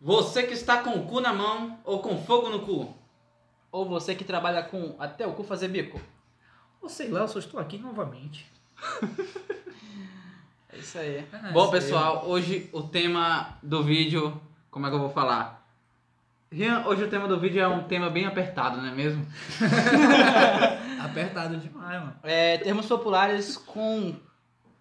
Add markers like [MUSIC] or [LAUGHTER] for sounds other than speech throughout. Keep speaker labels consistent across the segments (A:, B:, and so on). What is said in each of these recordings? A: Você que está com o cu na mão ou com fogo no cu.
B: Ou você que trabalha com até o cu fazer bico.
C: Ou sei lá, eu só estou aqui novamente.
B: É isso aí.
C: Ah,
A: Bom,
C: sei.
A: pessoal, hoje o tema do vídeo, como é que eu vou falar? Rian, hoje o tema do vídeo é um tema bem apertado, não é mesmo?
C: Apertado demais, mano.
B: É, termos populares com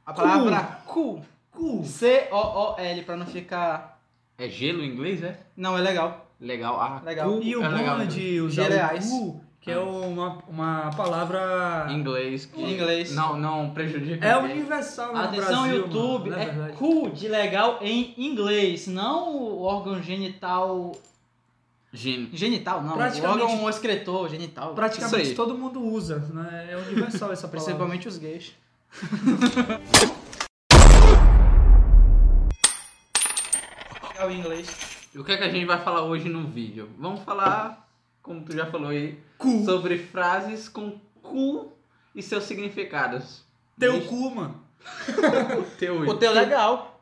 B: a palavra cu.
C: Cu.
B: C-O-O-L, pra não ficar.
A: É gelo em inglês, é?
B: Não, é legal.
A: Legal. Ah,
B: Legal.
A: cu
C: E o
A: é legal.
C: bom de usar
B: Gerais.
C: o cu, que é uma, uma palavra...
A: Em Inglês. que
B: Em inglês.
A: Não, não prejudica.
C: É
A: ninguém.
C: universal no
B: Atenção,
C: Brasil,
B: YouTube.
C: mano, na
B: é
C: verdade.
B: cu de legal em inglês. Não o órgão genital.
A: Gene.
B: Genital, não.
C: Praticamente-
B: O órgão excretor, genital.
A: Isso
C: Praticamente
A: aí.
C: todo mundo usa, né? É universal essa palavra.
B: Principalmente os gays.
C: [LAUGHS]
B: Legal em inglês.
A: O que é que a gente vai falar hoje no vídeo? Vamos falar, como tu já falou aí,
C: Cu.
A: sobre frases com cu e seus significados.
C: Teu
A: Deixa-
C: cu, mano.
A: o teu,
B: O teu é legal.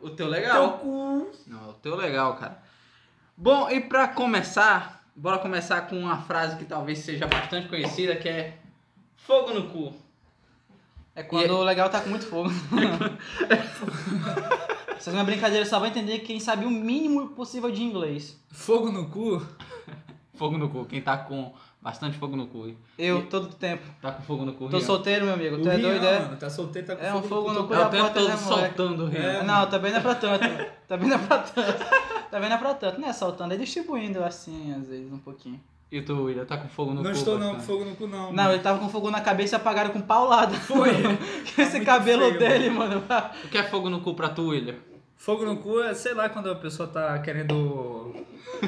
A: o teu legal.
C: Teu cu.
A: Não, o teu é legal, cara. Bom, e pra começar, bora começar com uma frase que talvez seja bastante conhecida, que é fogo no cu.
B: É quando
A: E-
B: o legal tá com muito fogo. [LAUGHS] Essa é uma brincadeira, só vai entender quem sabe o mínimo possível de inglês.
C: Fogo no cu?
A: Fogo no cu, quem tá com bastante fogo no cu.
B: Eu, todo tempo.
A: Tá com fogo no cu.
B: Tô
A: Rian.
B: solteiro, meu amigo.
C: O
B: Tu é
C: Rian,
B: doido, é?
C: mano, tá solteiro, tá com
B: É um fogo no cu
A: É
B: da
A: o tempo
B: porta,
A: todo
B: né, moleque?
A: soltando o Rian.
C: É,
B: Não, também não é pra tanto. Também não é pra tanto. Também não é pra tanto. Não é saltando, é distribuindo assim, às vezes, um pouquinho.
A: E tu, William, tá com fogo no
C: Não
A: cu.
C: estou não,
A: bastante.
C: fogo no cu não.
B: Não, ele tava com fogo na cabeça e apagaram com paulada.
C: Foi.
B: [LAUGHS] Esse
C: muito
B: cabelo
C: feio,
B: dele, mano.
A: O que é fogo no cu pra tu, William?
C: Fogo no cu é, sei lá, quando a pessoa tá querendo.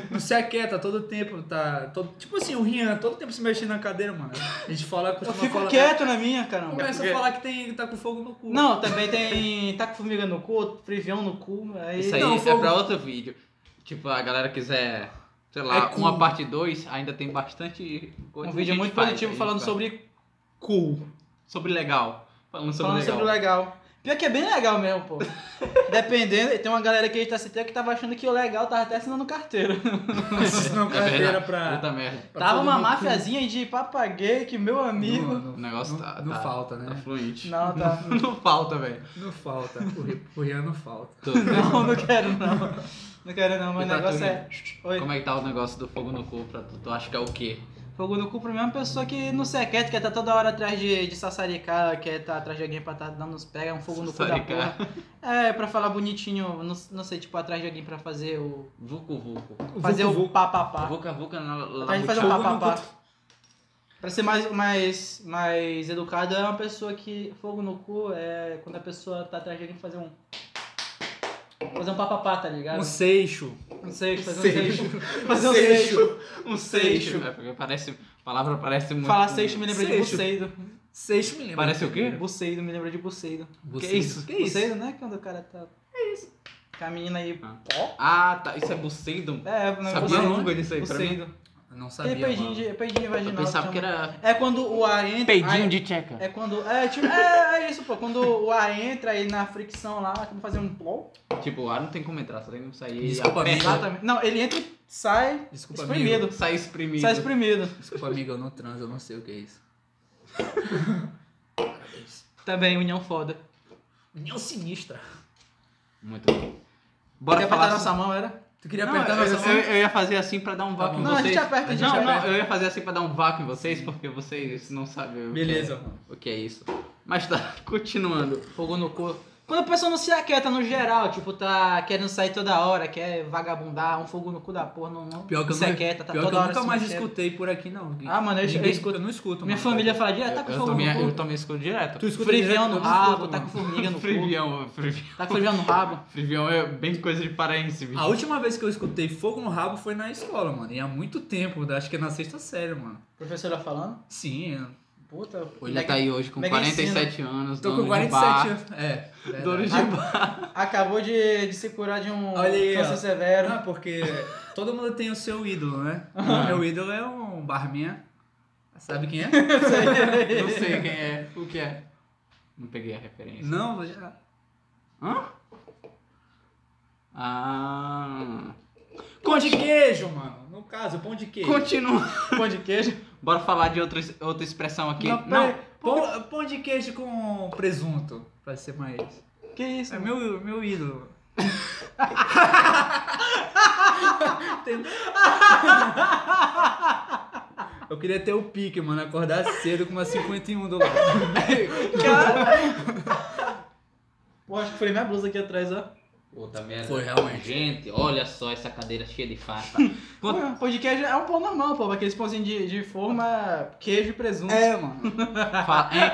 C: Não se aquieta todo tempo, tá. todo- Tipo assim, o Rian, todo tempo se mexendo na cadeira, mano. A gente fala,
B: Eu
C: costuma
B: fico
C: falar. né?
B: quieto na minha, caramba.
C: Começa a falar que tem, tá com fogo no cu.
B: Não, também tem. Tá com formiga no cu, frivião no cu. Aí...
A: Isso aí
C: Não, fogo-
A: é pra outro vídeo. Tipo, a galera quiser, sei lá,
C: É cu.
A: uma parte 2, ainda tem bastante coisa.
B: Um
A: que a
B: vídeo
A: gente
B: muito
A: faz,
B: positivo
A: a gente
B: falando
A: faz.
B: sobre cu.
A: Sobre legal. Falando sobre
B: falando
A: legal.
B: sobre o legal. Pior que é bem legal mesmo, pô. Dependendo, tem uma galera que a gente tá citando que tava achando que o legal tava até assinando carteiro.
C: Não,
A: É
C: cadeira
A: verdade.
C: pra.
A: Puta merda.
C: pra
B: Tava
C: fogo
B: uma
C: no cu.
B: mafiazinha de papagaio que meu amigo.
C: Não,
A: O negócio tá.
C: Não
A: tá-
C: falta, né?
A: Tá fluente.
B: Não, tá.
A: [LAUGHS] Não falta, velho.
C: Não falta. O Ri- O Rian não falta.
A: Tô-
B: Não, não quero não. Não quero não, mas
A: E
B: o
A: pra
B: negócio
A: tu,
B: é. Oi.
A: Como é que tá o negócio do fogo no cu pra tu? Tu acha que é o quê?
B: Fogo no cu pra mim é uma pessoa que não se quer, quer tá toda hora atrás de, de sassaricar, quer tá atrás de alguém pra tá dando uns pega, um fogo no cu da
A: Sassaricar.
B: porra. É, pra falar bonitinho, não, não sei, tipo, atrás de alguém pra fazer o.
A: [LAUGHS] Vucu Vucu.
B: Fazer
C: Vucu,
B: o
C: vucu.
B: papapá.
A: Vuca Vuca na
B: Atrás de
A: labuta.
B: fazer o
C: Fogo no
B: papapá.
C: cu.
B: Pra ser mais, mais, mais educado, é uma pessoa que. Fogo no cu é quando a pessoa tá atrás de alguém pra fazer um. Fazer um papapá, tá ligado?
C: Um seixo.
B: Um seixo, fazer um
C: Seixo.
B: seixo. Fazer um seixo.
A: [LAUGHS] Um seixo. É, porque parece. A palavra parece muito.
B: Falar seixo me lembra de
C: Seixo.
B: buceido.
C: Seixo me lembra.
A: Parece o quê?
B: Buceido me lembra de buceido.
C: Você-
A: Que isso?
C: Que isso?
B: Buceido, né? Quando o cara tá. É isso. Caminha aí.
A: Ah.
B: Ó.
A: Ah, tá. Isso é buceido?
B: É, não é
A: Sabia
B: buceido. né?
A: longa disso aí pra mim.
B: Buceido.
C: Eu não sabia.
B: Aquele peidinho,
C: mano.
B: é de, peidinho
A: Eu
B: vaginal.
A: pensava
B: chama.
A: que era
B: É quando o ar entra.
A: peidinho
B: aí-
A: de tcheca.
B: É quando. É, tipo, é, é isso, pô. Quando o ar entra aí na fricção lá, como fazer um plom.
A: Tipo, o ar não tem como entrar, só tem como sair.
C: Desculpa,
A: apertado,
C: amigo.
B: Exatamente. Não, ele entra e sai
C: Desculpa,
B: espremido.
A: Sair exprimido.
B: Sai espremido.
C: Desculpa, amigo, eu não transo, eu não sei o que é isso.
B: Também, união foda.
C: União sinistra.
A: Muito bem. Bora
B: Quer
A: falar
B: apertar nossa mão, era?
C: Tu queria
A: Não,
C: apertar
A: eu,
C: nossa mão?
A: eu- eu ia fazer assim pra dar um vácuo
C: bom.
A: em
B: Não, a
A: vocês.
B: gente aperta, a gente
A: não,
B: aperta.
A: não, eu ia fazer assim pra dar um vácuo em vocês, porque vocês não sabem o que
C: Beleza.
A: é- o que é isso. Mas tá, [LAUGHS] continuando.
B: Fogo no cu. Quando a pessoa não se aquieta no geral, tipo, tá querendo sair toda hora, quer vagabundar, um fogo no cu da porra, não, não
C: Pior que eu,
B: se
C: não,
B: aquieta, tá
C: pior
B: toda
C: que eu
B: hora
C: nunca
B: se
C: mais
B: mexendo.
C: escutei por aqui, não.
B: Ah, mano, eu- eu
C: Ninguém-
B: escuto.
C: não escuto,
B: Minha
C: mano.
B: família fala direto, tá com
A: Eu, eu,
B: fogo
A: também,
B: no
A: eu
B: cu.
A: também escuto direto.
C: Tu escuta
B: Frivião no
C: direto, eu não escuto,
B: rabo, tá com
C: mano.
B: formiga
C: [LAUGHS]
B: no cu.
A: Frivião, frivião.
B: Tá com frivião no rabo.
A: Frivião é bem coisa de paraense, bicho.
C: A última vez que eu escutei fogo no rabo foi na escola, mano. E há muito tempo, acho que é na sexta série, mano.
B: Professora falando?
C: Sim, eu
B: Puta.
A: Ele tá aí hoje com
B: Mega
A: 47 anos,
C: tô
A: dono
C: com
A: de
C: 47
A: bar,
C: anos. É. verdade.
A: Dono de bar.
B: [LAUGHS] Acabou de, de se curar de um
C: Olha aí,
B: câncer
C: ó.
B: severo.
C: Ah, porque todo mundo tem o seu ídolo, né?
A: Ah.
C: Meu ídolo é um barman.
B: [LAUGHS]
C: Sabe quem é?
A: Não sei quem é. O que é? Não peguei a referência.
C: não, já.
A: Ah.
C: de queijo, mano. No caso, pão de queijo.
A: Continua.
B: Pão de queijo.
A: Bora falar de outra, outra expressão aqui.
C: Não,
A: Não,
C: pera- Pão, pão de queijo com presunto, pra ser mais.
B: Que isso?
C: É meu, meu ídolo. Entendeu? Eu queria ter o pique, mano. Acordar cedo com uma 51 do lado.
B: Pô, acho que foi minha blusa aqui atrás, ó.
A: Puta merda. né?
C: Foi, realmente.
A: Gente, olha só essa cadeira cheia de farpa. Quanto-
B: Pô, Pão de queijo é um pão normal, pô. Aqueles pãozinhos de, de forma, queijo e presunto.
C: É, mano.
A: Fa- hein?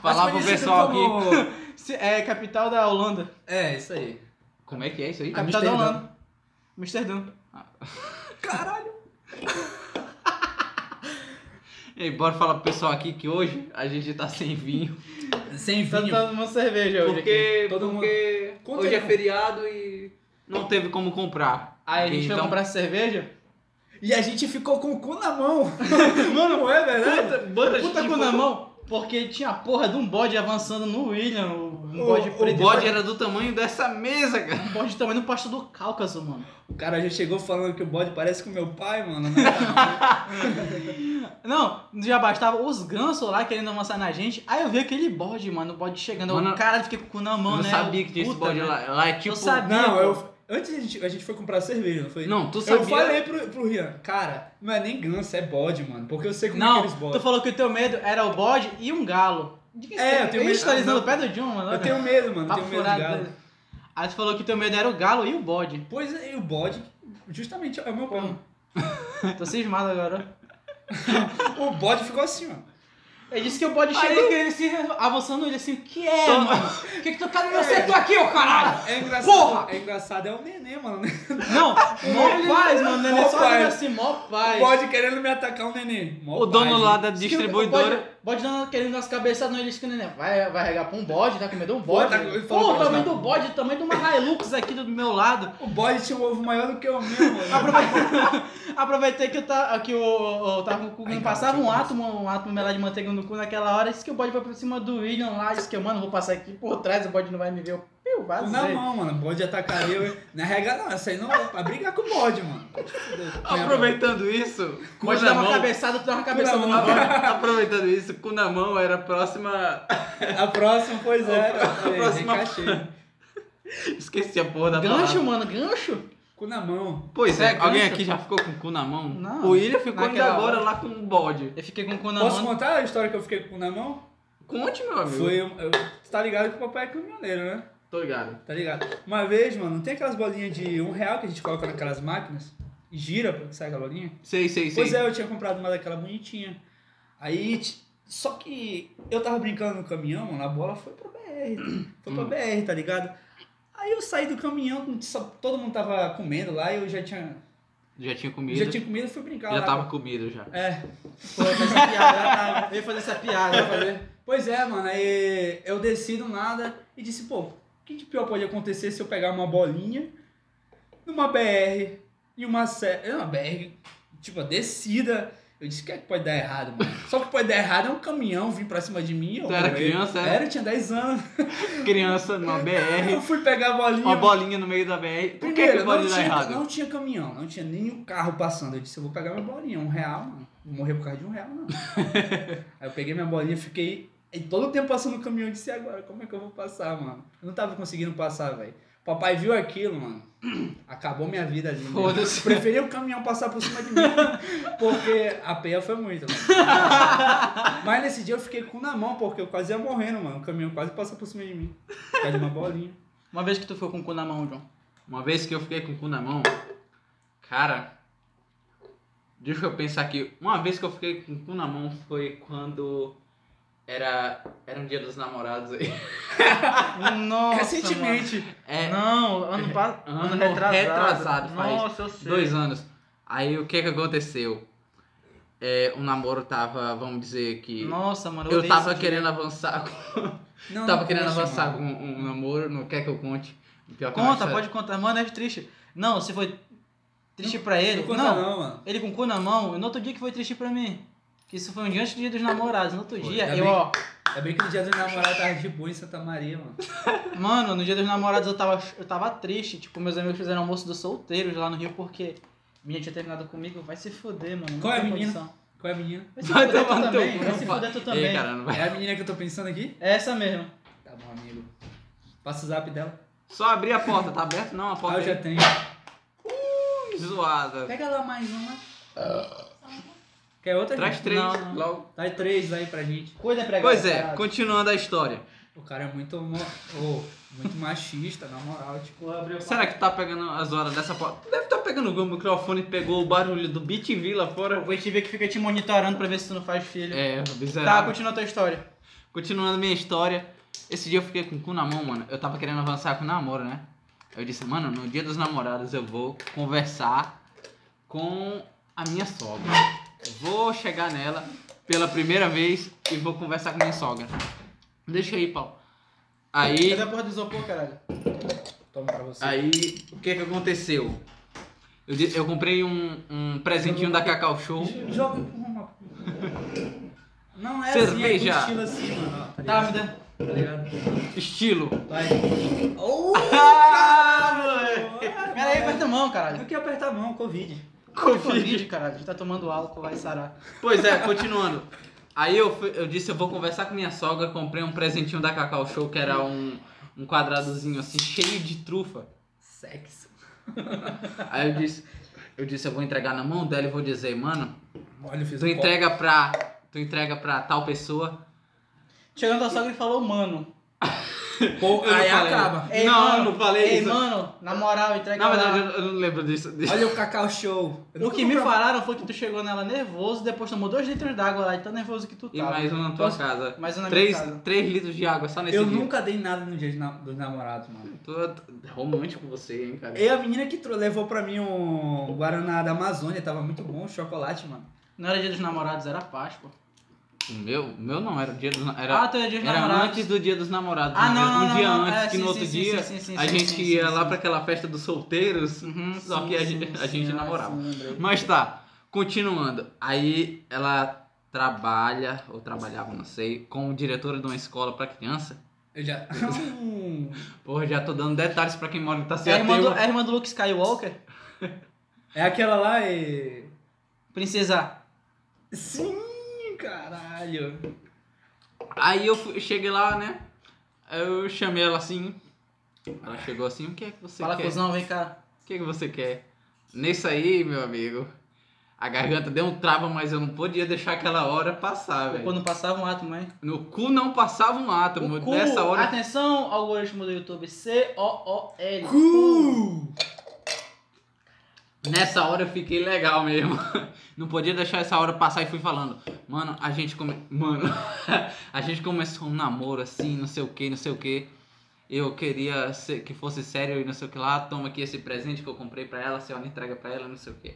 A: Falar pro pessoal aqui.
C: aqui.
B: Se- É capital da Holanda.
C: É, isso aí.
A: Como é que é isso aí?
B: Capital da
C: Amsterdã.
B: Holanda. Amsterdã.
A: E bora falar pro pessoal aqui que hoje a gente tá sem vinho.
C: Sem
B: Tá
C: vinho.
B: tomando cerveja hoje aqui.
A: Porque,
C: todo mundo-
A: porque
C: Conta
A: hoje
C: aí,
A: é
C: não.
A: feriado e não teve como comprar.
B: Aí Ah, a gente
A: então,
B: vai comprar cerveja?
C: E a gente ficou com o cu na mão. [LAUGHS] Mano, não é verdade?
B: Bota,
A: de
B: com
A: porra.
B: na mão. Porque tinha a porra de um bode avançando no William. Um
C: O-
B: bode
C: o
A: O
B: preto.
A: bode era do tamanho dessa mesa, cara.
B: Um bode também no pasto do Cáucaso, mano.
C: O cara já chegou falando que o bode parece com meu pai, mano. [LAUGHS]
B: Não, já bastava os gansos lá querendo avançar na gente. Aí eu vi aquele bode, mano. O bode chegando.
A: Mano,
B: o cara fiquei com o cu na mão,
A: eu não
B: né?
A: sabia que tinha esse
B: Puta,
A: bode
B: né?
A: lá. Lá é tipo.
B: sabia.
C: Não, eu. Antes a gente, a gente foi comprar cerveja, não foi?
A: Não, tu sabia.
C: Eu falei pro, pro Rian, cara, não é nem ganso, é bode, mano. Porque eu sei como é
B: Não,
C: que eles
B: tu
C: bodem.
B: falou que o teu medo era o bode e um galo. De que
C: É, eu tenho medo-
B: estalizando
C: ah,
B: né? o pé do John, mano.
C: Eu tenho medo, mano.
B: Papo
C: tenho medo
B: tá furado
C: de
B: né?
C: galo.
B: dele. Aí tu falou que teu medo era o galo e o bode.
C: Pois é, e o bode, justamente é o meu pai.
B: Tô cismado agora.
C: O bode ficou assim, ó.
B: Ele disse que o bode chegou querendo se avançando ele assim, o que é,
A: Toma.
B: mano? O [LAUGHS] que, que tu tá quer no meu setor aqui, ô caralho?
C: É engraçado.
B: Porra!
C: É engraçado, é o neném, mano.
B: Não, mó paz, mano. [LAUGHS] Ele
C: Mó
B: só
C: paz.
B: olhando assim, mó
C: O
B: paz.
C: bode querendo me atacar o neném. Mó
A: O dono
C: paz,
A: lá
C: né?
A: da
B: Diz que O
A: distribuidora.
B: bode, bode dando, querendo nas cabeças, não, ele disse que não, né? vai, vai regar pra um bode, tá com medo de um bode.
C: tá- ele falou
B: Pô, o
C: bode,
B: tamanho
C: né?
B: do bode, o tamanho de uma Hilux aqui do meu lado.
C: O bode tinha um ovo maior do que o meu, mano.
B: Aproveitei que eu, ta, que eu, eu tava com o cu,
C: Ai,
B: não
C: cara,
B: passava um
C: deixa eu
B: átomo, um átomo lá de manteiga no cu naquela hora, disse que o bode foi por cima do William lá, disse que eu, mano, vou passar aqui por trás, o bode não vai me ver, eu, eu
C: Cu na
B: vazei.
C: mão, mano. O bode atacar eu. Na regra não, essa aí não é pra brigar com o bode, mano.
A: Aproveitando isso, cu
B: Pode
A: na
B: dar uma
A: mão-
B: cabeçada, tu dá uma cabeçada
C: na
B: no
C: mão. [LAUGHS]
B: bode.
A: Aproveitando isso, cu na mão era a próxima.
C: A próxima, pois é. A
A: próxima-
C: próxima.
A: Esqueci a porra da
B: Gancho,
A: palavra.
B: mano, gancho?
C: Cu na mão.
A: Pois
B: É,
A: é,
B: gancho.
A: alguém aqui já ficou com o cu na mão?
B: Não.
A: O William ficou ainda
B: Naquela
A: agora
B: hora.
A: lá com um bode.
B: Eu fiquei com o cu na
C: Posso
B: mão.
C: contar a história que eu fiquei com o cu na mão?
A: Conte, meu amigo.
C: Foi. um- eu- Tu tá ligado que o papai é caminhoneiro, né?
A: Tô ligado.
C: Tá ligado? Uma vez, mano, não tem aquelas bolinhas de um real que a gente coloca naquelas máquinas e gira, pô, sabe aquela bolinha?
A: Sei, sei, sei.
C: Pois é, eu tinha comprado uma daquela bonitinha. Aí, t- só que eu tava brincando no caminhão, mano, a bola foi pra BR. Foi pra
A: Hum.
C: BR, tá ligado? Aí eu saí do caminhão, com- só- todo mundo tava comendo lá e eu já tinha,
A: Já tinha comido.
C: já tinha comido e fui brincar
A: Já
C: lá.
A: tava
C: pô.
A: comido já.
C: É,
B: Pô, eu fiz essa piada, já tava- eu ia fazer essa piada.
C: Vai fazer. Pois é, mano, aí eu desci do nada e disse, pô, o que de pior pode acontecer se eu pegar uma bolinha numa BR e uma série. Uma BR, tipo, a descida. Eu disse, o que é que pode dar errado, mano? Só que pode dar errado é um caminhão vir pra cima de mim. eu-
A: Tu era
C: eu-
A: criança, é? era?
C: Era, eu tinha 10 anos.
A: Criança numa BR,
C: Eu fui pegar a bolinha.
A: uma bolinha no meio da BR. Por que,
C: Primeiro,
A: que
C: não,
A: pode dar
C: tinha,
A: errado?
C: não tinha caminhão, não tinha nenhum carro passando. Eu disse, eu vou pegar minha bolinha, um real, mano. Vou morrer por causa de um real,
A: [LAUGHS]
C: não. Aí eu peguei minha bolinha, fiquei e todo o tempo passando no caminhão. Eu disse, e agora, como é que eu vou passar, mano? Eu não tava conseguindo passar, velho. Papai viu aquilo, mano. [CLEARS THROAT] Acabou minha vida ali. né?
A: Foda-se.
C: Preferi o caminhão passar por cima de mim. Porque a peia foi
A: [LAUGHS]
C: muito, mano. Mas nesse dia eu fiquei com na mão, porque eu quase ia morrendo, mano. O caminhão quase passou por cima de mim. Por causa de uma bolinha.
B: Uma vez que tu ficou com o cu na mão, John.
A: Uma vez que eu fiquei com o cu na mão, cara, deixa eu pensar aqui. Uma vez que eu fiquei com o cu na mão foi quando era era um dia dos namorados aí. [LAUGHS]
B: Nossa, mano.
C: Recentemente.
A: É,
B: Não, ano passado.
A: [LAUGHS] Ano
B: Ano retrasado.
A: retrasado, faz
B: Nossa, eu sei.
A: dois anos. Aí o que que aconteceu? É, o namoro tava, vamos dizer que
B: Nossa, mano,
A: eu
B: odeio
A: tava
B: esse
A: querendo avançar, [LAUGHS] com,
C: Não,
A: tava
C: não
A: querendo
C: conte,
A: avançar
C: mano.
A: com um, um namoro, não quer que eu conte. Pior que eu
B: Conta,
A: acho- [LAUGHS]
B: pode contar. Mano, é triste. Não, se foi triste pra ele.
C: Não,
B: Não,
C: conta não, mano.
B: ele com o cu na mão, no outro dia que foi triste pra mim. Que isso foi um dia antes do dia dos namorados. No outro
A: Foi,
B: dia,
C: ainda
B: eu,
C: bem.
B: ó,
C: Ainda bem que no dia dos namorados tava de boa em Santa Maria, mano.
B: Mano, no dia dos namorados eu tava, eu tava triste. Tipo, meus amigos fizeram almoço dos solteiros lá no Rio porque minha tinha terminado comigo. Vai se fuder, mano. não
C: Qual é a
B: tem
C: menina?
B: condição.
C: Qual é a menina?
B: Vai se
A: Vai
B: fuder
A: tomar
B: tu
A: no teu
B: também.
A: cu,
B: Vai
A: não
B: se
A: vai.
B: fuder tu
A: Ei,
B: também.
A: cara, não vai.
C: É a menina que eu tô pensando aqui?
B: É essa mesmo.
C: Tá bom, amigo. Passa o zap dela.
A: Só abrir a porta, tá aberto? Não, a
C: Ah,
A: porta
C: eu já
A: é
C: tenho.
A: zoada.
C: Pega lá mais uma. Quer outra?
A: Traz
C: gente?
A: três.
C: Não, não.
A: Logo.
C: Traz três aí pra gente.
B: Cuida, empregado.
A: Pois é,
B: caralho.
A: continuando a história.
C: O cara é muito, mo- ô, muito machista, na moral. Tipo,
B: Vou abrir o-
A: Será que tá pegando as horas dessa porta? Deve tá pegando o microfone e pegou o barulho do Beat Villa fora.
B: O ITV que fica te monitorando pra ver se tu não faz filho.
A: É,
B: Tá,
A: bizarro.
B: continua a tua história.
A: Continuando a minha história, esse dia eu fiquei com o cu na mão, mano. Eu tava querendo avançar com o namoro, né? Eu disse, mano, no dia dos namorados eu vou conversar com a minha sogra. Vou chegar nela pela primeira vez e vou conversar com minha sogra. Deixa aí, Paulo. Aí.
C: é
B: Cadê a porra do isopor, caralho?
C: toma pra você.
A: Aí, o que que aconteceu? Eu, di- eu comprei um, um presentinho da Cacau Show.
C: Joga com uma. Não é
A: Cerveja.
C: assim, é com estilo assim, mano. ó, Tá,
B: Tá,
C: ligado?
B: me dá.
C: tá ligado?
A: Estilo. [LAUGHS]
C: Vai. Oh,
A: Ah,
B: Pera aí, aperta a mão, caralho.
C: Eu que apertar a mão, Covid.
B: Covid, caralho. Tu tá tomando álcool, vai sarar.
A: Pois é, continuando. Aí eu, fui- eu disse, eu vou conversar com minha sogra, comprei um presentinho da Cacau Show, que era um, um quadradozinho assim, cheio de trufa.
C: Sexo.
A: Aí eu disse, eu disse, eu vou entregar na mão dela e vou dizer, mano,
C: Olha, eu fiz
A: tu
C: um copo.
A: entrega pra. Tu entrega pra tal pessoa.
B: Chegando tua sogra e falou, mano.
C: Pô,
A: Eu não
C: aí
A: falei.
C: acaba.
B: Ei,
A: Não,
B: mano,
A: eu não falei
B: ei,
A: isso.
B: mano, na moral, entrega
A: Na
B: lá.
A: verdade, eu, eu não lembro disso.
C: Olha o Cacau Show. Eu
B: O
C: nunca
B: que me
C: compro-
B: falaram foi que tu chegou nela nervoso, depois tomou dois litros d'água lá, e tão nervoso que tu
A: E
B: tava.
A: mais um na tua casa.
B: Mais um na
A: Três,
B: minha casa.
A: três litros de água só nesse
C: Eu
A: dia.
C: nunca dei nada no dia de na- dos namorados, mano.
A: Tô tô romântico com você, hein, cara.
C: E a menina que tro- levou pra mim um Guaraná da Amazônia, tava muito bom, chocolate, mano.
B: Não era dia dos namorados, era Páscoa.
A: O meu, o meu não, era o dia dos na- era,
B: ah, tu era dia dos
A: era
B: namorados.
A: antes do dia dos namorados.
B: Ah,
A: né?
B: não,
A: um
B: não,
A: dia
B: não, não.
A: antes
B: É,
A: que
B: sim,
A: no outro
B: sim,
A: dia
B: sim, sim, sim,
A: a
B: sim,
A: gente
B: sim,
A: ia
B: sim,
A: lá
B: sim.
A: pra aquela festa dos solteiros,
B: Uhum,
A: só
B: sim,
A: que a,
B: sim,
A: gente- a
B: sim,
A: gente
B: ah,
A: namorava.
B: sim, lembrei.
A: Mas tá, continuando. Aí ela trabalha, ou trabalhava, não sei, como diretora de uma escola pra criança.
C: Eu já. [LAUGHS] Hum.
A: Porra, já tô dando detalhes pra quem mora tá em
B: É a,
A: Itaciateu.
B: irmã do, é a irmã do Luke Skywalker?
C: é aquela lá é... e.
B: Princesa.
C: Sim, caralho.
A: Aí eu fui- cheguei lá, né? Aí Eu chamei ela assim. Ela chegou assim, o que é que você
B: Fala,
A: quer?
B: cuzão, vem cá.
A: O que, que você quer? Nesse aí, meu amigo, a garganta deu um trava, mas eu não podia deixar aquela hora passar, velho.
B: Quando passava um átomo, hein?
A: No cu não passava um átomo.
B: O cu,
A: Nessa hora.
B: Atenção, algoritmo do YouTube. C-O-O-L.
C: Cu!
A: Nessa hora eu fiquei legal mesmo. [LAUGHS] Não podia deixar essa hora passar e fui falando. Mano, a gente come... Mano, [LAUGHS] a gente começou um namoro assim, não sei o que, não sei o que. Eu queria ser- que fosse sério e não sei o que lá. Toma aqui esse presente que eu comprei pra ela, a senhora entrega pra ela, não sei o que.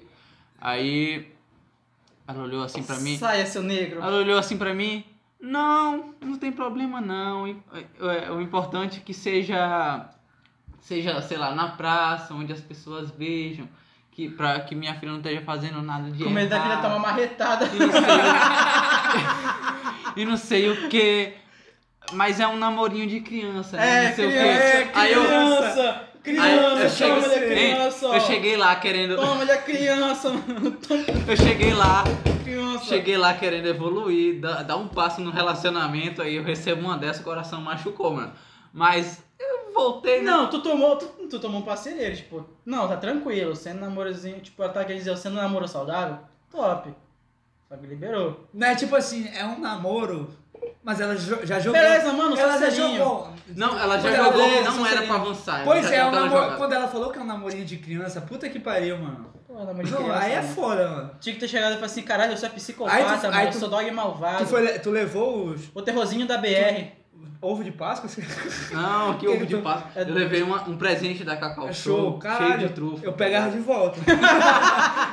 A: Aí ela olhou assim pra mim.
B: Saia, seu negro.
A: Ela olhou assim pra mim. Não, não tem problema não. O im- é, O importante é que seja, seja, sei lá, na praça, onde as pessoas vejam, que pra que minha filha não esteja fazendo nada de
B: Com medo da
A: errado,
B: filha tá uma marretada.
A: e não sei o- [LAUGHS] E não sei o que. Mas é um namorinho de criança, né?
B: [LAUGHS] É,
A: não sei o quê.
B: criança,
A: Aí eu,
B: criança.
A: aí eu
B: Criança,
A: cheguei, assim,
B: toma ele é
A: hein,
B: criança.
A: eu cheguei lá querendo,
B: Toma ele é criança, mano. Toma ele
A: eu cheguei lá
B: é criança.
A: Cheguei lá querendo evoluir, dar, dar um passo no relacionamento, aí eu recebo uma dessa, o coração machucou, mano. Mas eu voltei, né?
B: Não, tu tomou, tu, tu tomou um parceiro, tipo, não, tá tranquilo, sendo namorozinho, tipo, ela tá querendo dizer, sendo namoro saudável, top. Só que liberou.
C: Não é tipo assim, é um namoro, mas ela jo- já jogou.
B: Beleza, mano,
C: ela já
B: Sacelinho.
C: jogou.
A: Não, ela já
C: Beleza,
A: jogou que não
B: Sonserina.
A: era pra avançar.
C: Pois
A: ela
C: é,
A: já
C: um
A: tava
C: namoro-
A: jogando.
C: quando ela falou que é um namorinho de criança, puta que pariu, mano.
B: Pô, namoro de
C: Não,
B: criança, né?
C: aí é
B: mano.
C: foda, mano.
B: Tinha que ter chegado e falado assim, caralho, eu sou a psicopata,
C: Aí tu- aí
B: mano, eu
C: tu-
B: sou dog malvado.
C: Tu, foi, tu levou os.
B: O terrorzinho da BR.
C: ovo de Páscoa?
A: Não,
C: [LAUGHS]
A: que
C: Que
A: ovo
C: eu
A: de
C: tô-
A: Páscoa.
B: é
A: Eu levei uma- um presente da Cacau
C: É
A: Show,
C: show, caralho.
A: cheio de trufa.
C: Eu pegava de
A: [LAUGHS]
C: volta.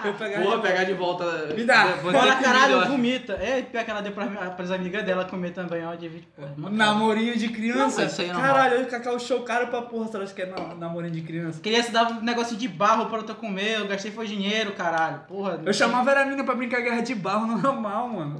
C: eu
A: Porra,
C: pegava de volta.
A: pegar de volta.
C: Me dá.
A: Vou ter
B: Fala
A: comida, eu
B: caralho,
A: acho.
B: vomita. É, pior que ela deu pra, pras amigas dela comer também, ó, de vídeo. Porra, mano.
C: Namorinho de
A: Não,
C: criança?
A: mas isso aí é normal.
C: Caralho, olha o Cacau show caro pra porra. Você acha que é na- namorinho de criança?
B: Queria se dar um negócio de barro pra eu comer, eu gastei foi dinheiro, caralho. Porra.
C: Eu chamava era a mina pra brincar guerra de barro no ramal, mano.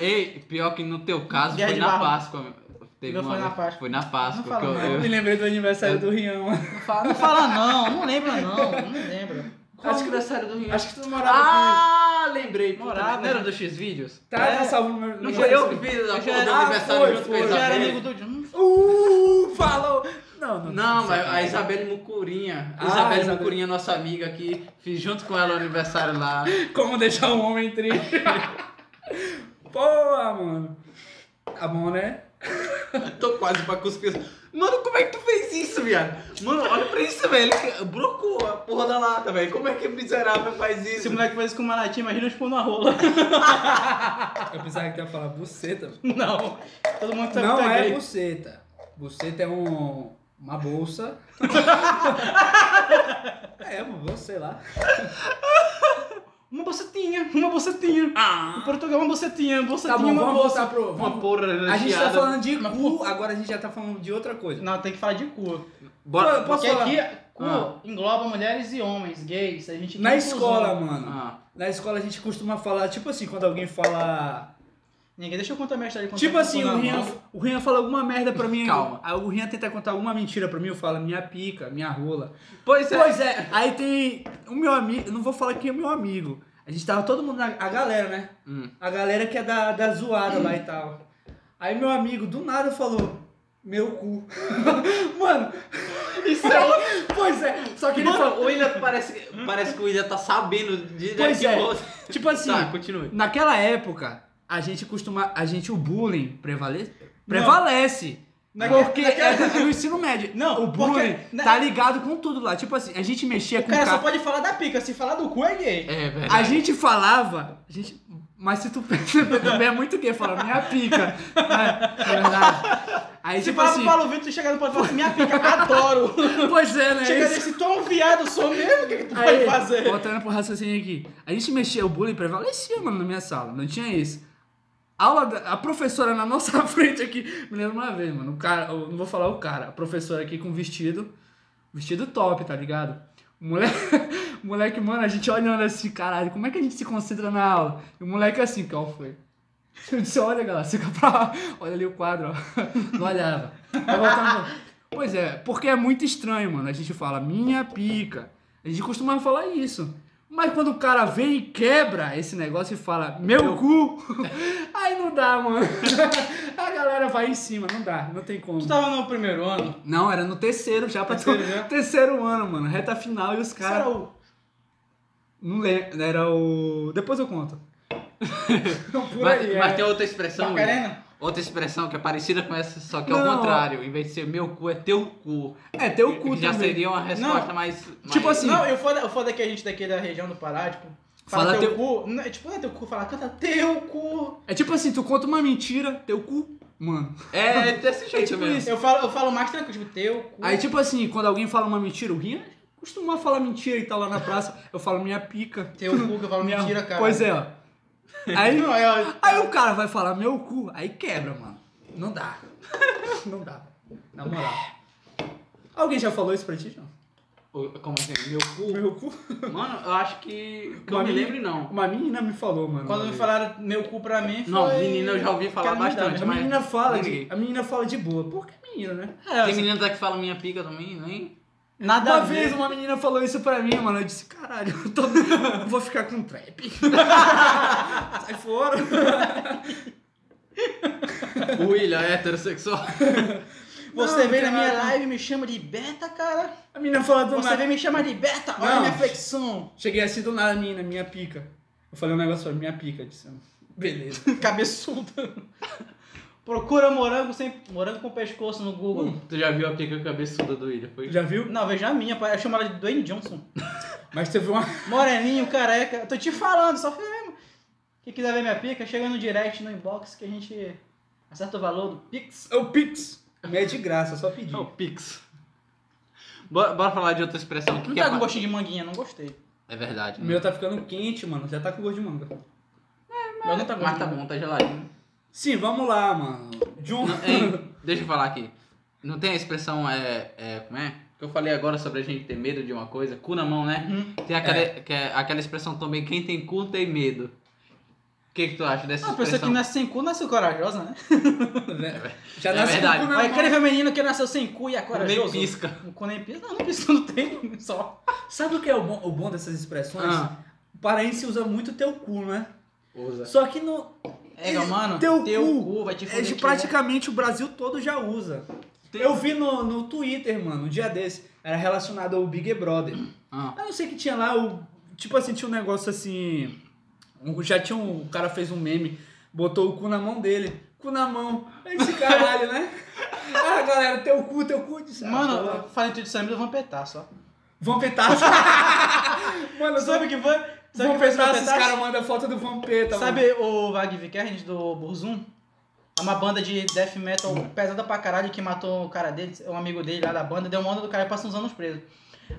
A: Ei, pior que no teu caso
B: Guerra
A: foi
B: de
A: na
B: barro.
A: Páscoa. meu. Teve
B: Meu
A: uma
B: foi na
A: vez-
B: Páscoa.
A: Foi na Páscoa.
B: Não fala
A: que eu-
B: mais.
A: eu-
C: Eu me lembrei do aniversário do Rian, mano.
B: Não fala, não fala não, não lembra não, não lembra.
A: Qual o
C: Acho que-
A: aniversário do Rio?
C: Acho que tu morava comigo.
A: Ah, lembrei. puta,
B: Morava.
A: Não
C: né?
A: era do X-Vídeos?
C: Tá,
B: é.
C: tá salvo no
A: Não
C: meu. no
A: foi
C: meu
A: eu que fiz a
B: Eu
A: porra
B: já-
A: do
C: Ah,
A: aniversário
C: foi,
A: junto com a
C: foi.
B: Eu já era
A: Isabelle?
B: amigo do John.
C: Uh, falou! Não, não.
A: Não, mas a
C: sacanagem.
A: Isabelle Mucurinha.
C: Ah,
A: Isabelle
C: Isabelle.
A: Mucurinha, nossa amiga aqui. Fiz junto com ela o aniversário lá.
C: Como deixar um homem triste? Porra, mano. Tá bom, né?
A: [LAUGHS] Tô quase pra cuspir. Mano, como é que tu fez isso, viado? Mano, olha pra isso, velho. Ele Brocou a porra da lata, velho. Como é que miserável faz
B: Se
A: isso?
B: o moleque faz isso com o Manati, imagina eu expondo a rola. [LAUGHS]
C: Eu pensava que tu ia falar buceta.
B: Não. Todo mundo sabe
C: Não
B: que tá
C: é
B: gay.
C: buceta. Buceta é um, uma bolsa. é, uma bolsa, sei lá.
B: Uma bocetinha, uma bocetinha.
C: Ah,
B: Em Portugal, uma bocetinha, uma bocetinha,
C: tá bom,
B: uma
C: vamos
B: bolsa.
C: voltar pro...
A: Uma
C: Vamos...
A: porra
C: A gente tá
A: recheada.
C: falando de cu, agora a gente já tá falando de outra coisa.
B: Não, tem que falar de cu.
A: Bora.
C: Eu posso
B: Porque
C: falar?
B: aqui, cu
A: Ah.
B: engloba mulheres e homens, gays. A gente
C: Na
B: tem inclusão.
C: escola, mano.
A: Ah,
C: Na escola a gente costuma falar, tipo assim, quando alguém fala...
B: Ninguém, deixa eu contar minha história. de quando
C: Tipo
B: eu
C: assim,
B: tava
C: o
B: na
C: Rian,
B: mão.
C: o Rian fala alguma merda pra mim.
A: Calma.
C: Aí o Rian tenta contar alguma mentira pra mim, eu falo, minha pica, minha rola.
A: Pois é.
C: Pois é, aí tem o meu amigo, não vou falar quem é o meu amigo. A gente tava todo mundo, na, a galera, né?
A: Hum.
C: A galera que é da, da zoada lá e tal. Aí meu amigo, do nada, falou, meu cu. [LAUGHS] Mano,
A: Isso
C: [LAUGHS]
A: é outro.
C: pois é, só que ele falou,
A: Mano, o William parece, parece que o William tá sabendo de
C: Pois
A: de-
C: é.
A: Tá,
C: tipo assim,
A: continue.
C: naquela época, a gente costuma, a gente, o bullying prevalece? Prevalece.
B: Naque-
C: Porque
B: naquela-
C: é do ensino médio.
B: Não,
C: o bullying
B: porque- na-
C: tá ligado com tudo lá. Tipo assim, a gente mexia
B: O
C: com
B: cara
C: ca-
B: só pode falar da pica, se falar do cu é gay.
A: É, velho.
C: A gente falava. A gente... Mas se tu [LAUGHS] perceber também é muito gay falar minha pica. né? É verdade. Aí,
B: Se
C: tipo
B: falar
C: assim,
B: pro Paulo Vitor, tu chega no Paulo e fala assim, minha
C: [LAUGHS]
B: pica, adoro.
C: pois é, né?
B: chega
C: Isso.
B: nesse tom um viado, sou mesmo, o que, que tu
C: Aí,
B: vai fazer?
C: Voltando pro raciocínio aqui. A gente mexia, o bullying prevalecia, mano, na minha sala. Não tinha isso. A aula da, a professora na nossa [LAUGHS] frente aqui, me lembro uma vez, mano, o cara, eu não vou falar o cara, a professora aqui com vestido, vestido top, tá ligado? O moleque, o [LAUGHS] moleque, mano, a gente olhando assim, caralho, como é que a gente se concentra na aula? E o moleque assim, qual [LAUGHS] foi? Eu disse, olha, galera, fica pra lá, olha ali o quadro, ó. [LAUGHS] Não olhava. Aí voltando, pois é, porque é muito estranho, mano, a gente fala, minha pica, a gente costumava falar isso. Mas quando o cara vem e quebra esse negócio e fala, meu, cu, [LAUGHS] aí não dá, mano. [LAUGHS] a galera vai em cima, não dá, não tem como.
B: Tu tava no primeiro ano,
C: Não, era no terceiro já, pra
B: Terceiro
C: terceiro,
B: já?
C: terceiro ano, mano, reta final e os
B: cara,
C: caras...
B: o...
C: Não lembro, era o... Depois eu conto. Por
A: Mas,
C: aí,
A: mas
C: é.
A: tem outra expressão, William.
B: Macarena?
A: Outra expressão que é parecida com essa, só que é o
C: Não.
A: contrário. Em vez de ser meu cu, é teu cu.
C: É, tem o cu
A: já
C: também.
A: seria uma resposta mais, mais-
C: Tipo assim-
B: Não, e o foda, o foda é que a gente daqui da região do Pará, tipo, fala,
C: Fala
B: teu, cu, não, é tipo, não é teu cu, fala, canta teu cu.
C: É tipo assim, tu conta uma mentira, teu cu, mano.
A: É desse jeito
C: tipo
A: mesmo.
C: isso.
B: Eu falo, eu falo mais tranquilo, tipo, teu cu.
C: Aí, tipo assim, quando alguém fala uma mentira, o Rian costuma falar mentira e tá lá na praça, eu falo minha pica.
B: Teu cu, que eu falo
C: Minha-
B: mentira, cara.
C: Pois é, ó. Aí,
B: Não, é,
C: aí o cara vai falar meu cu, aí quebra, mano. Não dá. [LAUGHS] Não dá. Na moral. Alguém já falou isso pra ti, João?
A: O- Como assim? Meu cu?
C: Meu cu?
A: Mano, eu acho que. Que eu
C: Uma
A: me
C: menina-
A: lembre, não.
C: Uma menina me falou, mano.
B: Quando
C: uma
B: me
C: vez.
B: falaram meu cu pra mim, foi...
A: Não, menina eu já ouvi falar
B: Quero né? me dar,
A: bastante,
C: A
A: mas-
C: menina fala
A: Ninguém.
C: de, a menina fala de boa. Por que menina, né?
B: É,
A: Tem menina que fala minha pica também, é, nem.
B: nada a
C: Uma
B: ver.
C: vez uma menina falou isso pra mim, mano. Eu disse, caralho, eu tô... vou ficar
B: [LAUGHS]
C: com trap. Sai fora.
A: O William é heterossexual. [LAUGHS]
B: Você
C: Não,
B: vem na
C: cara.
B: minha live e me chama de beta, cara?
C: A menina falou do
B: Você
C: nada.
B: vem me chamar de beta? Olha a
C: Não.
B: minha [LAUGHS] flexão.
C: Cheguei assim do nada, menina, minha pica. Eu falei um negócio pra minha pica. Eu disse, beleza.
B: Cabeçuda. [LAUGHS] Procura morango sem morango com pescoço no Google.
A: Tu já viu a pica cabeçuda do William? Foi?
C: Já viu?
B: Não, veja a minha, pai. eu chamo ela de Dwayne Johnson.
C: Mas teve uma...
B: Moreninho, careca. Tô te falando, só fica mesmo. Quem quiser ver minha pica, chega no direct, no inbox, que a gente Acerta o valor do Pix.
C: É o Pix. Não É de graça, só pedir.
A: É o Pix. Bora, bora falar de outra expressão aqui
B: Não
A: que
B: tá
A: é,
B: com
A: pa-
B: gostinho de manguinha, não gostei.
A: é verdade.
C: O meu tá ficando quente, mano. Já tá com gosto de manga.
B: Mas não tá com
A: Mas tá
B: gostinho.
A: bom, tá geladinho.
C: Sim, vamos lá, mano. John.
A: Não, hein, deixa eu falar aqui. Não tem a expressão, é, é, como é? Que eu falei agora sobre a gente ter medo de uma coisa, cu na mão, né?
B: Uhum.
A: Tem aquela, que é aquela expressão também, quem tem cu tem medo. O que, que tu acha dessa
B: Ah, a pessoa que
A: expressão?
B: nasce sem cu nasceu corajosa, né?
C: [LAUGHS] Já
A: É
C: nasceu
A: verdade.
C: com o cu na
B: Mas
C: mão.
B: queria ver menino que nasceu sem cu e é
A: Nem
B: corajoso.
A: pisca.
B: O cu nem pisca. Não, não pisca, não tem. Só.
C: Sabe o que é o bom, o bom dessas expressões?
A: Ah,
C: O paraense usa muito teu cu, né?
A: usa.
C: Só que no,
B: É, mano,
C: Teu cu.
B: cu. vai te
C: é,
B: foder.
C: de-
B: que um-
C: praticamente o Brasil todo já usa. Eu vi no, no Twitter, mano, um dia desse. Era relacionado ao Big Brother.
A: Ah,
C: Eu não sei que tinha lá, o, tipo assim, tinha um negócio assim. um- Já tinha um. O cara fez um meme, botou o cu na mão dele. Cu na mão. Aí Esse caralho, né?
B: [LAUGHS]
C: Ah, galera, teu cu, teu cu. Eu disse,
B: eu-
C: ah,
B: Mano,
C: porra.
B: eu falei tudo isso aí, mas eu vou petar só.
C: Vampeta.
B: [LAUGHS]
C: Mano, sabe
B: Sabe o que foi? Sabe o que foi
C: Sabe que
B: esse
C: esses
B: Vampetaço?
C: caras mandam foto do Vampeta, mano.
B: Sabe o Vag Vikernes do Burzum? É uma banda de death metal pesada pra caralho que matou o cara dele, um amigo dele lá da banda, deu uma onda do cara e passou uns anos preso.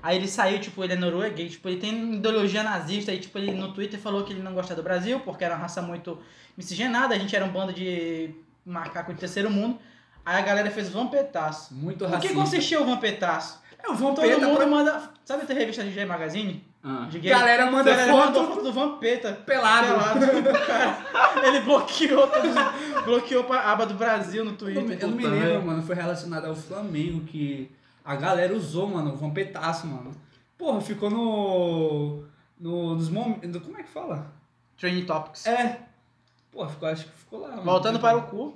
B: Aí ele saiu, tipo, ele é norueguês, tipo, ele tem ideologia nazista e, tipo, ele no Twitter falou que ele não gosta do Brasil porque era uma raça muito miscigenada, a gente era um bando de macaco de terceiro mundo. Aí a galera fez vampetaço.
C: Muito
B: O que
C: racista.
B: consistiu o vampetaço?
C: É o
B: Todo
C: Vampeta.
B: mundo
C: pra-
B: manda... Sabe a revista de G Magazine?
A: ah.
B: De gay?
C: Galera manda
B: Galera mandou
C: foto
B: foto do vampeta
C: pelado.
B: pelado. tipo, Cara, ele bloqueou, todos- bloqueou a aba do Brasil no
C: Eu não me-
B: Twitter.
C: eu não me
A: Puta, né?
C: lembro,
A: velho.
C: mano. Foi relacionado ao Flamengo que a galera usou, mano, o Vampetaço, mano. Porra, ficou no. no nos momentos. Como é que fala?
B: tipo, Training Topics.
C: É. Porra, ficou, acho que ficou lá. Mano.
B: Voltando para o cu.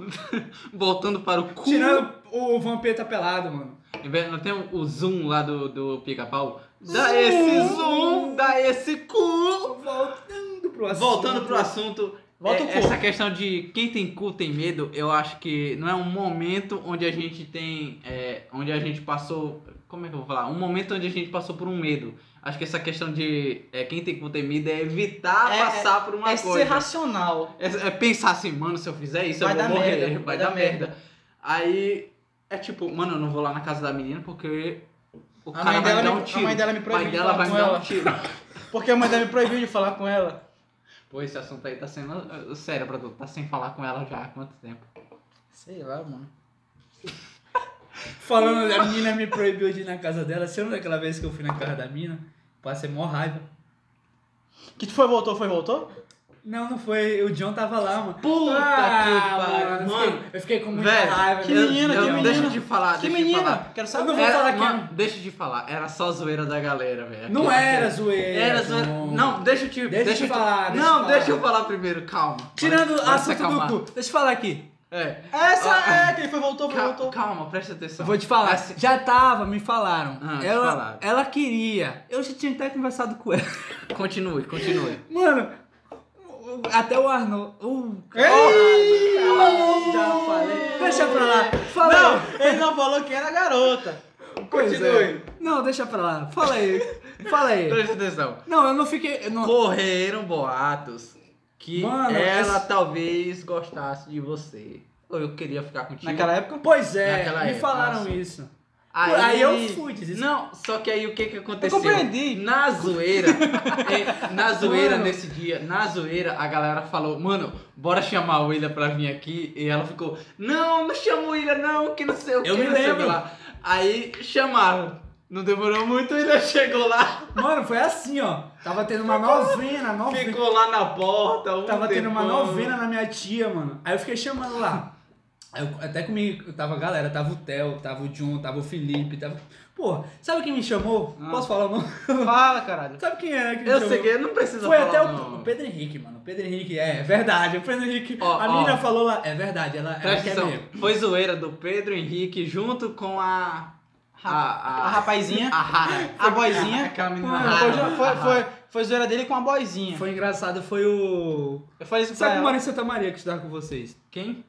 A: Voltando para o cu.
C: Tirando o Vampeta pelado, mano.
A: Em vez- Não tem o zoom lá do, do pica-pau? Dá esse zoom, dá esse cu.
C: Voltando pro assunto.
A: Voltando pro assunto,
B: Volta
A: é-
B: o cu.
A: essa questão de quem tem cu tem medo, eu acho que não é um momento onde a gente tem. é, onde a gente passou. Como é que eu vou falar? Um momento onde a gente passou por um medo. Acho que essa questão de é, quem tem cu tem medo é evitar
B: É-
A: passar por uma
B: é
A: coisa.
B: ser racional.
A: É, é pensar assim, mano, se eu fizer isso,
B: Vai
A: eu vou
B: dar
A: morrer,
B: merda,
A: vai, dar merda. Aí é tipo, mano, eu não vou lá na casa da menina porque o
B: A
A: cara
B: mãe,
A: vai me
B: dela
A: dar
B: me,
A: um
B: a
A: tiro.
B: mãe dela me
A: o pai
B: proibiu de
A: dela
B: falar
A: vai me
B: com
A: dar
B: ela.
A: um
B: [LAUGHS]
A: tiro.
B: Porque a mãe dela me proibiu de falar com ela.
A: Pô, esse assunto aí tá sendo uh, sério pra tu. Tá sem falar com ela já há quanto tempo?
B: Sei lá, mano.
C: Falando, a menina me proibiu de ir na casa dela. Você lembra daquela vez que eu fui na casa da mina? Passei mó raiva.
B: Que tu foi, voltou, foi, voltou?
C: Não, não foi. O John tava lá, mano.
A: Puta
C: Ah,
A: que
C: mano,
A: pariu.
C: eu fiquei- Eu fiquei com muita
A: Velho,
C: raiva.
B: que
C: meu
B: menina,
C: Deus.
B: que menina.
A: Deixa de falar,
B: que
A: Ah, deixa
B: menina?
A: de falar.
B: Quero
C: Eu
B: saber.
C: não vou
A: Era-
C: falar que-
A: mano, Deixa de falar, era só zoeira da galera, velho.
C: Não
A: Aquilo-
C: era zoeira.
A: Era zoeira.
C: John.
A: Não, deixa eu te.
C: Deixa eu te
A: eu te-
C: falar, deixa eu
A: Não,
C: falar.
A: deixa eu falar primeiro, calma.
C: Tirando
A: Vai-
C: o
A: vai se
C: assunto
A: acalmar.
C: do cu. Deixa eu falar aqui.
A: É.
B: Essa
A: Ah,
B: é, que ele foi, voltou, foi,
A: Cal-
B: voltou.
A: Calma, presta atenção.
C: Eu Vou te falar.
A: Assim,
C: Já tava, me falaram.
A: Ah, te
C: ela,
A: falaram.
C: ela queria. Eu já tinha até conversado com ela. [LAUGHS]
A: Continue, continue.
C: Mano, o- o- até o Arnold. Uh,
B: Ei!
C: caralho, já falei. Deixa pra lá. Fala aí.
B: Não, ele não falou que era garota.
C: Pois
A: continue.
C: é. Não, deixa pra lá. Fala aí. Fala [LAUGHS] aí.
A: Presta atenção.
C: Não, eu não fiquei. eu não-
A: Correram boatos que
C: Mano,
A: ela
C: esse-
A: talvez gostasse de você. Ou eu queria ficar contigo.
B: Naquela época?
C: Pois é,
A: Naquela
C: me
A: época,
C: falaram
A: assim.
C: isso. Aí eu fui, desesperado.
A: Não, só que aí o que que aconteceu?
B: Eu compreendi.
A: Na
C: [LAUGHS]
A: zoeira, é, na zoeira
C: Mano.
A: nesse dia, na zoeira, a galera falou, mano, bora chamar a William pra vir aqui. E ela ficou, não, não chama o William não, que não sei o que.
C: Eu me
A: não sei o que
C: lembro.
A: lá. Aí chamaram. Não demorou muito, ele chegou lá,
C: Mano, foi assim, ó. Tava tendo uma novena, novena.
A: ficou lá na porta. Um
C: Tava tendo uma
A: tempão.
C: novena na minha tia, mano. Aí eu fiquei chamando lá. Aí eu- até comigo, tava a galera, tava o Theo, tava o John, tava o Felipe, tava. Porra, sabe quem me chamou?
B: Ah.
C: Posso falar o nome? [LAUGHS]
B: Fala, caralho.
C: Sabe quem era que me
A: Eu
C: chamou?
A: sei que não precisa
C: Foi
A: falar
C: até o,
A: não.
C: o Pedro Henrique, mano. O Pedro Henrique, é, é verdade. O Pedro Henrique.
A: Ó,
C: a
A: ó.
C: menina falou lá, é verdade, ela, ela
A: Presta
C: quer
A: atenção,
C: mesmo.
A: foi zoeira do Pedro Henrique junto com a... A, a,
B: A rapazinha.
A: a Rara.
B: A boizinha.
A: É Aquela menina
B: Mano,
A: rara.
B: foi, foi, foi, foi zoeira dele com a boizinha.
C: Foi engraçado, foi o.
B: Eu falei isso pra
C: Sabe o
B: ela.
C: Maurício Santa Maria que estudava com vocês?
A: Quem?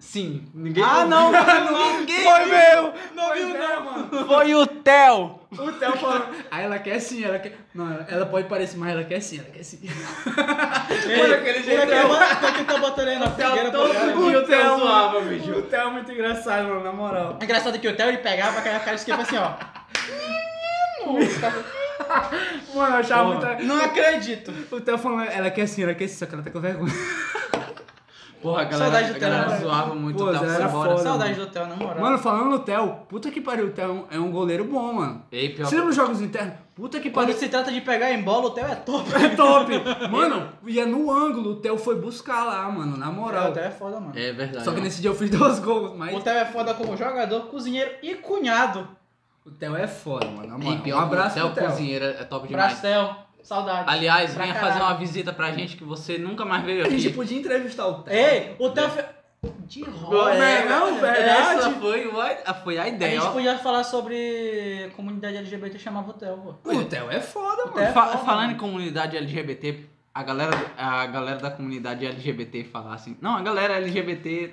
A: Sim, ninguém.
B: Ah,
A: ouviu.
B: não,
C: [LAUGHS] Ninguém
B: foi
C: viu.
B: meu!
C: Não viu, não, mano.
B: Foi o Theo!
C: O Theo falou. [LAUGHS] Ah, ela quer sim, ela quer. Não, ela- ela pode parecer, mas ela quer sim, ela quer sim. Mano, aquele
B: Ele é
C: jeito.
B: que tá- que tá botando ele na fogueira pra
C: todo
B: caralho.
C: mundo.
A: O Theo
C: Theo
A: zoava,
C: O
A: bicho.
C: Theo é muito engraçado, mano, na moral.
B: É Engraçado que o Theo ele pegava, cara, cara esquerda assim, ó.
C: Mano, eu achava
A: Porra.
C: muito.
B: Não acredito!
C: O Theo falando, ela quer sim, ela quer sim, só que ela tá com vergonha.
A: Porra, a
B: Saudade
A: galera,
B: do
A: a galera
B: Theo.
A: zoava muito.
C: Pô,
A: Theo,
C: era
A: era
C: foda.
A: fora.
B: Saudade do Theo, na moral.
C: Mano, falando no Theo, puta que pariu, o Theo é um goleiro bom, mano.
A: Ei, pior.
C: Você lembra os jogos internos? Puta que
B: quando
C: pariu.
B: se trata de pegar em bola, o Theo é top.
C: É top! Mano, ia no ângulo, o Theo foi buscar lá, mano, na moral.
B: [LAUGHS] O Theo é foda, mano.
A: É verdade.
C: Só que
A: mano.
C: nesse dia eu fiz dois gols,
B: O
C: mas
B: Theo é foda como jogador, cozinheiro e cunhado.
C: o Theo é foda, mano. Na
A: Ei,
C: moral.
A: pior,
C: Um abraço
A: Theo
C: pro Theo.
A: cozinheiro é top demais.
B: Abraço, Theo. Saudade.
A: Aliás,
B: Pra
A: venha
B: caralho.
A: fazer uma visita pra gente que você nunca mais veio
C: A gente
A: aqui.
C: podia entrevistar o Theo.
B: Ei, o Theo... fe- De né? roda.
C: é, não,
B: cara.
C: velho. verdade.
A: Essa foi, o- foi a
B: A
A: ideia,
B: gente
A: ó.
B: podia falar sobre comunidade LGBT e chamava o Theo, pô.
C: O Theo é foda, mano.
B: Theo é
A: Fa-
B: foda,
A: falando
B: mano.
A: em comunidade LGBT, a galera, a galera da comunidade LGBT falar assim. Não, a galera LGBT,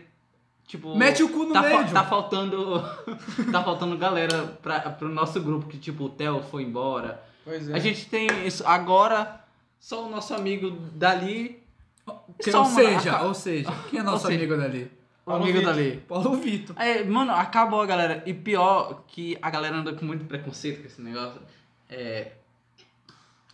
A: tipo.
C: Mete o cu no
A: tá, fa-
C: meio.
A: tá faltando. [LAUGHS] tá faltando galera pra, pro nosso grupo, que tipo, o Theo foi embora.
C: É.
B: Pois
A: A gente tem isso. Agora, só o nosso amigo dali.
C: Que-
A: só
C: ou
A: uma-
B: né?
C: seja,
A: aca-
C: é ou seja, quem é
A: Ou
C: nosso
A: seja-
C: amigo dali?
A: o
B: Paulo
A: amigo
B: Vitor.
A: dali.
C: Paulo Vitor.
A: É, mano, acabou a galera. E pior que a galera anda com muito preconceito com esse negócio. É.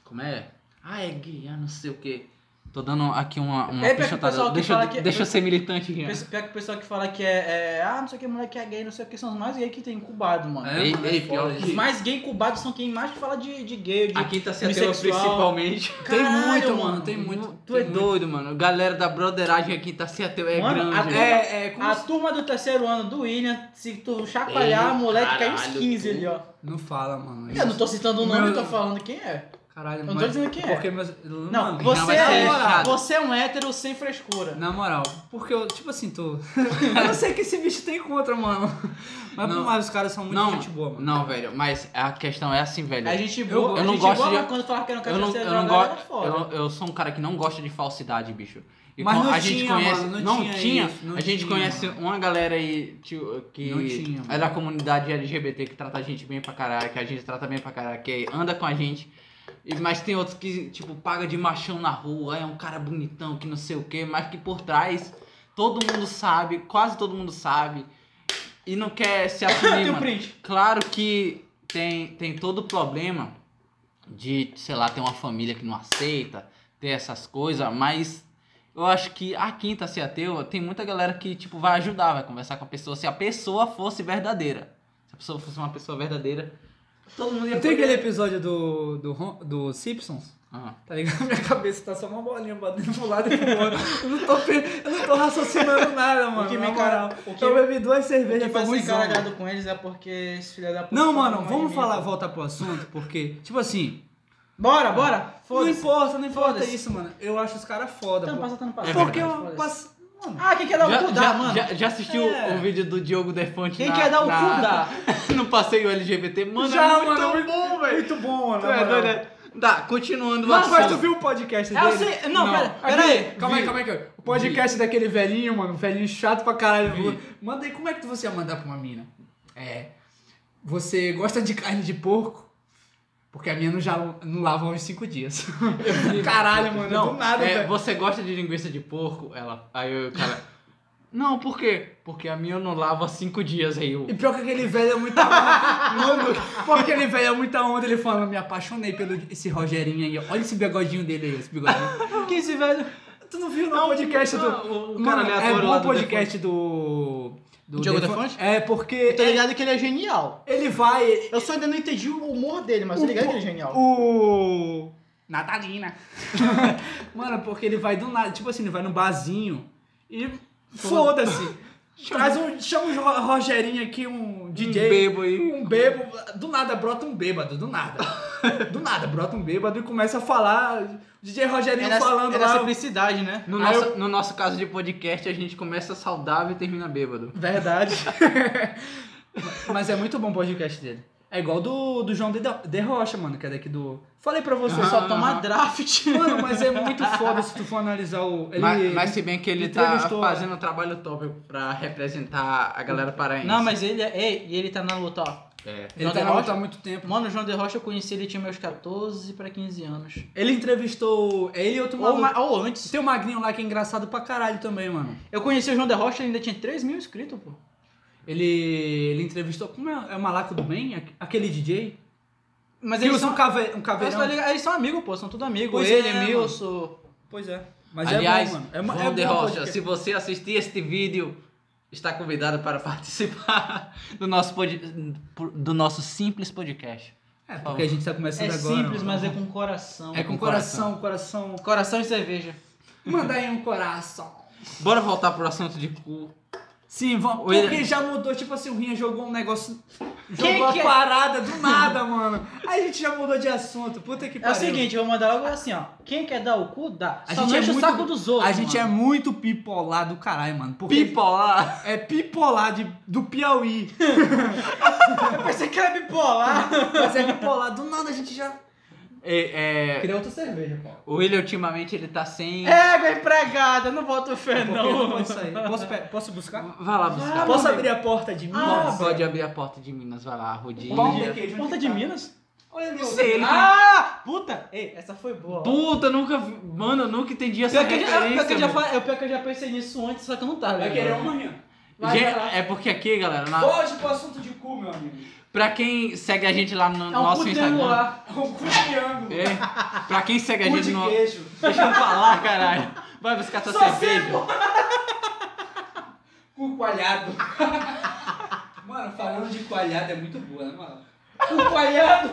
A: Como é? Ah, é gay, ah, não sei o quê. Tô dando aqui uma, uma
B: É, pior que o
A: pichotada.
B: pessoal que
A: Deixa, eu-
B: fala que-
A: deixa eu ser militante, Rian.
B: Pensa- Pior que o pessoal que fala que é, é, Ah, não sei o que, moleque é gay, não sei o que, são os mais gay que tem incubado, mano.
C: É,
A: ei,
C: mano,
A: ei,
C: foda
A: pior
C: isso.
B: Os
A: que.
B: mais gay incubados são quem mais fala de, de gay, de.
A: A quinta setembro
B: bissexual.
A: tá principalmente.
C: Tem
B: Caralho,
C: muito, mano,
B: mano.
C: tem muito.
A: Tu
C: tem
A: é
C: muito.
A: doido, mano. Galera da broderagem aqui tá se ateu é
B: Mano,
A: grande.
B: a-
C: É, é, como
B: A
C: se-
B: turma do terceiro ano do William, se tu chacoalhar,
A: Ei,
B: moleque cai uns
A: caralho,
B: 15
A: tu-
B: ali, ó.
C: Não fala, mano.
B: Eu não tô citando o nome,
C: Meu-
B: eu tô falando quem é.
C: Caralho,
B: Eu não
C: mano.
B: tô dizendo quem é.
C: Porque meus...
B: Não,
C: mano,
B: você,
A: vai ser
B: é,
A: chato.
B: você é um hétero sem frescura.
C: Na moral, porque eu, tipo assim, tô. [LAUGHS] eu não sei o que esse bicho tem contra, mano. Mas,
A: Não.
C: mas os caras são muito
A: Não,
C: gente boa, mano.
A: Não, velho, mas a questão é assim, velho.
B: A gente
C: Eu-
B: boa,
A: eu não
B: a gente
A: gosto
B: boa,
A: de-
B: mas quando falava que era um
A: Eu não,
B: cachaceiro,
A: eu não
B: jogador, era
A: gosto.
B: foda.
A: Eu, eu sou um cara que não gosta de falsidade, bicho. E
C: Mas
A: com-
C: não
A: a gente
C: tinha,
A: conhece,
C: mano, não
A: não,
C: tinha
A: tinha.
C: isso, não
A: a gente
C: tinha,
A: conhece
C: mano.
A: uma galera aí tio, que
C: Não tinha, mano.
A: é da comunidade LGBT que trata a gente bem pra caralho, que a gente trata bem pra caralho, que anda com a gente. E- Mas tem outros que, tipo, paga de machão na rua, é um cara bonitão, que não sei o quê, mas que por trás todo mundo sabe, quase todo mundo sabe, e não quer se assumir,
C: [LAUGHS]
B: Tem um
A: mano.
B: print.
A: Claro que tem, tem todo o problema de, sei lá, ter uma família que não aceita, ter essas coisas, mas eu acho que a quinta ser ateu, tem muita galera que, tipo, vai ajudar, vai conversar com a pessoa, se a pessoa fosse verdadeira. Se a pessoa fosse uma pessoa verdadeira, todo mundo ia
C: Tem aquele
A: poder-
C: episódio do, do, Ron- do Simpsons,
A: Ah.
C: tá ligado? [LAUGHS] Minha cabeça tá só uma bolinha batendo pro lado e pro outro. Eu não tô, pe- eu não tô raciocinando nada, mano.
B: O que
C: na
B: me
C: moral.
B: cara- o que-
C: Eu bebi duas
B: O que
C: cervejas, tô
B: faz ser
C: ruimzão, mano.
B: encarregado Tipo assim, com eles é porque esse filho da puta.
C: Não,
B: fala
C: mano,
B: mal de
C: vamos
B: mim.
C: falar, voltar pro assunto, porque,
A: [LAUGHS]
C: tipo assim,
B: Bora, bora!
C: não
B: Foda-se.
C: importa, não importa
B: Foda-se.
C: isso, mano. Eu acho os caras foda,
B: Tá no
C: pô.
B: passado, tá no
A: É
B: passado.
C: Porque
B: Foda-se.
C: eu passo. Mano,
B: Ah, quem quer dar o
A: Já,
B: cu dá,
A: já,
B: mano?
A: já, já assistiu
C: É.
A: o vídeo do Diogo Defante
B: Quem
A: na,
B: quer dar o
A: na-
B: cu dá?
A: [LAUGHS] no passeio LGBT? Mano,
C: Já,
A: é muito
C: mano, muito-
A: bom, velho.
C: muito bom, mano.
A: Tu
C: na
A: é
C: moral.
A: doido, né? Tá, continuando o
C: Mas, mas tu
A: assunto.
C: viu o podcast
B: É, eu
C: dele?
B: sei- não, pera- pera
C: Aqui,
B: aí.
C: Calma aí,
A: Vi.
C: calma aí. calma aí. O podcast daquele velhinho, mano, velhinho chato pra caralho.
A: Vi.
C: Manda aí, como é que você ia mandar pra uma mina? É. Você gosta de carne de porco? Porque a minha não, já, não lava há uns 5 dias. [LAUGHS] Caralho, mano,
A: Não,
C: do nada,
A: é,
C: velho.
A: você gosta de linguiça de porco? Ela. Aí eu, cara. Não, por quê? Porque a minha eu não lavo há cinco dias aí. Eu...
C: E pior que aquele velho é muita onda. Mano, pior que aquele velho é muita onda. Ele fala, me apaixonei pelo esse Rogerinho aí. Olha esse bigodinho dele aí, esse bigodinho.
B: Que esse velho.
C: tu não viu no podcast do...
A: Ah, o, o cara
C: Mano, é
A: aleatório
C: bom
A: lá
C: o
A: do
C: podcast do... Do
B: Diogo
C: Defante?
B: Defante?
C: É, porque
B: Eu tô ligado que ele é genial.
C: ele vai...
B: Eu só ainda não entendi o humor dele, mas tô
C: O-
B: ligado que ele é genial.
C: O... Natalina. [LAUGHS] Mano, porque ele vai do nada. Tipo assim, ele vai no barzinho e... Foda-se. Traz um... Chama o Ro- Rogerinho aqui, um
A: Defante.
C: DJ.
A: Um bebo aí.
C: Um bêbado, do nada brota um bêbado, do nada. Do nada brota um bêbado e começa a falar. O DJ Rogerinho
B: Era, assim,
C: falando
B: era
C: lá.
B: simplicidade, é né?
A: No
C: Aí
A: nosso, no nosso caso de podcast, a gente começa
C: [LAUGHS]
A: saudável e termina bêbado.
C: Verdade. Mas é muito bom o podcast dele. É igual do, do João de, de Rocha, mano, que é daqui do. Falei pra você
B: Você
C: só.
B: só toma draft.
C: Mano, mas é muito foda se tu for analisar o. Ele,
A: mas, mas se bem que ele,
C: ele
A: tá
C: entrevistou- né?
A: fazendo um trabalho top pra representar a galera paraense.
B: Não, mas ele é. ei, E ele tá na luta, ó.
A: É.
C: ele
B: João
C: tá
B: de
C: na luta
B: Rocha?
C: há muito tempo.
B: Mano, o João de Rocha eu conheci ele tinha meus 14 pra 15 anos.
C: Ele entrevistou. É ele e outro
B: Ou,
C: maluco.
B: ma- ou antes.
C: Tem o Magrinho lá que é engraçado pra caralho também, mano.
B: Eu conheci o João de Rocha, ele ainda tinha 3 mil inscritos, pô.
C: Ele, ele entrevistou. Como é, é o Malaco do Bem? Aque- Aquele DJ?
B: Mas
C: que
B: eles
C: usa
B: são,
C: um, cave, um
B: mas
C: caveirão.
B: tá ligado, eles são amigos, pô. São tudo amigos.
C: Pois
B: ele,
C: é, mano.
B: Milson.
C: Pois é. Mas
A: Aliás,
C: é bom, mano. É, uma-
A: João
C: é
A: de
C: bom
A: Rocha,
C: podcast.
A: se você assistir este vídeo, está convidado para [LAUGHS] participar do nosso, pod... do nosso simples podcast.
C: É, porque a gente tá
B: É
C: começando agora.
B: simples,
C: mano.
B: mas é com coração.
C: É com coração, coração.
B: Coração e cerveja.
C: Manda aí um coração.
A: Bora voltar pro assunto de cu.
C: Sim, vamos.
A: William.
C: Porque já mudou, tipo assim, o Rinha jogou um negócio.
B: Quem
C: Jogou a
B: que é?
C: parada do nada, mano. Aí a gente já mudou de assunto. Puta que
B: É
C: pariu.
B: o seguinte, eu vou mandar logo assim, ó. Quem quer dar o cu, dá.
C: A
B: Só
C: gente
B: não
C: é
B: enche o
C: muito-
B: saco dos outros.
C: A gente é
B: mano.
C: muito pipolar do caralho, mano. Porque
A: Pipolar!
C: É pipolar de, do Piauí.
B: [LAUGHS] Eu pensei que era bipolar.
C: Mas é bipolar. Do nada a gente já.
A: É, é,
C: Queria outra cerveja, Paulo.
A: o William ultimamente ele tá sem.
B: Égua empregada, eu não boto fé,
C: Não, É não
B: não.
C: pode sair. Posso, pe- posso buscar?
A: Vai lá buscar.
B: Ah,
C: posso
B: mano.
C: abrir a porta de mim?
B: Ah,
A: Pode- Pode abrir a porta de Minas, vai lá, rodinha.
C: Bom dia. Queijo, onde
B: Ponta
C: que
B: de
C: tá?
B: Minas?
C: Olha meu.
A: Sei, ele-
B: Ah, puta. Ei, essa foi boa. ó.
A: Puta, eu nunca. vi- Mano, eu nunca entendi essa
B: Pior que, eu já, pior, que
A: referência.
B: eu já,
A: mano.
B: fa- eu- pior que eu já pensei nisso antes, só que eu não tava.
C: Vai
B: ligado?
C: querer uma Rinha? Vai,
A: Gente,
C: vai lá.
A: É porque aqui, galera, na...
C: Volte pro assunto de cu, meu amigo. [LAUGHS]
A: pra quem segue a gente lá no
B: É um
A: nosso
B: cu
A: Instagram.
B: triangular.
C: É um cu triângulo.
A: É, pra quem segue a
C: Cu
A: gente
C: de
A: no.
C: queijo.
A: [LAUGHS] Deixa eu falar, caralho. Vai buscar tua
C: Só
A: cerveja.
C: Cu coalhado. [LAUGHS] Mano, falando de coalhado é muito boa, né, mano?
B: Um
C: Cu coalhado.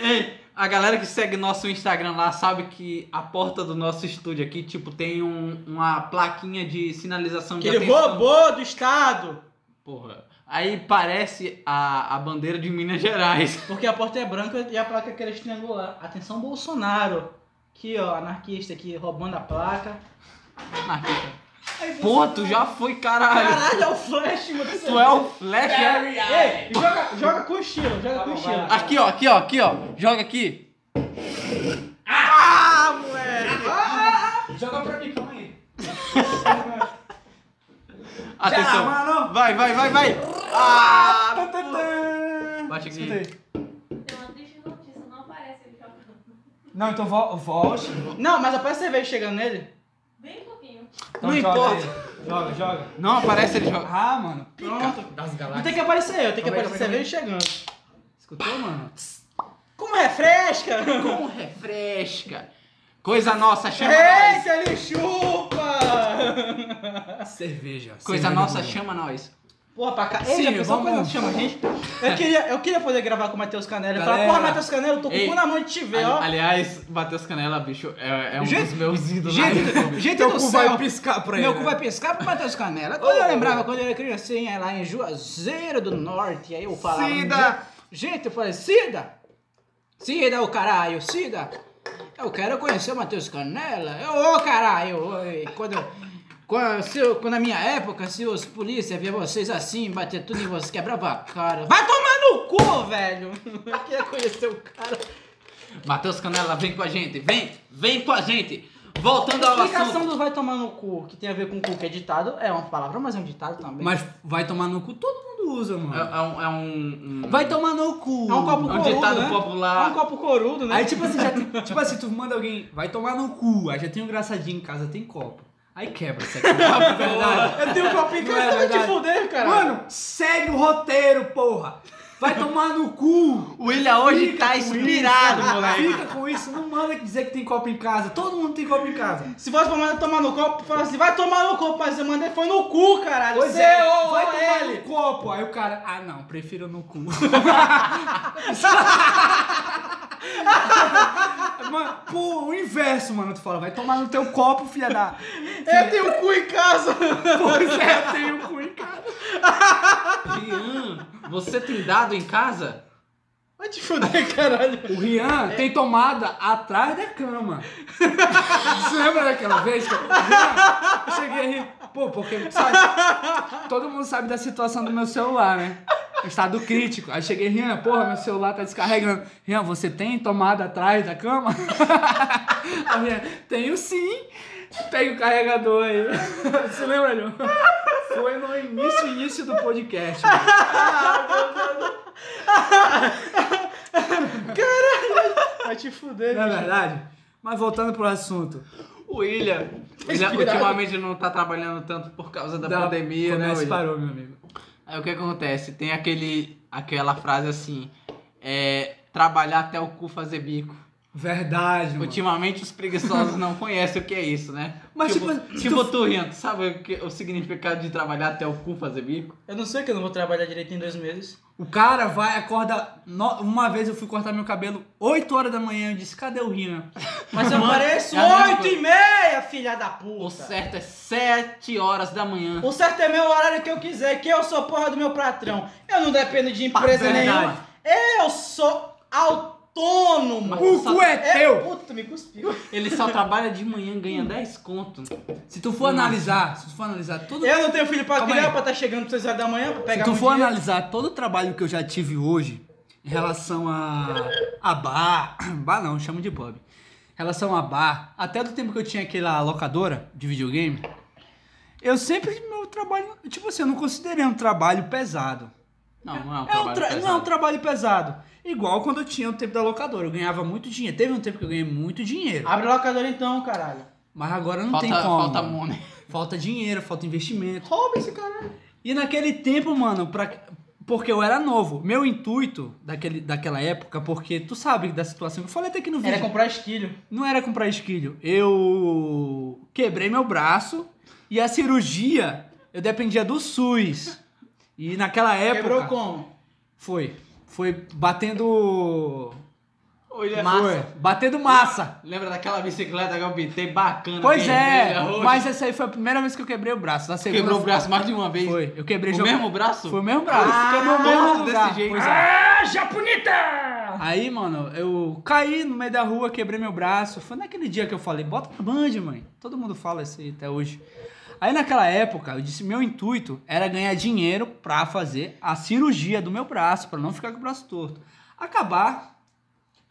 A: Ei, a galera que segue nosso Instagram lá sabe que a porta do nosso estúdio aqui, tipo, tem um- uma plaquinha de sinalização de
B: Aquele
A: atenção.
B: robô do estado.
A: Porra. Aí parece a, a bandeira de Minas Gerais. [LAUGHS]
B: Porque a porta é branca e a placa é aquela triangular. Atenção, Bolsonaro. Aqui, ó, anarquista aqui, roubando a placa.
A: Anarquista.
C: Aí você-
A: Porra, tu já foi, caralho.
B: Caralho, é o Flash, mano.
A: Tu é o Flash, é?
C: Carry
B: Ei,
C: eye.
B: joga, joga com estilo, joga
C: Tá
B: com
C: bom,
B: estilo.
C: vai lá.
A: Aqui, ó, aqui, ó, aqui, ó. Joga aqui.
B: Ah, moleque!
C: Joga pra mim, calma aí. Já,
A: Atenção.
C: mano.
A: Vai, vai, vai, vai. Ah,
C: Tá, tá, tá.
A: Bate aqui.
C: Escuta aí.
D: Tem uma triste notícia, não aparece ele jogando.
C: Não, então vo- volte.
B: Não, mas aparece a cerveja chegando nele.
D: Bem um pouquinho.
C: Então
A: Não
C: joga
A: importa.
C: aí. Joga, joga.
A: Não aparece ele joga.
C: Ah, mano.
B: Pronto.
C: Das
B: Não tem que aparecer eu, tem que
C: Calma
B: aparecer a
C: aí, calma aí,
B: cerveja chegando.
C: Escutou, mano?
B: Como é refresca?
A: Como refresca. Coisa nossa, chama nós.
B: Eita, ele [LAUGHS] chupa!
C: Cerveja.
A: Coisa nossa, chama nós.
B: Porra, pra cá.
C: Sim,
B: Ei, já pensou
C: vamos-
B: coisa que chama a gente? Eu queria, eu queria poder gravar com o Matheus Canela e falar,
C: Galera.
B: porra, Matheus Canela, eu tô com o
A: Ei,
B: cu na mão de te ver,
A: Ali-
B: ó.
A: aliás, Matheus Canela, bicho, é, é um
B: Gente-
A: dos meus ídolos.
B: gente-
A: na vida, bicho.
B: gente- Teu cu vai
C: piscar pra né?
B: Meu cu vai pescar pro Matheus Canela. Quando eu lembrava, quando eu era criancinha, lá em Juazeiro do Norte, aí eu falava...
A: Cida!
B: Gente, eu falei, Cida! Cida, o caralho, Cida! Eu quero conhecer o Matheus Canela. Eu, Ô, caralho! oi. Quando, quando, se eu- quando na minha época, se os polícia ver vocês assim, bater tudo em vocês, quebrava a cara. Vai tomar no cu, velho! [LAUGHS] Eu queria conhecer o cara.
A: [LAUGHS] Matheus Canela, vem com a gente, vem, vem com a gente. Voltando ao
B: A explicação
A: um assunto.
B: do vai tomar no cu, que tem a ver com cu, que é ditado, é uma palavra, mas é um ditado também.
C: Mas vai tomar no cu, todo mundo usa,
A: É,
C: mano.
A: é um, é um, um-
C: Vai tomar no cu.
B: É um copo
A: um
B: corudo,
A: ditado
B: né? É um
A: popular.
B: copo corudo, né?
C: Aí tipo
B: [LAUGHS]
C: assim, já tem- tipo assim, tu manda alguém, vai tomar no cu. Aí já tem um engraçadinho em casa, tem copo. Aí quebra isso aqui. É verdade.
B: Eu tenho um copo em
C: Não
B: casa,
C: é
B: eu vou te
C: verdade.
B: fuder, cara.
C: Mano, segue o roteiro, porra. Vai tomar no cu.
A: O William hoje
C: Fica
A: tá
C: com isso,
A: inspirado,
C: cara.
A: moleque.
C: Fica com isso, não manda dizer que tem copo em casa. Todo mundo tem copo em casa.
B: Se fosse pra mandar tomar no copo, fala assim, vai tomar no copo, mas eu mandei foi no cu, caralho.
C: Pois
B: Você
C: é,
B: ou
C: vai tomar
B: ele.
C: no copo. Aí o cara, ah não, prefiro no cu. [LAUGHS] mano, pô, o inverso, mano. Tu fala, vai tomar no teu copo, filha [LAUGHS] da.
B: Eu tenho cu em casa. [LAUGHS]
C: Pois [LAUGHS] é, eu tenho cu em casa.
A: Jean, você tem dado em casa?
B: Vai te [LAUGHS] fuder, caralho.
C: O Rian tem tomada atrás da cama. Você lembra daquela vez que eu, Rian, eu cheguei a rir? Pô, porque sabe, todo mundo sabe da situação do meu celular, né? Estado crítico. Aí cheguei, Rian, porra, meu celular tá descarregando. Rian, você tem tomada atrás da cama? [LAUGHS] Aí, Rian, tenho sim. Pega o carregador aí. [LAUGHS] Você lembra, Leon? Foi no início, início do podcast. né?
B: Vai te fuder, né?
C: Não é
B: bicho.
C: verdade? Mas voltando pro assunto.
A: O William, William ultimamente não tá trabalhando tanto por causa da, pandemia, né?
C: comércio
A: William?
C: parou, meu amigo.
A: Aí o que acontece? Tem aquele, aquela frase assim, é, trabalhar até o cu fazer bico.
C: Verdade, mano.
A: Tipo, Ultimamente os preguiçosos não conhecem o que é isso, né?
C: Mas,
A: tipo,
C: tipo,
A: tipo,
C: se
A: tu, Rian, tu sabe o, que- o significado de trabalhar até o cu fazer bico?
B: Eu não sei que eu não vou trabalhar direito em dois meses.
C: O cara vai, acorda. no- Uma vez eu fui cortar meu cabelo 8 horas da manhã. Eu disse, cadê o Rian?
B: Mas eu
A: Mano,
B: apareço
A: é a mesma
B: oito
A: coisa.
B: e meia, filha da
A: O
B: puta.
A: certo é 7 horas da manhã.
B: O certo é meu horário que eu quiser, que eu sou porra do meu patrão. Eu não dependo de empresa nenhuma. Eu sou autônomo.
A: Mas-
C: O cu é teu!
B: Puta, me cuspiu.
A: Ele
C: [LAUGHS]
A: só trabalha de manhã, ganha 10 conto.
C: Se tu for analisar, se tu for analisar todo.
B: Eu não tenho filho pra
C: Calma
B: criar,
C: aí.
B: pra estar chegando às 6 horas da manhã, pra
C: Se
B: pegar
C: tu
B: meu
C: for
B: dinheiro.
C: analisar todo o trabalho que eu já tive hoje em relação a, a bar, [CLEARS THROAT] bar não, chamo de pub. Em relação a bar, até do tempo que eu tinha aquela locadora de videogame, eu sempre meu trabalho, tipo assim, eu não considerei um trabalho pesado.
A: Não, não é um
C: É um
A: trabalho
C: tra-
A: pesado.
C: não é um trabalho pesado. Igual quando eu tinha o tempo da locadora, eu ganhava muito dinheiro. Teve um tempo que eu ganhei muito dinheiro,
B: Abre a locadora então, caralho.
C: mas agora não
A: falta,
C: tem como.
A: falta
C: [LAUGHS]
A: money.
C: falta dinheiro, falta investimento.
B: Rouba esse caralho.
C: E naquele tempo, mano, pra... porque eu era novo, meu intuito daquele, daquela época, porque tu sabe da situação que eu falei até aqui no vídeo,
B: Era comprar esquilho.
C: não era comprar esquilho. Eu quebrei meu braço e a cirurgia eu dependia do SUS. E naquela
B: Quebrou
C: época.
B: como?
C: Foi. Foi batendo.
A: Olha,
C: Foi. Batendo massa.
A: Lembra daquela bicicleta que eu pintei bacana?
C: Pois é,
A: vermelha, roxa?
C: mas essa aí foi a primeira vez que eu quebrei o braço. Na segunda
A: Quebrou o braço mais de uma vez.
C: Foi, eu
A: O
C: quebrei jogando-
A: mesmo braço?
C: Foi o mesmo braço.
A: Ah,
C: quebrou o mesmo
A: desse
C: lugar.
A: jeito.
C: Pois é. Ah, Japonita! Aí, mano, eu caí no meio da rua, quebrei meu braço. Foi naquele dia que eu falei, bota na band, mãe. Todo mundo fala isso aí até hoje. Aí naquela época, eu disse, meu intuito era ganhar dinheiro pra fazer a cirurgia do meu braço, pra não ficar com o braço torto. Acabar,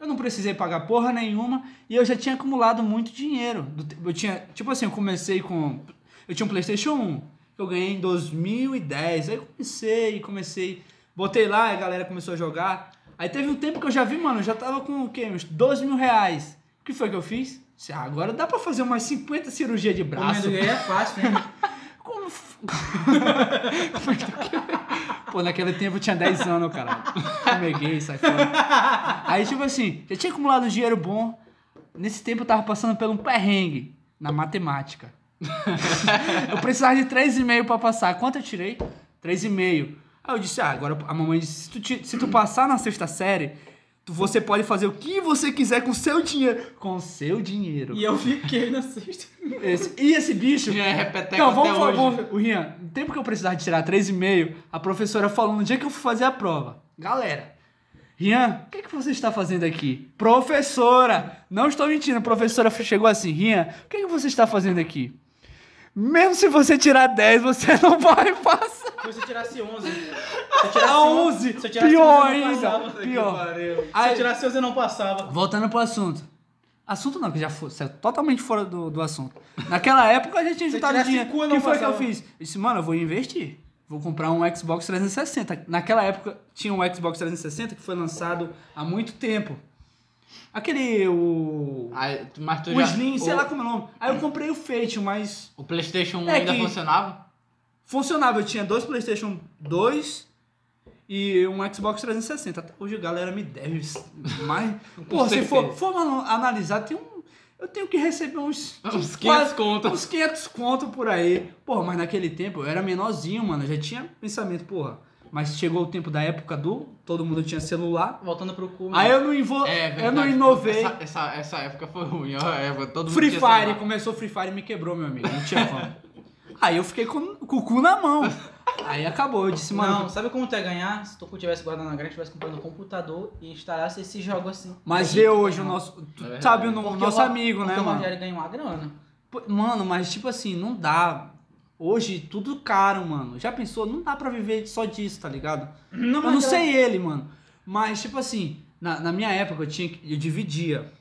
C: eu não precisei pagar porra nenhuma e eu já tinha acumulado muito dinheiro. Do te- Eu tinha, tipo assim, eu comecei com... Eu tinha um Playstation 1, que eu ganhei em 2010. Aí eu comecei, comecei... Botei lá, a galera começou a jogar. Aí teve um tempo que eu já vi, mano, eu já tava com o quê? Uns 12 mil reais. O que foi que eu fiz? Disse, "Ah, Agora dá pra fazer umas 50 cirurgias de braço.
B: Comendo gay é fácil, né?
C: [LAUGHS] Como. f- [LAUGHS] Pô, naquele tempo eu tinha 10 anos, cara. Comeguei, sai fora. Aí, tipo assim, já tinha acumulado um dinheiro bom. Nesse tempo eu tava passando por um perrengue na matemática. [LAUGHS] eu precisava de 3,5 pra passar. Quanto eu tirei? 3,5. Aí eu disse, ah, agora a mamãe disse, se tu, ti- se tu passar na sexta série, tu- você pode fazer o que você quiser com seu dinheiro. Com seu dinheiro.
B: E eu fiquei na sexta.
C: Esse- e esse bicho,
A: Já é repeteco
C: não, vamos,
A: até
C: falar-
A: hoje.
C: vamos- o Rian, no tempo que eu precisava tirar 3,5, a professora falou no dia que eu fui fazer a prova. Galera, Rian, o que, que você está fazendo aqui? Professora! Não estou mentindo, a professora chegou assim, Rian, o que, que você está fazendo aqui? Mesmo se você tirar 10, você [LAUGHS] não vai passar.
B: Se você tirasse 11.
C: [LAUGHS]
B: Se eu
C: Tirar
B: tirasse
C: 11,
B: se eu tirasse
C: Ah, pior
B: 11, eu não
C: ainda,
B: passava.
C: pior.
B: Se
C: Aí-
B: eu tirasse 11, eu não passava.
C: Voltando pro assunto. Assunto não, que já foi saiu totalmente fora do, do assunto. Naquela época eu já tinha
B: Se
C: juntado
B: tirasse
C: dinheiro.
B: cu, eu
C: O
B: não
C: que foi que eu
B: passava.
C: fiz? Eu disse, mano, eu vou investir. Vou comprar um Xbox 360. Naquela época tinha um Xbox 360 que foi lançado há muito tempo. Aquele. O.
B: Ah,
A: Aí, tu- mas tu
C: o
A: já,
C: Slim,
A: o,
C: sei lá como é o nome. Aí eu comprei o Fate, mas
A: O Playstation 1
C: É
A: ainda
C: que-
A: funcionava?
C: funcionava. Eu tinha dois PlayStation 2 e um Xbox 360. Até hoje a galera me deve
A: [LAUGHS]
C: mais. Pô, se for,
A: certeza.
C: for anal- analisar, tem um, eu tenho que receber
A: [LAUGHS]
C: uns.
A: Uns 500
C: quase-
A: conto.
C: Uns 500 conto por aí. Porra, mas naquele tempo eu era menorzinho, mano. Eu já tinha pensamento, porra. Mas chegou o tempo da época do. Todo mundo tinha celular.
B: Voltando pro cu.
C: Aí eu não, invo,
A: É, verdade.
C: eu não inovei.
A: Essa, essa, essa época foi ruim, ó. É, todo mundo
C: Free
A: tinha
C: Fire,
A: celular.
C: começou Free Fire e me quebrou, meu amigo. Não tinha como. aí eu fiquei com, com o cu na mão. Aí acabou, eu disse, mano,
B: Não, sabe como tu ia ganhar? Se tu tivesse guardado na grana, tivesse comprado um computador e instalasse esse jogo assim.
C: Mas
B: Aí,
C: vê hoje o
B: não.
C: nosso. tu
A: verdade.
C: sabe, o no-
B: Porque
C: nosso
B: o-
C: amigo, né,
B: Porque o
C: mano?
B: Rogério ganhou uma grana.
C: Pô, Mano, mas tipo assim, não dá. Hoje tudo caro, mano. Já pensou? Não dá pra viver só disso, tá ligado?
E: Não,
C: eu não sei ele, mano. Mas, tipo assim, na, na minha época eu tinha que- eu dividia.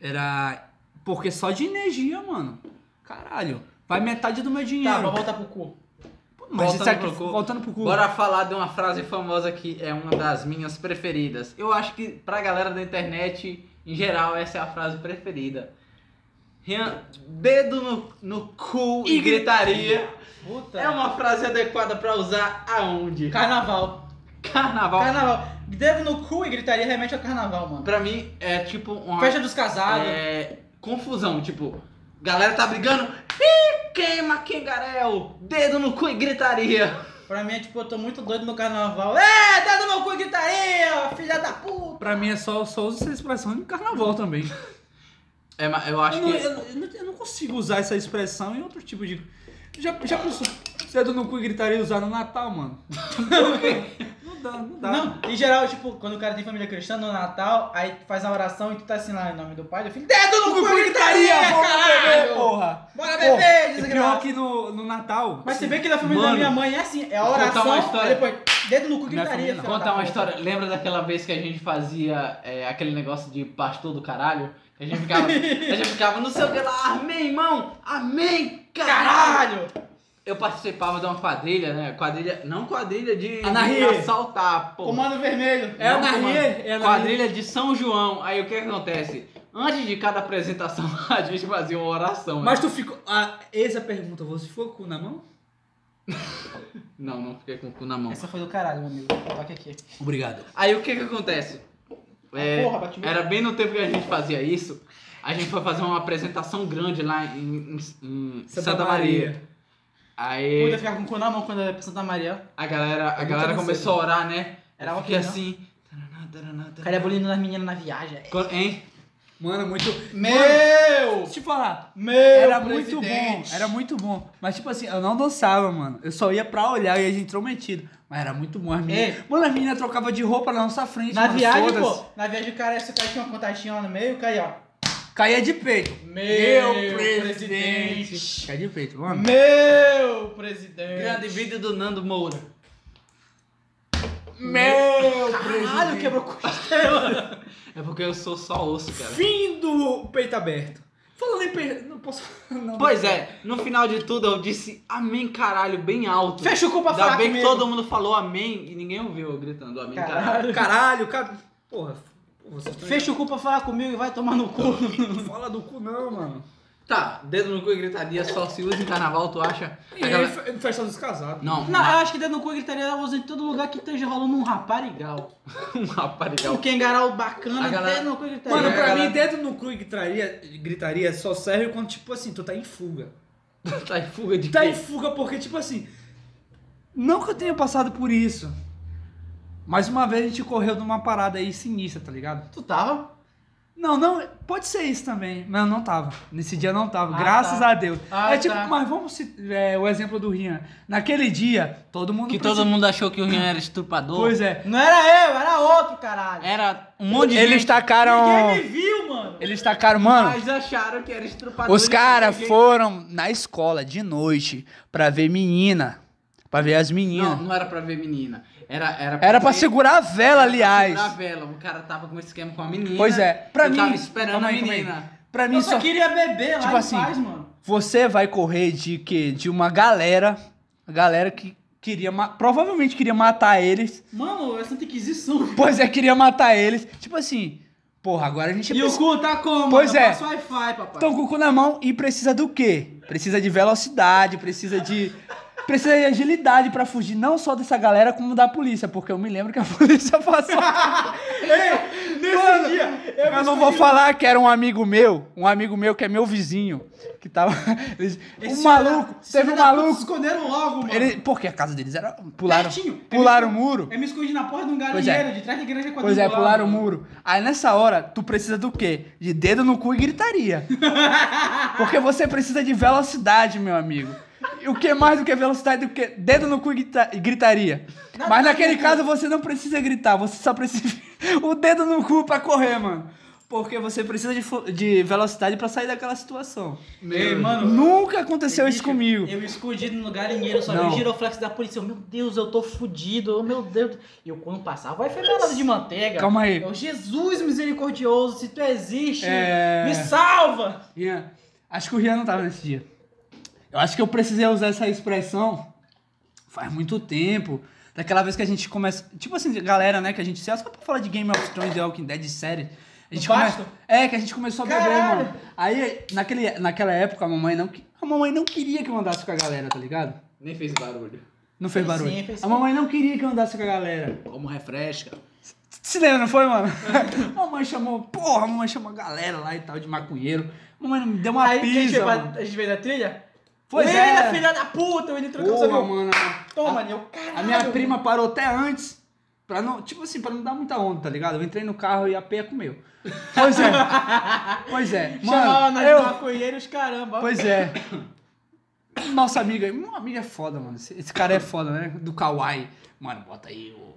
C: Era. Porque só de energia, mano. Caralho. Vai metade do meu
B: Tá,
C: dinheiro.
B: vou voltar pro cu.
C: Mas
A: voltando
C: isso aqui,
A: pro cu.
C: voltando pro cu.
A: Bora falar de uma frase famosa que é uma das minhas preferidas. Eu acho que pra galera da internet, em geral, essa é a frase preferida. Rian, dedo no, no cu e,
C: E gri-
A: gritaria.
B: Puta.
A: É uma frase adequada pra usar aonde?
B: Carnaval.
A: Carnaval.
B: Carnaval. Dedo no cu e gritaria remete ao carnaval, mano.
A: Pra mim é tipo uma
B: Festa dos casados.
A: é, confusão, tipo, galera tá brigando, Ih, queima Kengarel, dedo no cu e gritaria.
B: Pra mim é tipo, eu tô muito doido no carnaval. É, dedo no cu e gritaria, filha da puta.
C: Pra mim é só, só uso essa expressão no carnaval também.
A: É, mas eu acho
C: Eu não,
A: que
C: eu, não- eu não consigo usar essa expressão em outro tipo de. Já, já pensou? Cedo no cu e gritaria usar no Natal, mano.
A: [LAUGHS]
C: não dá, não dá.
B: Não, em geral, tipo, quando o cara tem família cristã no Natal, aí tu faz uma oração e tu tá assim lá em nome do pai, do filho. Dedo no cu e Tipo, gritaria,
C: vamos beber,
B: caralho.
C: porra!
B: Bora
C: Porra,
B: beber,
C: E pior
B: desgraça.
C: que no, no Natal.
B: Mas se bem é que na família da
A: Mano,
B: minha mãe é assim, é a
A: vou contar
B: oração,
A: uma história.
B: aí depois, dedo no cu e
C: Minha
B: gritaria,
C: família
B: filha
C: não.
B: da
A: contar uma
B: puta.
A: história. Lembra daquela vez que a gente fazia é, aquele negócio de pastor do caralho? Que a gente ficava, a gente ficava no seu lá, amém, irmão, amém, caralho.
B: Caralho!
A: Eu participava de uma quadrilha, né? Quadrilha, não quadrilha de, de
C: Anarria.
A: assaltar, pô.
B: Comando vermelho.
C: É
A: Não,
C: anarquia? É anarquia.
A: Quadrilha de São João. Aí o que que acontece? Antes de cada apresentação, [LAUGHS] a gente fazia uma oração. né?
E: Mas tu ficou. Ah, essa é a pergunta, você ficou com o cu na mão?
A: Não, não fiquei com o cu na mão.
B: Essa foi do caralho, meu amigo. Toca aqui. Ah,
C: Obrigado.
A: Aí o que que acontece? É,
B: Porra, bati meu-
A: era bem no tempo que a gente fazia isso. A gente foi fazer uma apresentação grande lá em, em- em Santa, Maria.
B: Puta,
A: Aí
B: ficar com o cu na mão quando é pra Santa Maria.
A: a galera, a
E: Eu
A: galera
E: nunca
A: começou a orar, né?
B: Era
A: Eu
B: uma
A: fiquei
B: opinião.
A: assim. taraná, taraná,
B: O
A: taraná.
B: cara é bullying nas meninas na viagem.
A: Quando- Hein?
E: Mano, muito.
B: Meu!
C: é Deixa eu te falar.
B: Meu!
C: Era muito bom,
B: presidente.
C: era muito bom. Mas, tipo assim, eu não dançava, mano. Eu só ia pra olhar e a gente intrometido. Mas era muito bom. As meninas...
B: Ei.
C: Mano, as meninas trocavam de roupa na nossa frente.
B: Na
C: mano,
B: viagem,
C: todas.
B: pô. Na viagem, o cara, se o cara tinha uma contatinha lá no meio, o cara ia, ó.
C: Caía de peito.
B: Meu
C: presidente. Caía de peito, mano.
B: Meu presidente.
A: Grande vídeo do Nando Moura.
C: Meu
B: Caralho, quebrou costela.
A: É porque eu sou só osso, cara.
E: Fim do peito aberto. Falando em peito. Não posso falar, não.
A: Pois é, no final de tudo eu disse amém caralho bem alto.
B: Fecha o cu pra
A: Ainda
B: falar
A: bem que
B: comigo.
A: todo mundo falou amém e ninguém ouviu eu gritando amém caralho.
B: Caralho.
E: Caralho, cara. Porra, pô, vocês tão-
B: Fecha o cu pra falar comigo e vai tomar no cu.
E: Não fala do cu, não, mano.
A: Tá, dedo no cu e gritaria só se usa em carnaval, tu acha?
E: E
A: A galera-
E: fe- festa dos casados.
A: Não, um
B: Não, eu acho que dentro do cu e gritaria ela usa em todo lugar que esteja rolando um raparigal.
A: [LAUGHS] um raparigal. [LAUGHS]
B: Um quengarau bacana,
A: A galera-
B: dentro do cu e gritaria.
E: Mano,
A: É,
E: pra
A: galera.
E: mim, dedo no cu e gritaria, gritaria só serve quando, tipo assim, tu tá em fuga.
A: tá em fuga de
E: Tá
A: quê?
E: em fuga porque, tipo assim,
C: Não que eu tenha passado por isso. Mas uma vez a gente correu numa parada aí sinistra, tá ligado?
B: tu tava?
C: Não, não, pode ser isso também, mas eu não tava. Nesse dia eu não tava,
B: Ah,
C: graças
B: tá.
C: a Deus.
B: Ah,
C: é tipo,
B: tá.
C: mas vamos ci- é, o exemplo do Rian. Naquele dia, todo mundo.
A: Que
C: precisa-
A: todo mundo achou que o Rian era estrupador.
C: Pois é.
B: Não era eu, era outro, caralho.
A: Era um monte de
C: Eles
A: gente,
C: tacaram.
B: Ninguém me viu, mano.
C: Eles tacaram, mano.
A: mas acharam que era estrupador.
C: Os
A: de
C: caras
A: quê?
C: foram na escola de noite pra ver menina. Pra ver as
A: Não,
C: meninas.
A: não era pra ver menina. Era, era,
C: Era pra
A: ver-
C: segurar a
A: era pra
C: vela, aliás.
A: segurar a vela. O cara tava com um esquema com a menina.
C: Pois é, pra
A: eu
C: mim. é
A: tava esperando
C: Calma
A: a
C: aí, calma aí.
A: menina.
C: Pra mim
B: Eu só
C: só.
B: queria beber lá
C: Tipo
B: em
C: assim,
B: paz, mano.
C: Você vai correr de quê? De uma galera. Galera que queria. ma- Provavelmente queria matar eles. [LAUGHS]
B: Mano, é santa inquisição.
C: Pois é, queria matar eles. Tipo assim. Porra, agora a gente. é
B: E o cu tá como?
C: Pois
B: Eu
C: é.
B: passo Wi-Fi, papai.
C: Estão com o cu na mão e precisa do quê? Precisa de velocidade, precisa de. Precisa de agilidade pra fugir não só dessa galera, como da polícia, porque eu me lembro que a [LAUGHS] polícia passou.
B: Nesse
C: Mano,
B: dia,
C: Eu,
B: me
C: não vou
B: escondi-
C: falar que era um amigo meu, um amigo meu que é meu vizinho, que tava. [LAUGHS] eles-
B: Esse
C: um
B: filho da-
C: maluco,
B: esse
C: teve
B: filho
C: um
B: da puta se
C: maluco.
B: esconderam logo, mano.
C: Ele, porque a casa deles era. Pularam,
B: Pertinho.
C: pularam o muro.
B: Eu me escondi na porta de um
C: Pois é.
B: galinheiro, de trás da igreja quadrangular.
C: Pois é, pularam o
B: mano.
C: muro. Aí nessa hora, tu precisa do quê? De dedo no cu e gritaria. Porque você precisa de velocidade, meu amigo. E o que mais do que velocidade do que dedo no cu e grita- e gritaria?
B: Nada
C: Mas
B: mais
C: naquele
B: do que-
C: [LAUGHS] caso você não precisa gritar, você só precisa o dedo no cu pra correr, mano. Porque você precisa de, fo- de velocidade pra sair daquela situação.
B: Ei, mano.
C: Nunca aconteceu isso
B: bicho,
C: comigo.
B: Eu escondido no galinheiro, só vi
C: Não.
B: o giroflex da polícia. Eu, Meu Deus, eu tô fudido. eu, Meu Deus. E eu, quando passava, vai femelada de manteiga.
C: Calma aí.
B: Eu, Jesus misericordioso, se tu existe,
C: É.
B: me salva!
C: Rian, acho que o Rian não tava nesse dia. Eu acho que eu precisei usar essa expressão faz muito tempo. Daquela vez que a gente começa. Tipo assim, galera, né? Que a gente se aspa pra falar de Game of Thrones e Walking Dead de série. A gente
B: No
C: começa-
B: pasto?
C: É, que a gente começou a beber,
B: Caralho!
C: mano. Aí, naquele, naquela época, a mamãe não. que- A mamãe não queria que eu andasse com a galera, tá ligado?
A: Nem fez barulho.
C: Não fez
B: Fez sim,
C: barulho.
B: fez
C: a
B: sim.
C: mamãe não queria que eu andasse com a galera.
A: Como refresca.
C: Se lembra, não foi, mano? [LAUGHS] mamãe chamou, porra, a mamãe chamou a galera lá e tal, de maconheiro. Mamãe me deu uma
B: Aí que a gente
C: pizza.
B: veio pra-
C: mano.
B: a gente veio da trilha?
C: Pois
B: Ele,
C: é.
B: filha da puta, ele trocou
C: Porra,
B: sabe?
C: mano.
B: Toma, é eu, caralho.
C: A minha prima parou até antes. Pra não, tipo assim, pra não dar muita onda, tá ligado? Eu entrei no carro e a peia comeu. Pois é.
B: [LAUGHS]
C: pois é.
B: Chamava
C: Mano,
B: nós
C: eu,
B: de maconheiros, caramba.
C: pois é. Nossa amiga, uma amiga é foda, mano. Esse, esse cara é foda, né? Do Kawaii. Mano, bota aí o.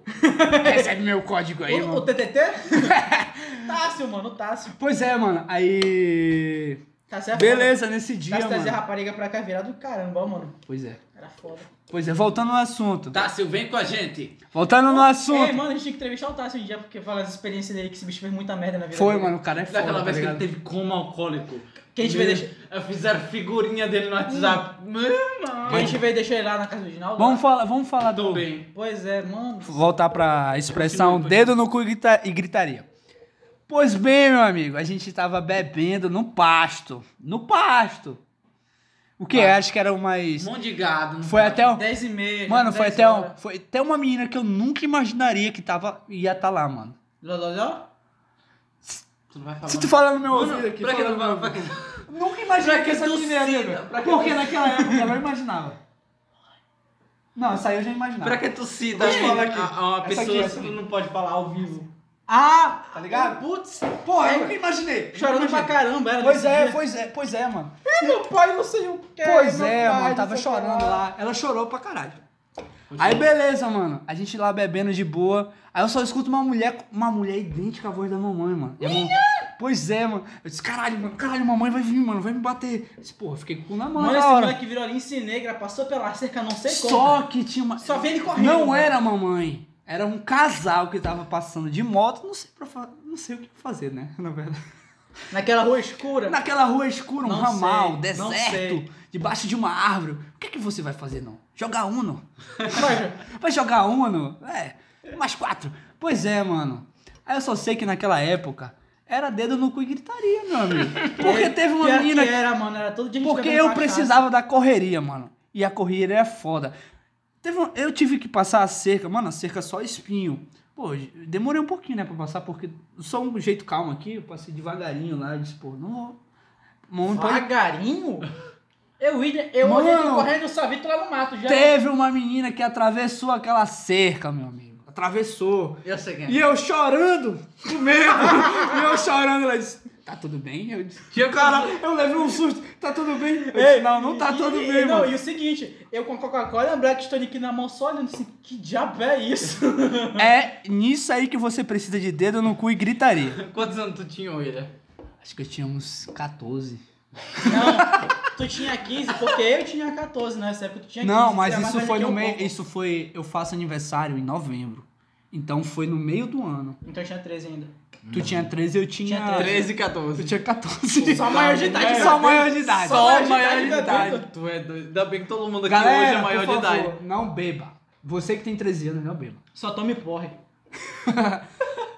C: Recebe meu código aí,
B: o, o
C: mano.
B: TTT? [LAUGHS] Tássio, mano, o Tássio.
C: Pois é, mano. Aí.
B: Tássio é foda.
C: Beleza, nesse dia,
B: Tássio trazia a
C: mano.
B: rapariga pra cá virado do caramba, ó, mano.
C: Pois é.
B: Era foda.
C: Pois é, voltando no assunto.
A: Tá, Sil, vem com a gente.
C: Voltando no
B: Ei,
C: assunto.
B: mano, a gente tinha que entrevistar o Tássio um dia, porque fala as experiências dele que esse bicho fez muita merda na vida.
C: Foi,
B: dele.
C: mano, o cara é foda.
A: Daquela
C: tá
A: vez que ele
C: ligado?
A: teve coma alcoólico.
B: Que a gente vai
A: Meu,
B: deixar-
A: eh, Fizeram figurinha dele no WhatsApp.
C: Hum.
A: Mano,
B: A gente veio deixar ele lá na casa do Ginaldo.
C: Vamos falar, vamos falar do.
A: tô bem.
B: Pois é, mano.
C: voltar pra expressão
A: Continue, continue.
C: dedo no cu e, grita- e gritaria. Pois bem, meu amigo, a gente tava bebendo no pasto. No pasto. O que? é?
A: Pasto.
C: Acho que era o mais.
A: Mão Um de gado. não
C: Foi até. o-
B: 10 e meia.
C: Mano,
B: já
C: foi
B: 10
C: até, o-
B: horas.
C: foi até uma menina que eu nunca imaginaria que tava, ia estar lá, mano.
B: Ló, ló, ló.
A: Tu não vai falar.
C: Se tu fala no meu
A: Mano,
C: ouvido aqui,
A: pra que
C: fala
A: não
C: no meu
A: vai- pra que-
C: ouvido. nunca imaginaria
A: pra
C: que
A: que
C: essa
A: tu
C: menina ia
A: cita? Pra que
C: Porque
A: tu-
C: naquela época eu não imaginava. Não, essa aí eu já imaginava.
A: Pra que tu cita
C: Deixa eu falar aqui.
A: a, a uma
C: Essa
A: pessoa
C: aqui, essa
A: que
C: aqui.
A: tu não pode falar ao vivo?
B: Ah!
C: Tá ligado?
B: Putz,
C: Porra, eu nunca imaginei.
B: chorando pra
C: caralho.
B: caramba. Era
C: Pois
B: nesse
C: é,
B: dia.
C: pois é, pois é, mano.
B: Meu pai não sei o que.
C: Pois
B: meu
C: é,
B: pai,
C: mano,
B: não
C: tava
B: sei o que
C: chorando lá. Ela chorou pra caralho.
B: é.
C: Aí beleza, mano. A gente lá bebendo de boa. Aí eu só escuto uma mulher, uma mulher idêntica à voz da mamãe, mano. E a mam- Pois é, mano. Eu disse, caralho, mano, caralho, mamãe vai vir, mano, vai me bater. Eu disse, porra, fiquei com o cu na mão
B: Mano,
C: na
B: esse
C: hora.
B: moleque virou lince negra, passou pela cerca, não sei como.
C: Só que tinha uma.
B: Só vi ele correndo,
C: Não
B: mano.
C: era a mamãe. Era um casal que tava passando de moto. Não sei, pra fa- não sei o que fazer, né? [LAUGHS] Na verdade.
B: Naquela rua escura.
C: Naquela rua escura, um
B: Não
C: ramal,
B: sei, não
C: deserto,
B: sei.
C: debaixo de uma árvore. O que, que você vai fazer, não?
B: [LAUGHS]
C: Jogar Uno?
B: Mas,
C: Vai jogar Uno? É, mais quatro. Pois é, mano. Aí eu só sei que naquela época era dedo no cu e gritaria, meu
B: [LAUGHS]
C: amigo. Porque teve uma
B: pior que é.
C: menina. que-
B: era, mano, era todo dia a gente
C: Porque
B: bebendo
C: eu
B: cachaça.
C: precisava da correria, mano. E a correria é foda. Teve um- eu tive que passar a cerca, mano, a cerca é só espinho. Pô, demorei um pouquinho, né, pra passar, porque só um jeito calmo aqui, eu passei devagarinho lá, eu disse, pô, não vou. Mamãe pode-
B: Vagarinho? Eu ia, eu olhei ele
C: Mano.
B: correndo, eu só vi tu lá no mato já.
C: Teve uma menina que atravessou aquela cerca, meu amigo. Atravessou.
A: Eu sei quem é.
C: E eu chorando, com medo. [LAUGHS] e eu chorando, ela disse, tá tudo bem? Eu disse,
A: Tinha
C: cara, eu levei um susto, tá tudo bem? Eu disse, não, não tá
B: E-
C: tudo
B: e-
C: bem,
B: não,
C: mano.
B: E o seguinte, eu com a Coca-Cola e a Black Stone aqui na mão só olhando assim, que diabo é isso?
C: [LAUGHS] É
B: Hum.
C: nisso aí que você precisa de dedo no cu e gritaria.
A: Quantos anos tu tinha, William?
C: Acho que eu tinha uns 14.
B: Não, tu tinha 15, porque eu tinha né? 14 nessa época, tu tinha 15.
C: Não,
B: tu
C: mas
B: era mais
C: isso
B: velho
C: foi
B: que
C: no
B: eu um
C: meio,
B: pouco.
C: isso foi, eu faço aniversário em novembro. Então foi no meio do ano.
B: Então eu tinha 13 ainda.
C: Tu tinha 13, eu tinha...
B: Tinha
A: 13,
C: Eu
A: 14.
C: tinha 14.
B: Só maior de idade,
C: Só
B: né?
C: maior de idade.
A: é
B: Só maior de idade, né?
A: Tu é doido. Ainda bem que todo mundo aqui
C: Galera,
A: hoje é maior
C: por
A: de
C: favor,
A: idade.
C: não beba. Você que tem 13 anos, não beba.
B: Só tome porre.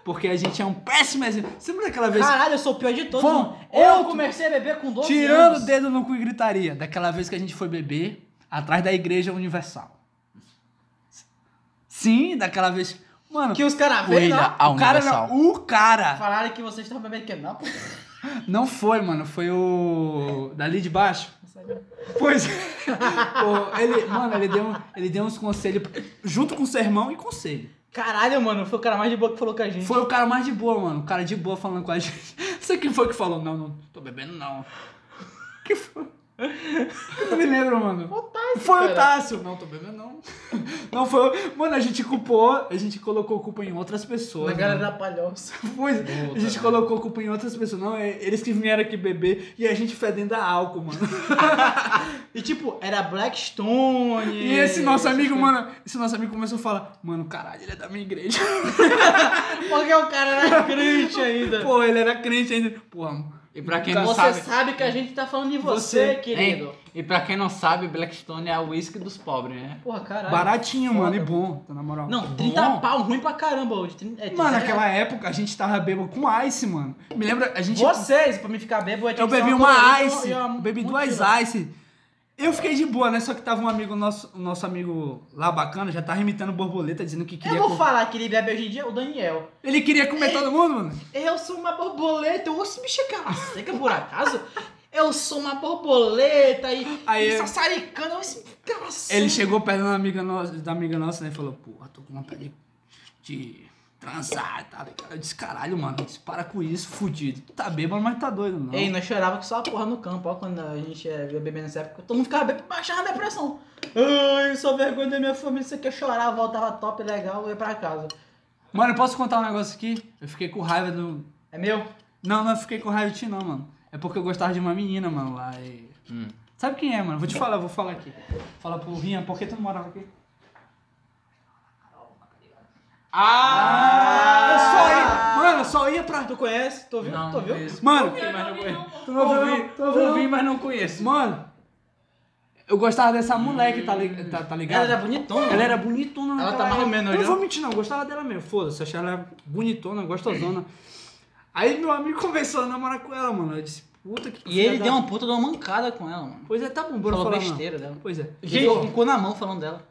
C: Porque a gente é um péssimo exemplo. Você lembra daquela vez...
B: Caralho, eu sou o pior de todos.
C: Bom,
B: mano. eu
C: outro-
B: comecei a beber com 12
C: Tirando o
B: anos.
C: dedo no cu e gritaria. Daquela vez que a gente foi beber atrás da Igreja Universal. Sim, daquela vez... Mano,
B: Que os caras veem lá,
C: o cara não, O cara...
B: falaram que vocês estavam bebendo que não. pô.
C: Não foi, mano. Foi o... Dali de baixo. Pois [LAUGHS] é. Pô, ele, mano, ele deu, um, ele deu uns conselhos junto com o sermão e conselho.
B: Caralho, mano, foi o cara mais de boa que falou com a gente.
C: Foi o cara mais de boa, mano. O cara [LAUGHS] de boa falando com a gente. Você quem foi [LAUGHS] que falou? Não, não tô bebendo, não. Que foi? Eu não me lembro, mano. Foi o Tássio. Não, tô bebendo, não. [LAUGHS] Não foi. Mano, a gente culpou, a gente colocou culpa em outras pessoas.
B: Na galera
C: [LAUGHS] mano.
B: da palhoça.
C: Pois, a
A: Puta,
C: gente
A: velho.
C: colocou culpa em outras pessoas. Não, é eles que vieram aqui beber e a gente fedendo a álcool, mano.
B: E tipo, era Blackstone.
C: E esse nosso amigo, mano, esse nosso amigo começou a falar, mano, caralho, ele é da minha igreja.
B: Porque o cara
C: [LAUGHS]
B: era crente ainda.
C: Pô, ele era crente ainda. Porra,
A: E pra quem não
B: você
A: sabe.
B: sabe. que a gente tá falando de
C: Você,
B: você,
C: hein?
B: querido.
A: E pra quem não sabe, Blackstone é a whisky dos pobres, né?
B: Porra, caralho.
C: baratinho,
B: Foda.
C: mano, e bom, tá na moral.
B: Não,
A: Bom.
B: 30 pau, ruim pra caramba hoje. Trin- é,
C: Mano,
B: 30
C: naquela época a gente tava bêbado com ice, mano. Me lembra, a gente.
B: Vocês, pra mim ficar bêbado, tinha
C: eu
B: que ser
C: bebi uma
B: colorida
C: ice,
B: e uma-
C: eu bebi
B: um
C: duas
B: tiro.
C: ice. Eu fiquei de boa, né? Só que tava um amigo nosso, nosso amigo lá bacana, já tava imitando borboleta, dizendo que
B: Eu
C: queria.
B: vou
C: co-
B: falar que ele bebe hoje em dia, o Daniel.
C: Ele queria comer todo mundo, mano.
B: Eu sou uma borboleta, eu ouço me chegar seca por acaso? Eu sou uma borboleta e,
C: Aí
B: e
C: eu-
B: sassaricando, eu é ouço me
C: Ele chegou perto da amiga nossa, da amiga nossa né? E falou, porra, tô com vontade de, de transar, tá? Eu disse, caralho, mano, eu disse, para com isso, fudido. Tu tá bêbado, mas tá doido, não.
B: Ei, nós chorava que só a porra no campo, ó, quando a gente eh, ia beber nessa época, todo mundo ficava bebendo, baixava a depressão. Ai, só vergonha da minha família, isso aqui eu chorava, voltava top, legal, ia pra casa.
C: Mano, eu posso contar um negócio aqui? Eu fiquei com raiva do.
B: É meu?
C: Não, não eu fiquei com raiva de ti, não, mano. É porque eu gostava de uma menina, mano, lá. E...
A: Hum.
C: Sabe quem é, mano? Vou te falar, vou falar aqui. Fala pro Rian, por que tu não morava aqui? Ah! Eu só ia. Mano, eu só ia pra.
B: Tu conhece? Tu viu?
A: Não,
B: tu viu?
A: conheço.
C: Mano,
D: Eu não vi, não.
C: tu não ouviu, não? Tu ouviu, não?
A: ouvi, mas não conheço.
C: Mano, eu gostava dessa moleque, tá, li- tá, tá ligado?
B: Ela era bonitona. né?
C: Ela era bonitona
B: Ela
C: naquela
B: tá mais ou
C: época.
B: menos
C: Eu
B: hoje,
C: não vou mentir, não. Eu gostava dela mesmo. Foda-se, achei ela bonitona, gostosona. Aí meu amigo começou a namorar com ela, mano. Eu disse, puta que
B: E ele
C: filha
B: deu
C: da-
B: uma puta de uma mancada com ela, mano.
C: Pois é, tá bom, bora
B: Falou
C: falar. não.
B: besteira dela.
C: Pois é.
B: Gente,
C: Pô,
B: ficou na mão falando dela.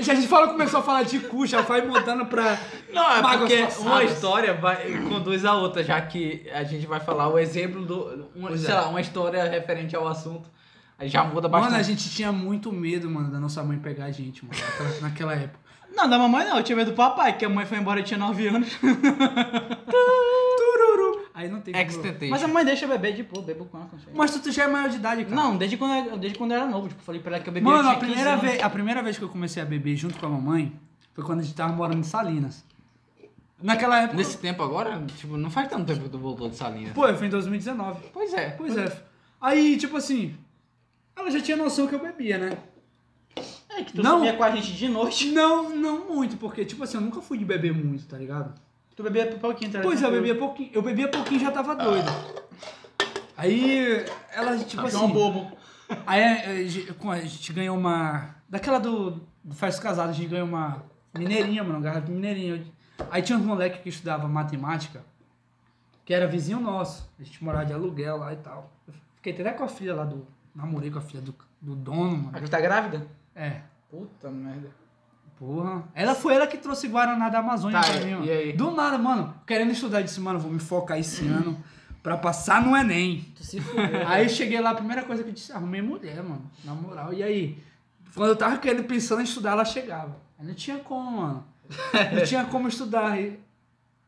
C: já a gente fala, começou a falar de cu, já vai mudando pra.
A: Não, é
C: Mágoas
A: porque
C: passadas.
A: uma história vai, conduz a outra, já que a gente vai falar o exemplo do. um-
C: Pois
A: sei
C: é.
A: lá, uma história referente ao assunto. Aí já muda bastante.
C: Mano, a gente tinha muito medo, mano, da nossa mãe pegar a gente, mano, naquela, naquela época.
B: Não, da mamãe não, eu tinha medo do papai, que a mãe foi embora e tinha 9 anos.
C: Tururu. Aí não tem como-
A: Ex-tentation.
B: Mas a mãe deixa eu beber de boa, bebo quando consegue.
C: Mas tu, tu já é maior de idade, cara.
B: Não, desde quando, eu- desde quando eu era novo, tipo, falei pra ela que eu bebia eu
C: Mano,
B: tinha
C: a primeira,
B: 15 anos.
C: vez, a primeira vez que eu comecei a beber junto com a mamãe foi quando a gente tava morando em Salinas. Naquela época.
A: é Nesse tempo agora, tipo, não faz tanto tempo que tu voltou de Salinas.
C: Pô, foi em 2019.
A: Pois é.
C: Pois é. Aí, tipo assim, ela já tinha noção que eu bebia, né?
B: É que tu
C: Não.
B: bebia com a gente de noite.
C: Não, não muito, porque, tipo assim, eu nunca fui de beber muito, tá ligado?
B: Tu bebia por pouquinho, tá?
C: Pois é, eu
B: Tranquilo.
C: bebia pouquinho, eu bebia pouquinho e já tava doido. Aí, ela, tipo assim.
B: João é um Bobo.
C: Aí a gente, com- a gente ganhou uma. Daquela do, do Festa Casada, a gente ganhou uma mineirinha, mano, uma garrafa de mineirinha. Aí tinha uns moleque que estudava matemática, que era vizinho nosso. A gente morava de aluguel lá e tal. Eu fiquei até com a filha lá do. Namorei com a filha do, do dono,
B: A
C: mano.
B: que tá grávida?
C: É.
B: Puta merda.
C: Porra. Ela foi ela que trouxe Guaraná da Amazônia
A: Tá,
C: pra
A: e-
C: mim, mano.
A: e aí?
C: Do nada, mano. Querendo estudar, eu disse, mano, vou me focar esse ano pra passar no Enem.
B: Tu se fudeu.
C: Aí eu cheguei lá, a primeira coisa que eu disse, arrumei mulher, mano. Na moral. E aí? Quando eu tava querendo, pensando em estudar, ela chegava. Aí não tinha como, mano. Não tinha como estudar. Aí,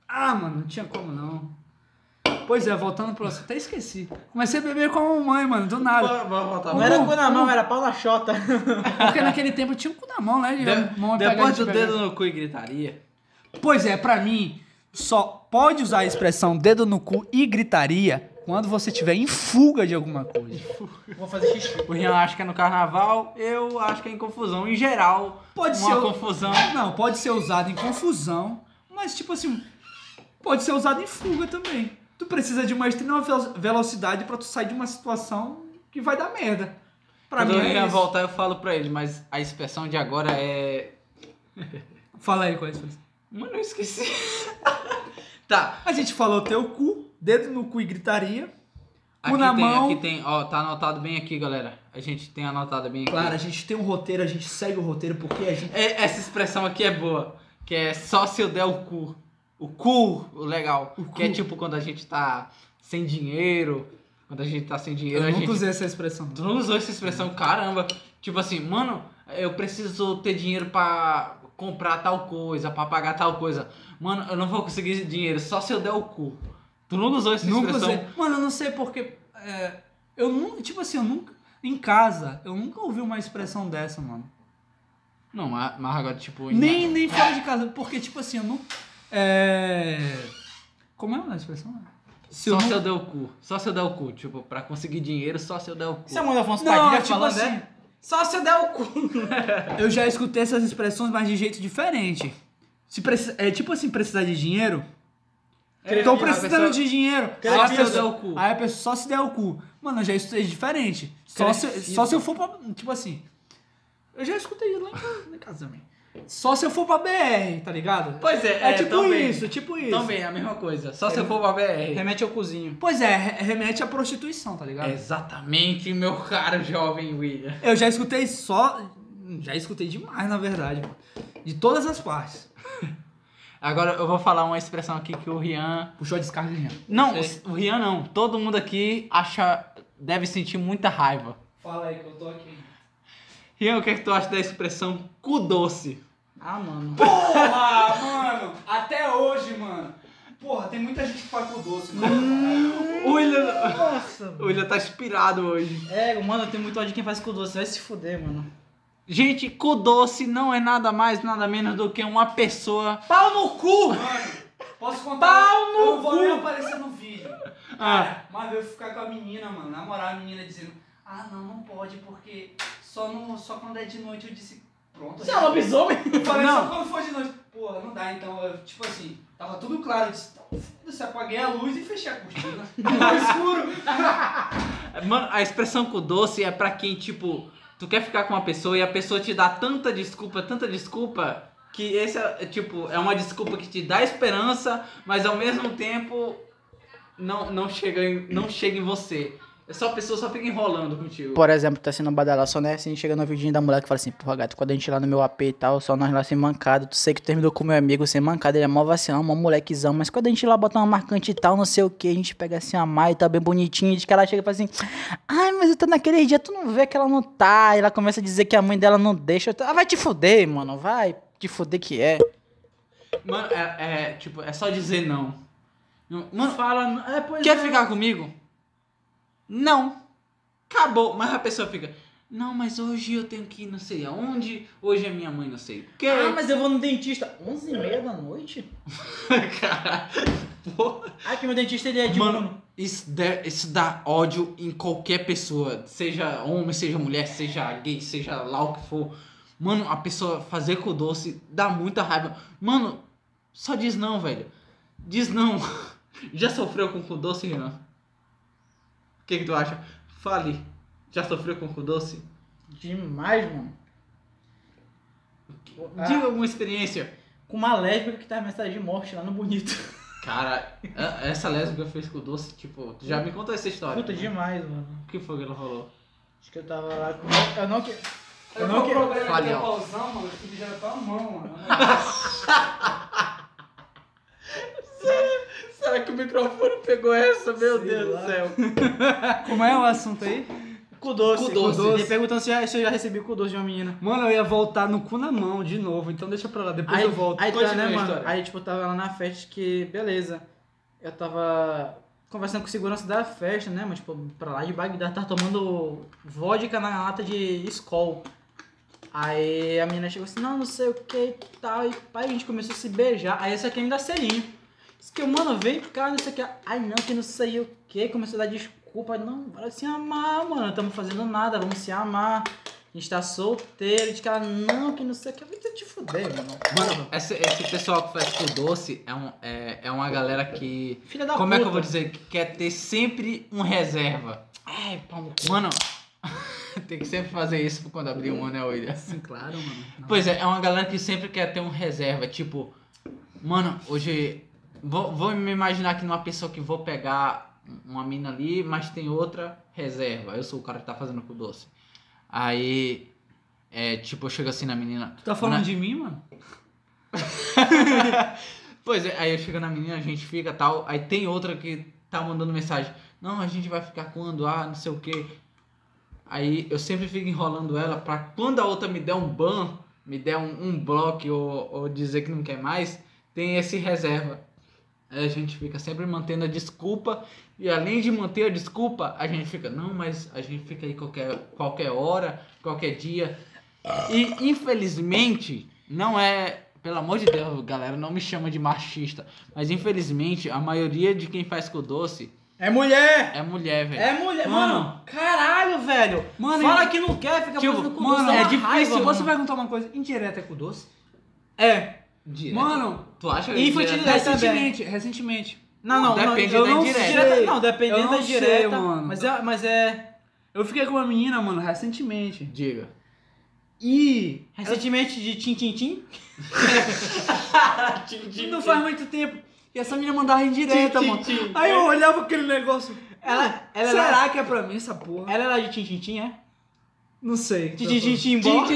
C: ah, mano, não tinha como não. Pois é, voltando pro assunto, até esqueci. Comecei a beber com a mamãe, mano, do nada.
A: Bora- bora voltar.
B: não era cu na mão, era pau na chota.
C: Porque naquele tempo eu tinha um cu na mão, né? E a
A: De,
C: mamãe pegava, a
A: depois
C: gente
A: do
C: pegava.
A: dedo no cu e gritaria.
C: Pois é, pra mim, só pode usar a expressão dedo no cu e gritaria quando você tiver em fuga de alguma coisa.
B: Vou fazer xixi.
A: O Rian acha que é no carnaval, eu acho que é em confusão. Em geral,
C: Pode
A: uma
C: ser o-
A: confusão.
C: Não, pode ser usado em confusão, mas tipo assim, pode ser usado em fuga também. Tu precisa de uma extrema velo- velocidade pra tu sair de uma situação que vai dar merda. Pra
A: Quando
C: mim
A: o
C: é
A: Rian
C: isso.
A: voltar, eu falo pra ele, mas a expressão de agora é.
C: Fala aí qual é a expressão.
A: Mano, eu
C: [LAUGHS]
A: esqueci. tá.
C: A gente falou teu cu, dedo no cu e gritaria. Cu
A: Aqui
C: na
A: tem,
C: mão.
A: aqui tem, ó, tá anotado bem aqui, galera. A gente tem anotado bem aqui.
C: Claro, a gente tem um roteiro, a gente segue o roteiro porque a gente...
A: É, essa expressão aqui é boa, que é só se eu der o cu. O cu, o legal.
C: O
A: que é
C: cu.
A: tipo quando a gente tá sem dinheiro. Quando a gente tá sem dinheiro,
C: Eu
A: a
C: nunca
A: gente.
C: usei essa expressão.
A: Tu não usou essa expressão, caramba. Tipo assim, mano, eu preciso ter dinheiro pra comprar tal coisa, pra pagar tal coisa. Mano, eu não vou conseguir esse dinheiro, só se eu der o cu. Tu nunca usou essa
C: Nunca
A: expressão?
C: usei. Mano, eu não sei porque. é, eu nunca. Tipo assim, eu nunca. em casa. Eu nunca ouvi uma expressão dessa, mano.
A: Não, mas mas agora, tipo... em-
C: Nem, nem fora de casa, porque, tipo assim, eu não. É. Como é a expressão? Se eu
A: Só
C: não-
A: se eu der o cu. Só se eu der o cu. Tipo, pra conseguir dinheiro, só se eu der o cu.
B: [LAUGHS] Isso é o Afonso
C: Não,
B: Padilha
C: tipo
B: falando,
C: assim-
B: né? Só se eu der o cu.
C: Eu já escutei essas expressões, mas de jeito diferente. Se precisa, é tipo assim, precisar de dinheiro.
A: É,
B: Então
C: Tô
A: a
C: precisando
A: pessoa-
C: de dinheiro.
A: Só se
C: Aí a
A: eu der
C: pessoa-
A: o cu.
C: Aí a pessoa só se der o cu. Mano, eu já escutei diferente. Só se,
A: Crescido.
C: só se eu for pra. Tipo assim. Eu já escutei lá em casa, lá em casa também. Só se eu for pra BR, tá ligado?
A: Pois é,
C: É, tipo
A: também.
C: isso, tipo isso.
A: Também, é a mesma coisa. Só se eu for pra BR.
B: Remete ao cozinho.
C: Pois é, re- remete à prostituição, tá ligado?
A: É. Exatamente, meu caro jovem William.
C: Eu já escutei só. Já escutei demais, na verdade, mano. De todas as partes.
A: Agora eu vou falar uma expressão aqui que o Rian.
C: Puxou a descarga já.
A: Não,
C: Sei.
A: o Rian não. Todo mundo aqui acha. deve sentir muita raiva.
C: Fala aí que eu tô [LAUGHS] aqui.
A: Rian, o que, é que tu acha da expressão cu doce?
B: Ah, mano.
C: Porra, Ah, mano! Até hoje, mano. Porra, tem muita gente que faz com doce,
A: Hum.
C: mano.
A: O William,
B: Nossa,
A: o William tá inspirado hoje.
B: É, mano, eu tenho muito ódio de quem faz cu doce. Vai se fuder, mano.
A: Gente, cu doce não é nada mais, nada menos do que uma pessoa.
B: Pau no cu!
C: Posso contar?
B: Pau no
C: eu não vou
B: cu!
C: nem aparecer no vídeo.
A: Ah,
C: Cara, uma vez eu ficar com a menina, mano. Na moral, a menina dizendo, ah não, não pode, porque só, no, só quando é de noite eu disse, pronto.
B: Você é lobisomem?
C: Eu falei
A: Não.
C: só quando for de noite. Porra, não dá então. Eu, tipo assim, tava tudo claro. Eu disse, então, foda-se, apaguei a luz e fechei
B: [LAUGHS]
C: a cortina. Ficou escuro.
A: mano, a expressão cu doce é pra quem, tipo, tu quer ficar com uma pessoa e a pessoa te dá tanta desculpa, tanta desculpa. Que esse é, tipo, é uma desculpa que te dá esperança, mas ao mesmo tempo não, não, chega, em, não chega em você. É só a pessoa só fica enrolando contigo.
B: Por exemplo, tá sendo um badalaço, né? Assim, chega no vidinho da mulher que fala assim, porra, gato, quando a gente lá no meu AP e tal, só nós lá sem mancada, tu sei que tu terminou com meu amigo sem mancada, ele é mó vacilão, mó molequezão, mas quando a gente lá bota uma marcante e tal, Um não sei o que, a gente pega assim a Mai, tá bem bonitinha, de que ela chega e fala assim, ai, mas eu tô naquele dia, tu não vê que ela não tá, e ela começa a dizer que a mãe dela não deixa, eu tô- ah, vai te fuder, mano, vai te fuder que é.
A: Mano, é, é, tipo, é só dizer não. Não- Mano,
B: Ah,
C: Fala, não- é, pois
A: quer
C: é.
A: ficar comigo? Não. Acabou. Mas a pessoa fica, não, mas hoje eu tenho que ir não sei aonde, hoje é minha mãe não sei o quê.
C: Ah,
B: Ah, mas eu vou no dentista, 11 e meia da noite?
A: [LAUGHS] Cara, porra.
B: Ah, que meu dentista, ele é
A: Mano, isso, dá- isso dá ódio em qualquer pessoa. Seja homem, seja mulher, seja gay, seja lá o que for. Mano, a pessoa fazer com doce dá muita raiva. Mano, só diz não, velho. Diz não. [LAUGHS] Já sofreu com cu doce, Renan? O que, que tu acha? Fale. Já sofreu com cu doce?
B: demais, mano. Ah.
A: Diga alguma experiência.
B: com uma lésbica que tá a mensagem de morte lá no bonito.
A: Cara, a- essa lésbica fez com doce, tipo, tu já me contou essa história.
B: Puta demais, mano.
A: O que foi que ela falou?
B: Acho que eu tava lá. com- Eu não que. Eu
C: é
B: não que.
A: Fale, ó.
C: pausão, mano, que já tá a mão, mano.
A: Será que o microfone pegou essa? Meu
B: Sei
A: Deus
B: lá.
A: do céu.
C: Como é o assunto aí?
B: Cu doce.
A: Cu doce.
B: Ele perguntando se, eu já- se eu já recebi cu doce de uma menina.
C: Mano, eu ia voltar no cu na mão de novo, então deixa pra lá, depois
B: Aí,
C: eu volto.
B: aí, tá,
A: Continua
B: né,
A: a
B: mano?
A: história.
B: aí, tipo, eu tava lá na festa que, beleza. Eu tava conversando com o segurança da festa, né, mano? Tipo, pra lá de Bagdá, tava tomando vodka na lata de Skol. Aí a menina chegou assim, não, não sei o que e tal. E pai, a gente começou a se beijar. Aí essa aqui me dá selinho. Disse que, mano, vem cá, não sei o que. Ai, não, que não sei o que. Começou a dar desculpa. Não, bora se amar, mano. Não estamos fazendo nada, vamos se amar. A gente tá solteiro. Diz que ela, não, que não sei o que. Vai te fuder, mano.
A: Mano, esse, esse pessoal que faz com doce é, um, é, é uma galera que.
B: Filha
C: Tá
B: da
A: como
B: puta.
A: é que eu vou dizer? Que quer ter sempre um reserva.
B: Ai, pau no cu.
A: Mano, [LAUGHS] tem que sempre fazer isso quando abrir um, né, William?
C: claro, mano.
A: Pois é, é uma galera que sempre quer ter um reserva. Tipo, mano, hoje. Vou, vou me imaginar que numa pessoa que vou pegar uma mina ali, mas tem outra reserva. Eu sou o cara que tá fazendo com doce. Aí. É, tipo, eu chego assim na menina.
C: Tu tá falando
A: Na-
C: de mim, mano?
A: Pois é, aí eu chego na menina, a gente fica tal. Aí tem outra que tá mandando mensagem. Não, a gente vai ficar quando? Ah, não sei o quê. Aí eu sempre fico enrolando ela pra quando a outra me der um ban, me der um, um bloco ou, ou dizer que não quer mais, tem esse reserva. Aí a gente fica sempre mantendo a desculpa. E além de manter a desculpa, a gente fica, não, mas a gente fica aí qualquer, qualquer hora, qualquer dia. E infelizmente, não é. Pelo amor de Deus, galera, não me chama de machista. Mas infelizmente, a maioria de quem faz com doce
B: É mulher!
A: é mulher, velho.
B: É mulher!
A: Mano.
B: Mano, caralho, velho!
C: Mano,
B: Fala
C: e-
B: que não quer, fica
A: Tipo,
B: fazendo com
C: Mano,
B: doce, dá
C: é
B: uma
C: difícil.
B: raiva,
C: você
B: mano.
C: vai contar uma coisa indireta com doce?
B: É.
A: Direto.
C: Mano,
A: tu acha
B: infantilidade
A: direto? é
B: também.
C: recentemente, recentemente.
B: Não, não,
A: Depende
B: não, eu
A: da
B: não
A: indireta.
B: direta. Não,
C: Eu
B: dependendo
C: não
B: da
C: sei,
B: direta.
C: mano.
B: Mas é, mas é.
C: Eu fiquei com uma menina, mano, recentemente.
A: tipo? Diga.
C: E.
B: Recentemente de Tim Tim Tim.
C: Não faz muito tempo. E essa menina mandava indireta, mano. Aí eu olhava aquele negócio.
B: Ela, ela,
C: será
B: era,
C: que é pra mim essa porra?
B: ela era de Tim Tim Tim, é?
C: Não sei.
B: De Tim Tim Tim Bom?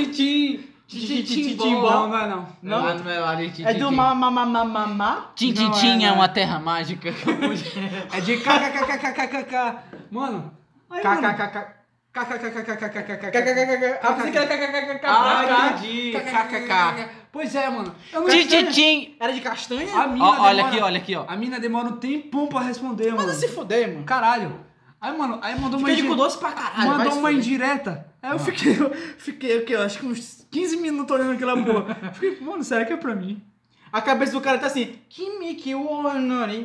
C: Titimbó. Não, é não.
A: Não,
B: Não?
A: não é lá de
B: É do Mamamamamamá?
C: Não é,
A: Tintintim
C: não
A: é
C: é.
A: uma terra mágica.
C: [LAUGHS] É de kkkkkkkkk. Mano. Kkkk. Kkkkkkkkkk.
B: Ah, pensei que era kkkk.
A: Ah,
B: Ah,
A: entendi. KKK.
C: KKK. Pois é, mano. Eu não sei.
A: Tintintim.
B: Era de castanha?
C: A mina
A: Ó, Olha aqui,
C: demora-
A: olha aqui, ó.
C: A mina demora um tempão pra responder, mano.
B: Manda se fuder, mano.
C: Caralho. Aí, mano, aí mandou uma
B: Fica de
C: indi-
B: cu doce pra caralho. vai
C: Mandou
B: se
C: uma
B: fuder.
C: indireta. Aí eu fiquei, eu fiquei, o quê? Eu acho que uns 15 minutos olhando aquela porra. Fiquei, mano, será que é pra mim?
B: A cabeça do cara tá assim. Kimi que Não,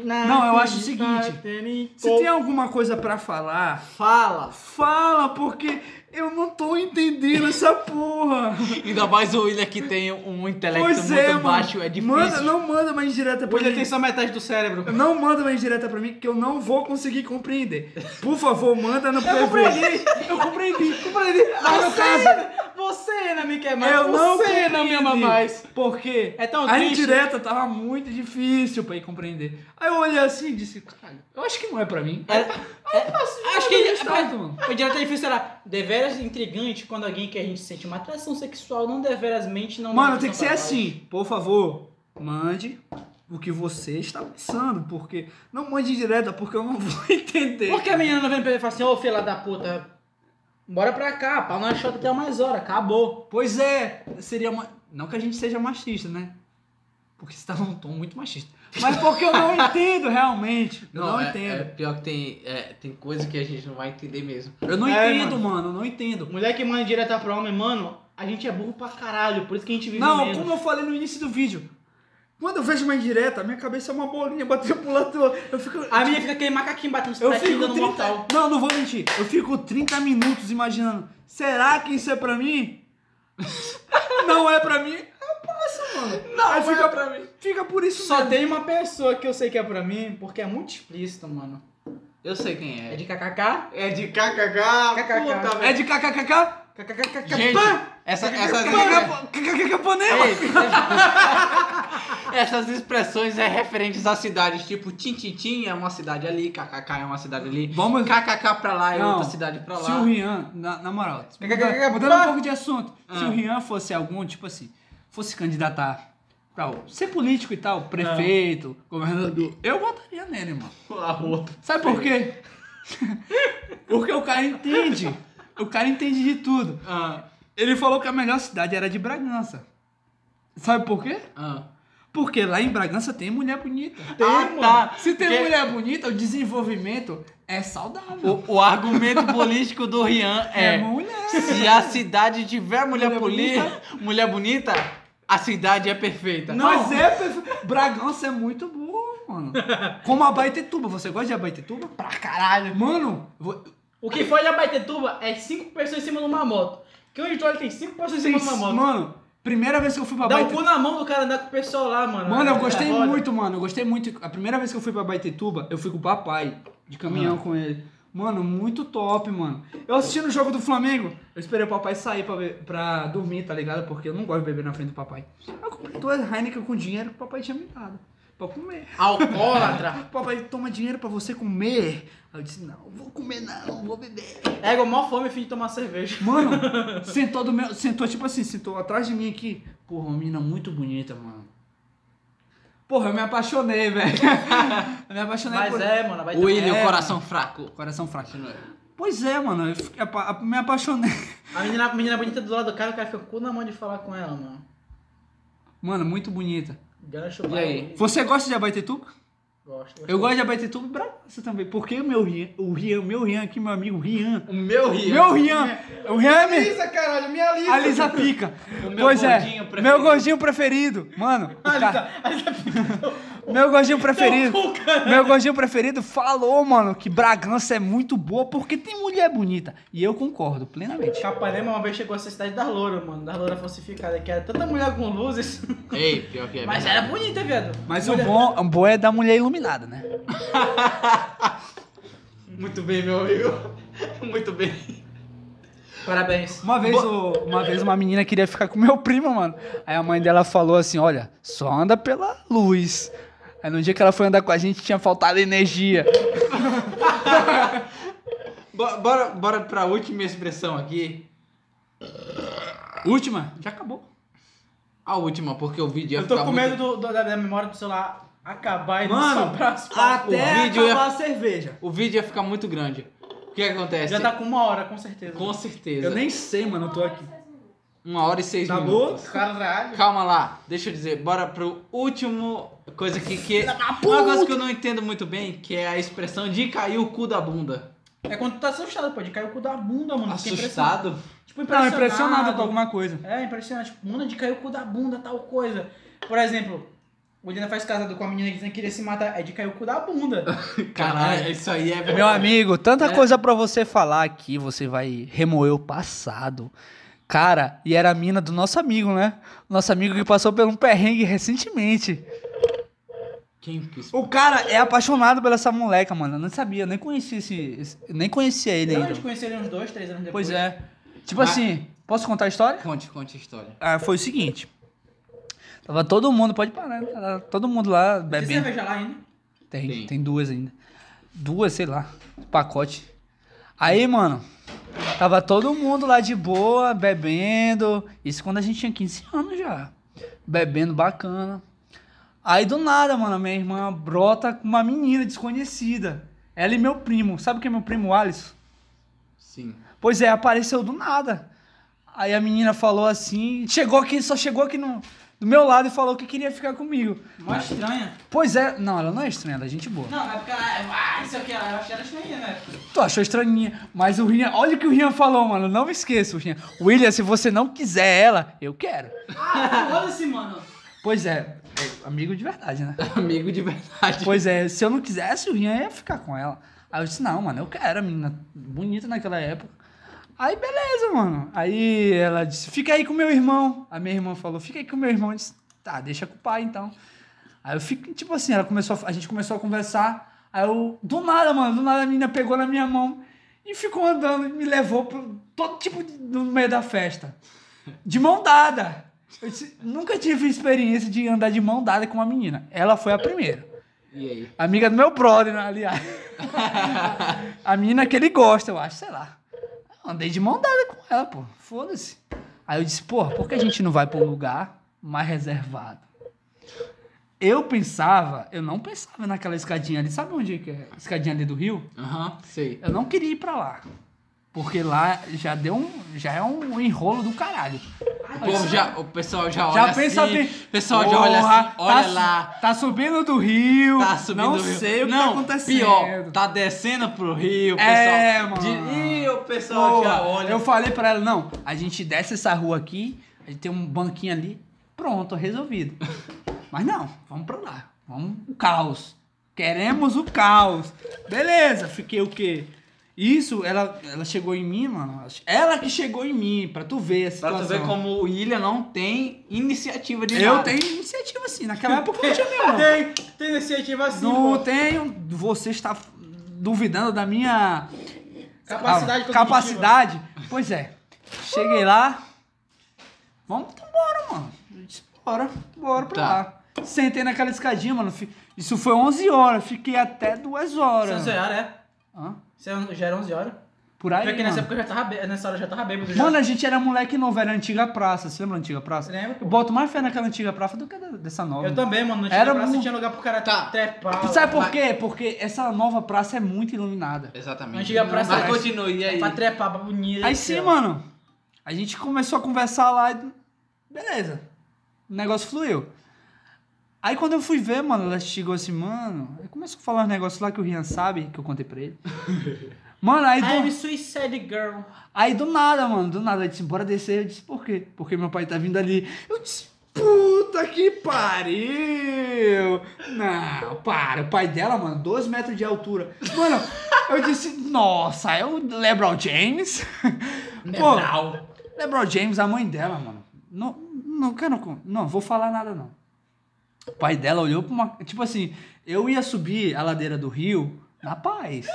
C: Não, eu acho o seguinte, Se tem alguma coisa pra falar,
B: um-" Fala.
C: fala, porque eu não tô entendendo essa porra.
A: Ainda mais o William que tem um intelecto
C: Pois
A: muito
C: é, mano.
A: baixo, é difícil.
C: Manda, não manda mais indireta pra
B: Ele
C: mim.
B: tem só metade do cérebro.
C: Não manda mais indireta pra mim, que eu não vou conseguir compreender. Por favor, manda no PV. Eu compreendi, eu compreendi, compreendi. Mas no caso,
B: Você não me quer mais.
C: eu não
B: Você não me ama
C: compreendi,
B: mais.
C: Porque
B: É tão
C: a
B: triste.
C: indireta tava muito difícil pra ir compreender. Aí eu olhei assim e disse, caralho, eu acho que não é pra mim.
B: É- Acho que ele.
C: Gostado, mano.
B: O direto é difícil era deveras intrigante quando alguém que a gente sente uma atração sexual não deverasmente não.
C: Mano,
B: não
C: tem que ser
B: trabalha.
C: assim. Por favor, mande o que você está pensando, porque não mande direta, porque eu não [LAUGHS] vou entender.
B: Por que a menina não vem pra ele e fala assim, ô filha da puta, bora pra cá, pau na chota até mais hora, acabou.
C: Pois é, seria uma... não que a gente seja machista, né? Porque você tá num tom muito machista. Mas porque eu não entendo realmente. Eu não,
A: é,
C: entendo.
A: é pior que tem, é, tem coisa que a gente não vai entender mesmo.
C: Eu não
B: É,
C: entendo, mano. eu não entendo.
B: Mulher que manda direta pra homem, mano, a gente é burro pra caralho, por isso que a gente vive
C: Não,
B: menos.
C: como eu falei no início do vídeo. Quando eu vejo uma indireta, minha cabeça é uma bolinha batendo pro lado do outro. Eu fico. tipo,
B: A minha fica aquele macaquinho batendo
C: Eu
B: os
C: fico
B: no
C: 30...
B: mortal.
C: Não, não vou mentir. Eu fico 30 minutos imaginando. Será que isso é pra mim? [LAUGHS] não é pra mim? Eu passo, mano. Não, fica, pra mim. Fica por isso
B: é Só
C: mesmo.
B: tem uma pessoa que eu sei que é pra mim, porque é muito explícito, mano.
A: Eu sei quem é.
B: É de kkk?
A: É de kkk.
B: KKK. Tá,
A: puta,
C: É de kkkk?
B: KKKK.
A: Gente, essa, essas,
C: KKK panela.
B: é.
A: essas expressões é referentes às cidades, tipo Tintintim é uma cidade ali, KKK é uma cidade ali,
C: Vamos
A: KKK pra lá é
C: Não.
A: outra cidade pra
C: Se o
A: lá.
C: Rian, na, na moral,
B: KKK,
C: mudando um
B: pá.
C: pouco de assunto, se
A: Ah.
C: o Rian fosse algum, tipo assim, fosse candidatar pra o- ser político e tal, prefeito, governador, eu votaria nele, mano.
A: A outra.
C: Sabe por quê?
A: [LAUGHS]
C: Porque o cara entende. O cara entende de tudo.
A: Ah,
C: Ele falou que a melhor cidade era de Bragança. Sabe por quê?
A: ah.
C: Porque lá em Bragança tem mulher bonita.
B: Tem,
A: Ah,
B: mano.
A: tá.
C: Se tem
A: Porque-
C: mulher bonita, o desenvolvimento é saudável.
A: O, o argumento político do Rian
C: É,
A: é
C: mulher.
A: se a cidade tiver mulher,
C: Mulher
A: bonita, mulher bonita, a cidade é perfeita.
C: Mas é, perfe- Bragança é muito bom, mano. Como Abaetetuba. Você gosta de Abaetetuba? Pra caralho. Mano, vo-
B: O que foi de Abaitetuba é cinco pessoas em cima de uma moto. Que onde tu olha tem cinco pessoas em cima de uma moto.
C: mano, primeira vez que eu fui pra
B: Dá o
C: Abaetetuba...
B: cu na mão do cara andar com o pessoal lá, mano. É
C: Mano, eu
B: Na
C: gostei
B: roda.
C: muito, mano. Eu gostei muito. A primeira vez que eu fui pra Baitetuba, eu fui com o papai, de caminhão com ele. Mano, muito top, mano. Eu assistindo o jogo do Flamengo, eu esperei o papai sair pra, be- pra dormir, tá ligado? Porque eu não gosto de beber na frente do papai. Eu comprei duas Heineken com dinheiro que o papai tinha me dado. Pra comer.
B: Alcoólatra.
C: O [LAUGHS] papai toma dinheiro pra você comer. Aí eu disse, não, vou comer não, vou beber.
B: Ego, É mó fome, fim de tomar cerveja.
C: [LAUGHS] Mano,
B: [LAUGHS]
C: sentou do meu. Sentou tipo assim, sentou atrás de mim aqui. Porra, uma mina muito bonita, mano. Porra, eu me
B: [LAUGHS]
C: apaixonei, velho. eu me apaixonei
B: Mas
C: por.
B: é, mano, vai
A: William,
C: É,
A: coração fraco.
C: Coração fraco. Pois é, mano. Eu fiquei apa- a- me apaixonei. [LAUGHS]
B: A menina, a menina bonita do lado do cara, o cara fica com o cu na mão de falar com ela, mano.
C: Mano, muito bonita.
B: Gancho
A: E aí?
C: Você gosta de Abaitetuba?
B: Gosto.
C: Eu gosto de Abaitetuba e Bragança também, porque o meu Rian, o Rian, o meu Rian aqui, meu amigo Rian.
A: O meu rio.
C: Meu Rian! O Rian é minha-
D: Lisa, caralho, minha Lisa.
C: a Lisa Pica.
A: O meu
C: Pois é,
A: gordinho preferido.
C: meu gordinho preferido. Mano, o cara- meu gordinho preferido. Meu gordinho preferido falou, mano, que Bragança é muito boa porque tem mulher bonita. E eu concordo plenamente.
B: Capanema né, uma vez chegou a ser cidade da Loura, mano. Da Loura falsificada, que era tanta mulher com luzes. [LAUGHS]
A: Ei, pior que é.
B: Mas era
A: verdade.
B: bonita, viado.
C: Mas o
B: Mulher-
C: bom, o bom é da mulher iluminada, né?
A: [LAUGHS] Muito bem, meu amigo. [LAUGHS] Muito bem.
B: Parabéns.
C: Uma vez, o- uma vez uma menina queria ficar com meu primo, mano. Aí a mãe dela falou assim: olha, só anda pela luz. Aí no dia que ela foi andar com a gente, tinha faltado energia.
A: [LAUGHS] Bo- Bora, bora pra última expressão aqui.
C: Última, já acabou.
A: A última, porque o vídeo ia
B: Eu tô
A: ficar
B: com
A: muito-
B: medo do, do- da, da memória do celular acabar e não
D: Mano,
B: sobrar as partes.
A: o
D: até
A: vídeo
D: acabar a cerveja.
A: O vídeo ia ficar muito grande. O que acontece?
B: Já tá com uma hora, com certeza.
C: Tá
A: Com certeza.
D: Eu nem sei, mano, eu tô aqui.
A: Uma hora e seis
D: Tá bom?
A: minutos.
B: Caralho.
A: Calma lá, deixa eu dizer, bora pro último coisa aqui que. é Uma coisa que eu não entendo muito bem, que é a expressão de cair o cu da bunda.
B: É quando tu tá assustado, pô, de cair o cu da bunda, mano. Fiquei impressionado.
A: Assustado?
B: Tipo,
C: Não,
B: impressionado.
C: impressionado com alguma coisa.
B: É, impressionante. Tipo, Manda de cair o cu da bunda, tal coisa. Por exemplo, o Lina faz casado com a menina dizendo que queria se matar. É de cair o cu da bunda.
A: Caralho, isso aí é verdade.
C: Meu amigo, tanta
A: É.
C: coisa pra você falar aqui, você vai remoer o passado. Cara, e era a mina do nosso amigo, né? Nosso amigo que passou por um perrengue recentemente.
A: Quem quis?
C: O cara é apaixonado pela essa moleca, mano. Eu não sabia, eu nem conhecia esse. esse- eu nem conhecia ele
B: Eu, a
C: ainda.
B: gente conheceu ele Então, uns dois, três anos depois.
C: Pois é. Tipo
A: Mas-
C: assim, posso contar a história?
A: Conte, conte a história.
C: Ah, foi o seguinte. Tava todo mundo, pode parar, né? tava todo mundo lá
B: Tem
C: bebendo.
B: cerveja lá ainda?
C: Tem,
A: Tem.
C: tem, duas ainda. Duas, sei lá, pacote. Aí, mano, tava todo mundo lá de boa, bebendo. Isso quando a gente tinha 15 anos já. Bebendo bacana. Aí do nada, mano, minha irmã brota com uma menina desconhecida. Ela e meu primo. Sabe quem é meu primo, Alisson?
A: Sim. [LAUGHS]
C: Pois é, apareceu do nada. Aí a menina falou assim, chegou aqui, só chegou aqui no, do meu lado e falou que queria ficar comigo.
B: Mó estranha.
C: Pois é, não, ela não é estranha, ela é gente boa.
B: Não, é porque ela. Ah, isso aqui, ela- eu achei ela estranha, né?
C: Tu achou estranhinha, mas o Rian, olha o que o Rian falou, mano, não me esqueça, o Rian. William, se você não quiser ela, eu quero.
B: Ah, foda-se, mano.
C: Pois é, é amigo de verdade, né?
A: Amigo de verdade.
C: Pois é, se eu não quisesse, o Rian ia ficar com ela. Aí eu disse, não, mano, eu quero a menina bonita naquela época. Aí, beleza, mano. Aí ela disse, fica aí com meu irmão. A minha irmã falou, fica aí com meu irmão. Eu disse, tá, deixa com o pai, então. Aí eu fico, tipo assim, ela começou, a, a gente começou a conversar. Aí eu, do nada, mano, do nada a menina pegou na minha mão e ficou andando e me levou pro todo tipo de- no meio da festa. De mão dada. Eu disse, nunca tive experiência de andar de mão dada com uma menina. Ela foi a primeira.
A: E
C: [LAUGHS]
A: aí?
C: Amiga do meu brother, né, aliás. [LAUGHS] a menina que ele gosta, eu acho, sei lá. Andei de mão dada com ela, pô. Foda-se. Aí eu disse, porra, por que a gente não vai pra um lugar mais reservado? Eu pensava, eu não pensava naquela escadinha ali. Sabe onde é que é? a Escadinha ali do rio?
A: Aham, sei.
C: Eu não queria ir pra lá. Porque lá já deu um. Já é um enrolo do caralho.
A: O, povo já, o pessoal já olha
C: é- Já pensa
A: assim.
C: bem.
A: O pessoal já olha assim,
C: Porra,
A: olha
C: tá su-
A: lá.
C: Tá subindo do rio.
A: Tá subindo
C: Não
A: o rio.
C: sei o que
A: Não,
C: tá acontecendo.
A: Pior, tá descendo pro rio, o pessoal.
C: É, mano.
A: de- Ih, o pessoal já
C: Boa.
A: olha.
C: Eu falei pra ela, não, a gente desce essa rua aqui, a gente tem um banquinho ali, pronto,
A: [LAUGHS]
C: resolvido. Mas não, vamos pra lá. Vamos o caos. Queremos o caos. Beleza, fiquei o quê? Isso, ela, ela chegou em mim, mano. Ela que chegou em mim, pra tu ver a
A: Pra
C: situação.
A: tu ver como o William não tem iniciativa de
C: Eu
A: nada.
C: tenho iniciativa, assim. Naquela época eu não
A: [LAUGHS]
C: tinha mesmo.
B: Tem, tem iniciativa assim,
C: Não
B: pô.
C: tenho. Você está duvidando da minha
B: Capacidade
C: ah,
B: cognitiva.
C: capacidade. Pois é. Cheguei lá. Vamos então bora, mano. Eu disse, Bora, bora pra
A: Tá.
C: lá. Sentei naquela escadinha, mano. Fi- Isso foi 11 horas. Fiquei até 2 horas.
B: Isso é.
C: Hã?
B: Isso já era 11 horas.
C: Por aí.
B: Pior que nessa
C: Mano.
B: época eu já tava bê- nessa hora eu já tava bêbado. já.
C: Mano, a gente era moleque novo, era a antiga praça. Você lembra da antiga praça?
B: Lembro, pô.
C: Eu boto mais fé naquela antiga praça do que da- dessa nova.
B: Eu também, mano. Não tinha
C: Era
B: era praça,
C: mu-
B: tinha lugar pro cara
A: Tá.
B: trepar.
C: Sabe por quê? Porque essa nova praça é muito iluminada.
A: Exatamente.
B: Antiga praça- né?
A: Mas continue, e aí?
B: Pra trepar, pra bonita.
C: Aí sim, mano. A gente começou a conversar lá. e Beleza. O negócio fluiu. Aí quando eu fui ver, mano, ela chegou assim, mano. Aí começou a falar um negócio lá que o Rian sabe, que eu contei pra ele. Mano, aí do,
B: I'm Suicide Girl.
C: aí do nada, mano, do nada, ele disse, bora descer. Eu disse, por quê? Porque meu pai tá vindo ali. Eu disse, puta que pariu! Não, para, o pai dela, mano, dois metros de altura. Mano, eu disse, nossa, é o LeBron James? Pô,
B: Metal.
C: LeBron James, a mãe dela, mano. Não, não quero. con- Não, vou falar nada, não. O pai dela olhou pra uma. Tipo assim, eu ia subir a ladeira do rio na paz.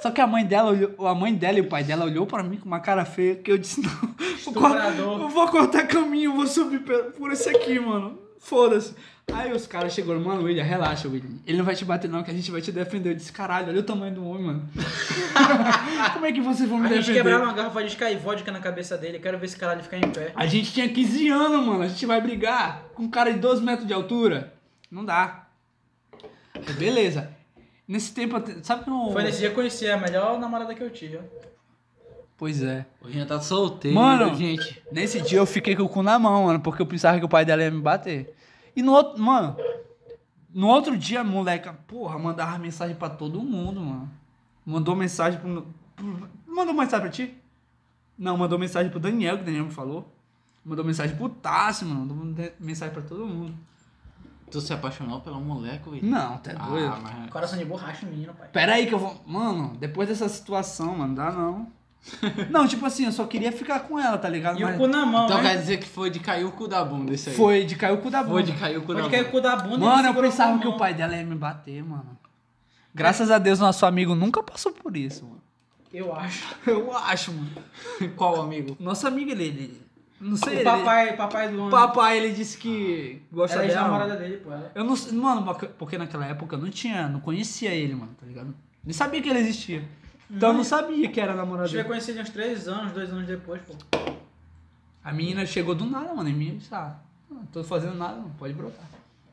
C: Só que a mãe dela olhou, a mãe dela e o pai dela olhou pra mim com uma cara feia que eu disse, não, vou cor-
B: Estuprador.
C: eu vou cortar caminho, eu vou subir pe- por esse aqui, mano. Foda-se. Aí os caras chegaram, mano, William, relaxa, William. Ele não vai te bater, não, que a gente vai te defender. Eu disse, caralho, olha o tamanho do homem, mano. [LAUGHS] Como é que vocês vão me
B: A gente
C: defender?
B: quebraram uma garrafa de Sky vodka na cabeça dele. Quero ver esse caralho ficar em pé.
C: A gente tinha 15 anos, mano. A gente vai brigar com um cara de 12 metros de altura? Não dá. Aí, Beleza. Nesse tempo, até- sabe que não.
B: Foi nesse dia que eu conheci a melhor namorada que eu tive. ó.
C: Pois é.
A: O Rian tá solteiro,
C: Mano.
A: gente.
C: Nesse dia eu fiquei com o cu na mão, mano, porque eu pensava que o pai dela ia me bater. E no outro. Mano. No outro dia, a moleca, porra, mandava mensagem pra todo mundo, mano. Mandou mensagem pro. pro- Mandou mensagem pra ti? Não, mandou mensagem pro Daniel, que o Daniel me falou. Mandou mensagem pro Tassi, mano. Mandou mensagem pra todo mundo.
A: Tu se apaixonou pela moleque, William?
C: Não, tá doido.
A: Ah, mas...
B: Coração de borracha, menino, pai.
C: Pera aí que eu vou. Mano, depois dessa situação, mano, dá não. [LAUGHS] Não, tipo assim, eu só queria ficar com ela, tá ligado?
B: E o
C: Mas
B: cu na mão,
A: Então
B: né?
A: quer dizer que foi de cair o cu da bunda isso aí.
C: foi de cair o cu da
A: Foi
C: bunda.
A: de cair o cu da
B: Pode
A: bunda.
B: cair o cu da bunda e ele
C: Mano, eu
B: segurou com
C: pensava
B: a
C: que o
B: mão.
C: pai dela ia me bater, mano. Graças a Deus, nosso amigo nunca passou por isso, mano.
B: [LAUGHS] Eu
C: [LAUGHS]
B: acho.
C: Eu acho, mano.
A: Qual amigo?
C: Nosso amigo, ele. ele- não sei,
B: O
C: ele-
B: papai, é papai do ano.
C: papai, ele disse que gosta
B: Era a
C: dela.
B: namorada
C: mano.
B: dele, pô. Ela. é.
C: Eu não sei- Mano, porque- porque naquela época eu não tinha. Não conhecia ele, mano, tá ligado? Nem sabia que ele existia. Então eu não sabia que era namorado
B: Tive
C: dele.
B: conhecido uns 3 anos, 2 anos depois, pô.
C: A menina chegou do nada, mano, em mim e disse, ah, não tô fazendo nada, não pode brotar.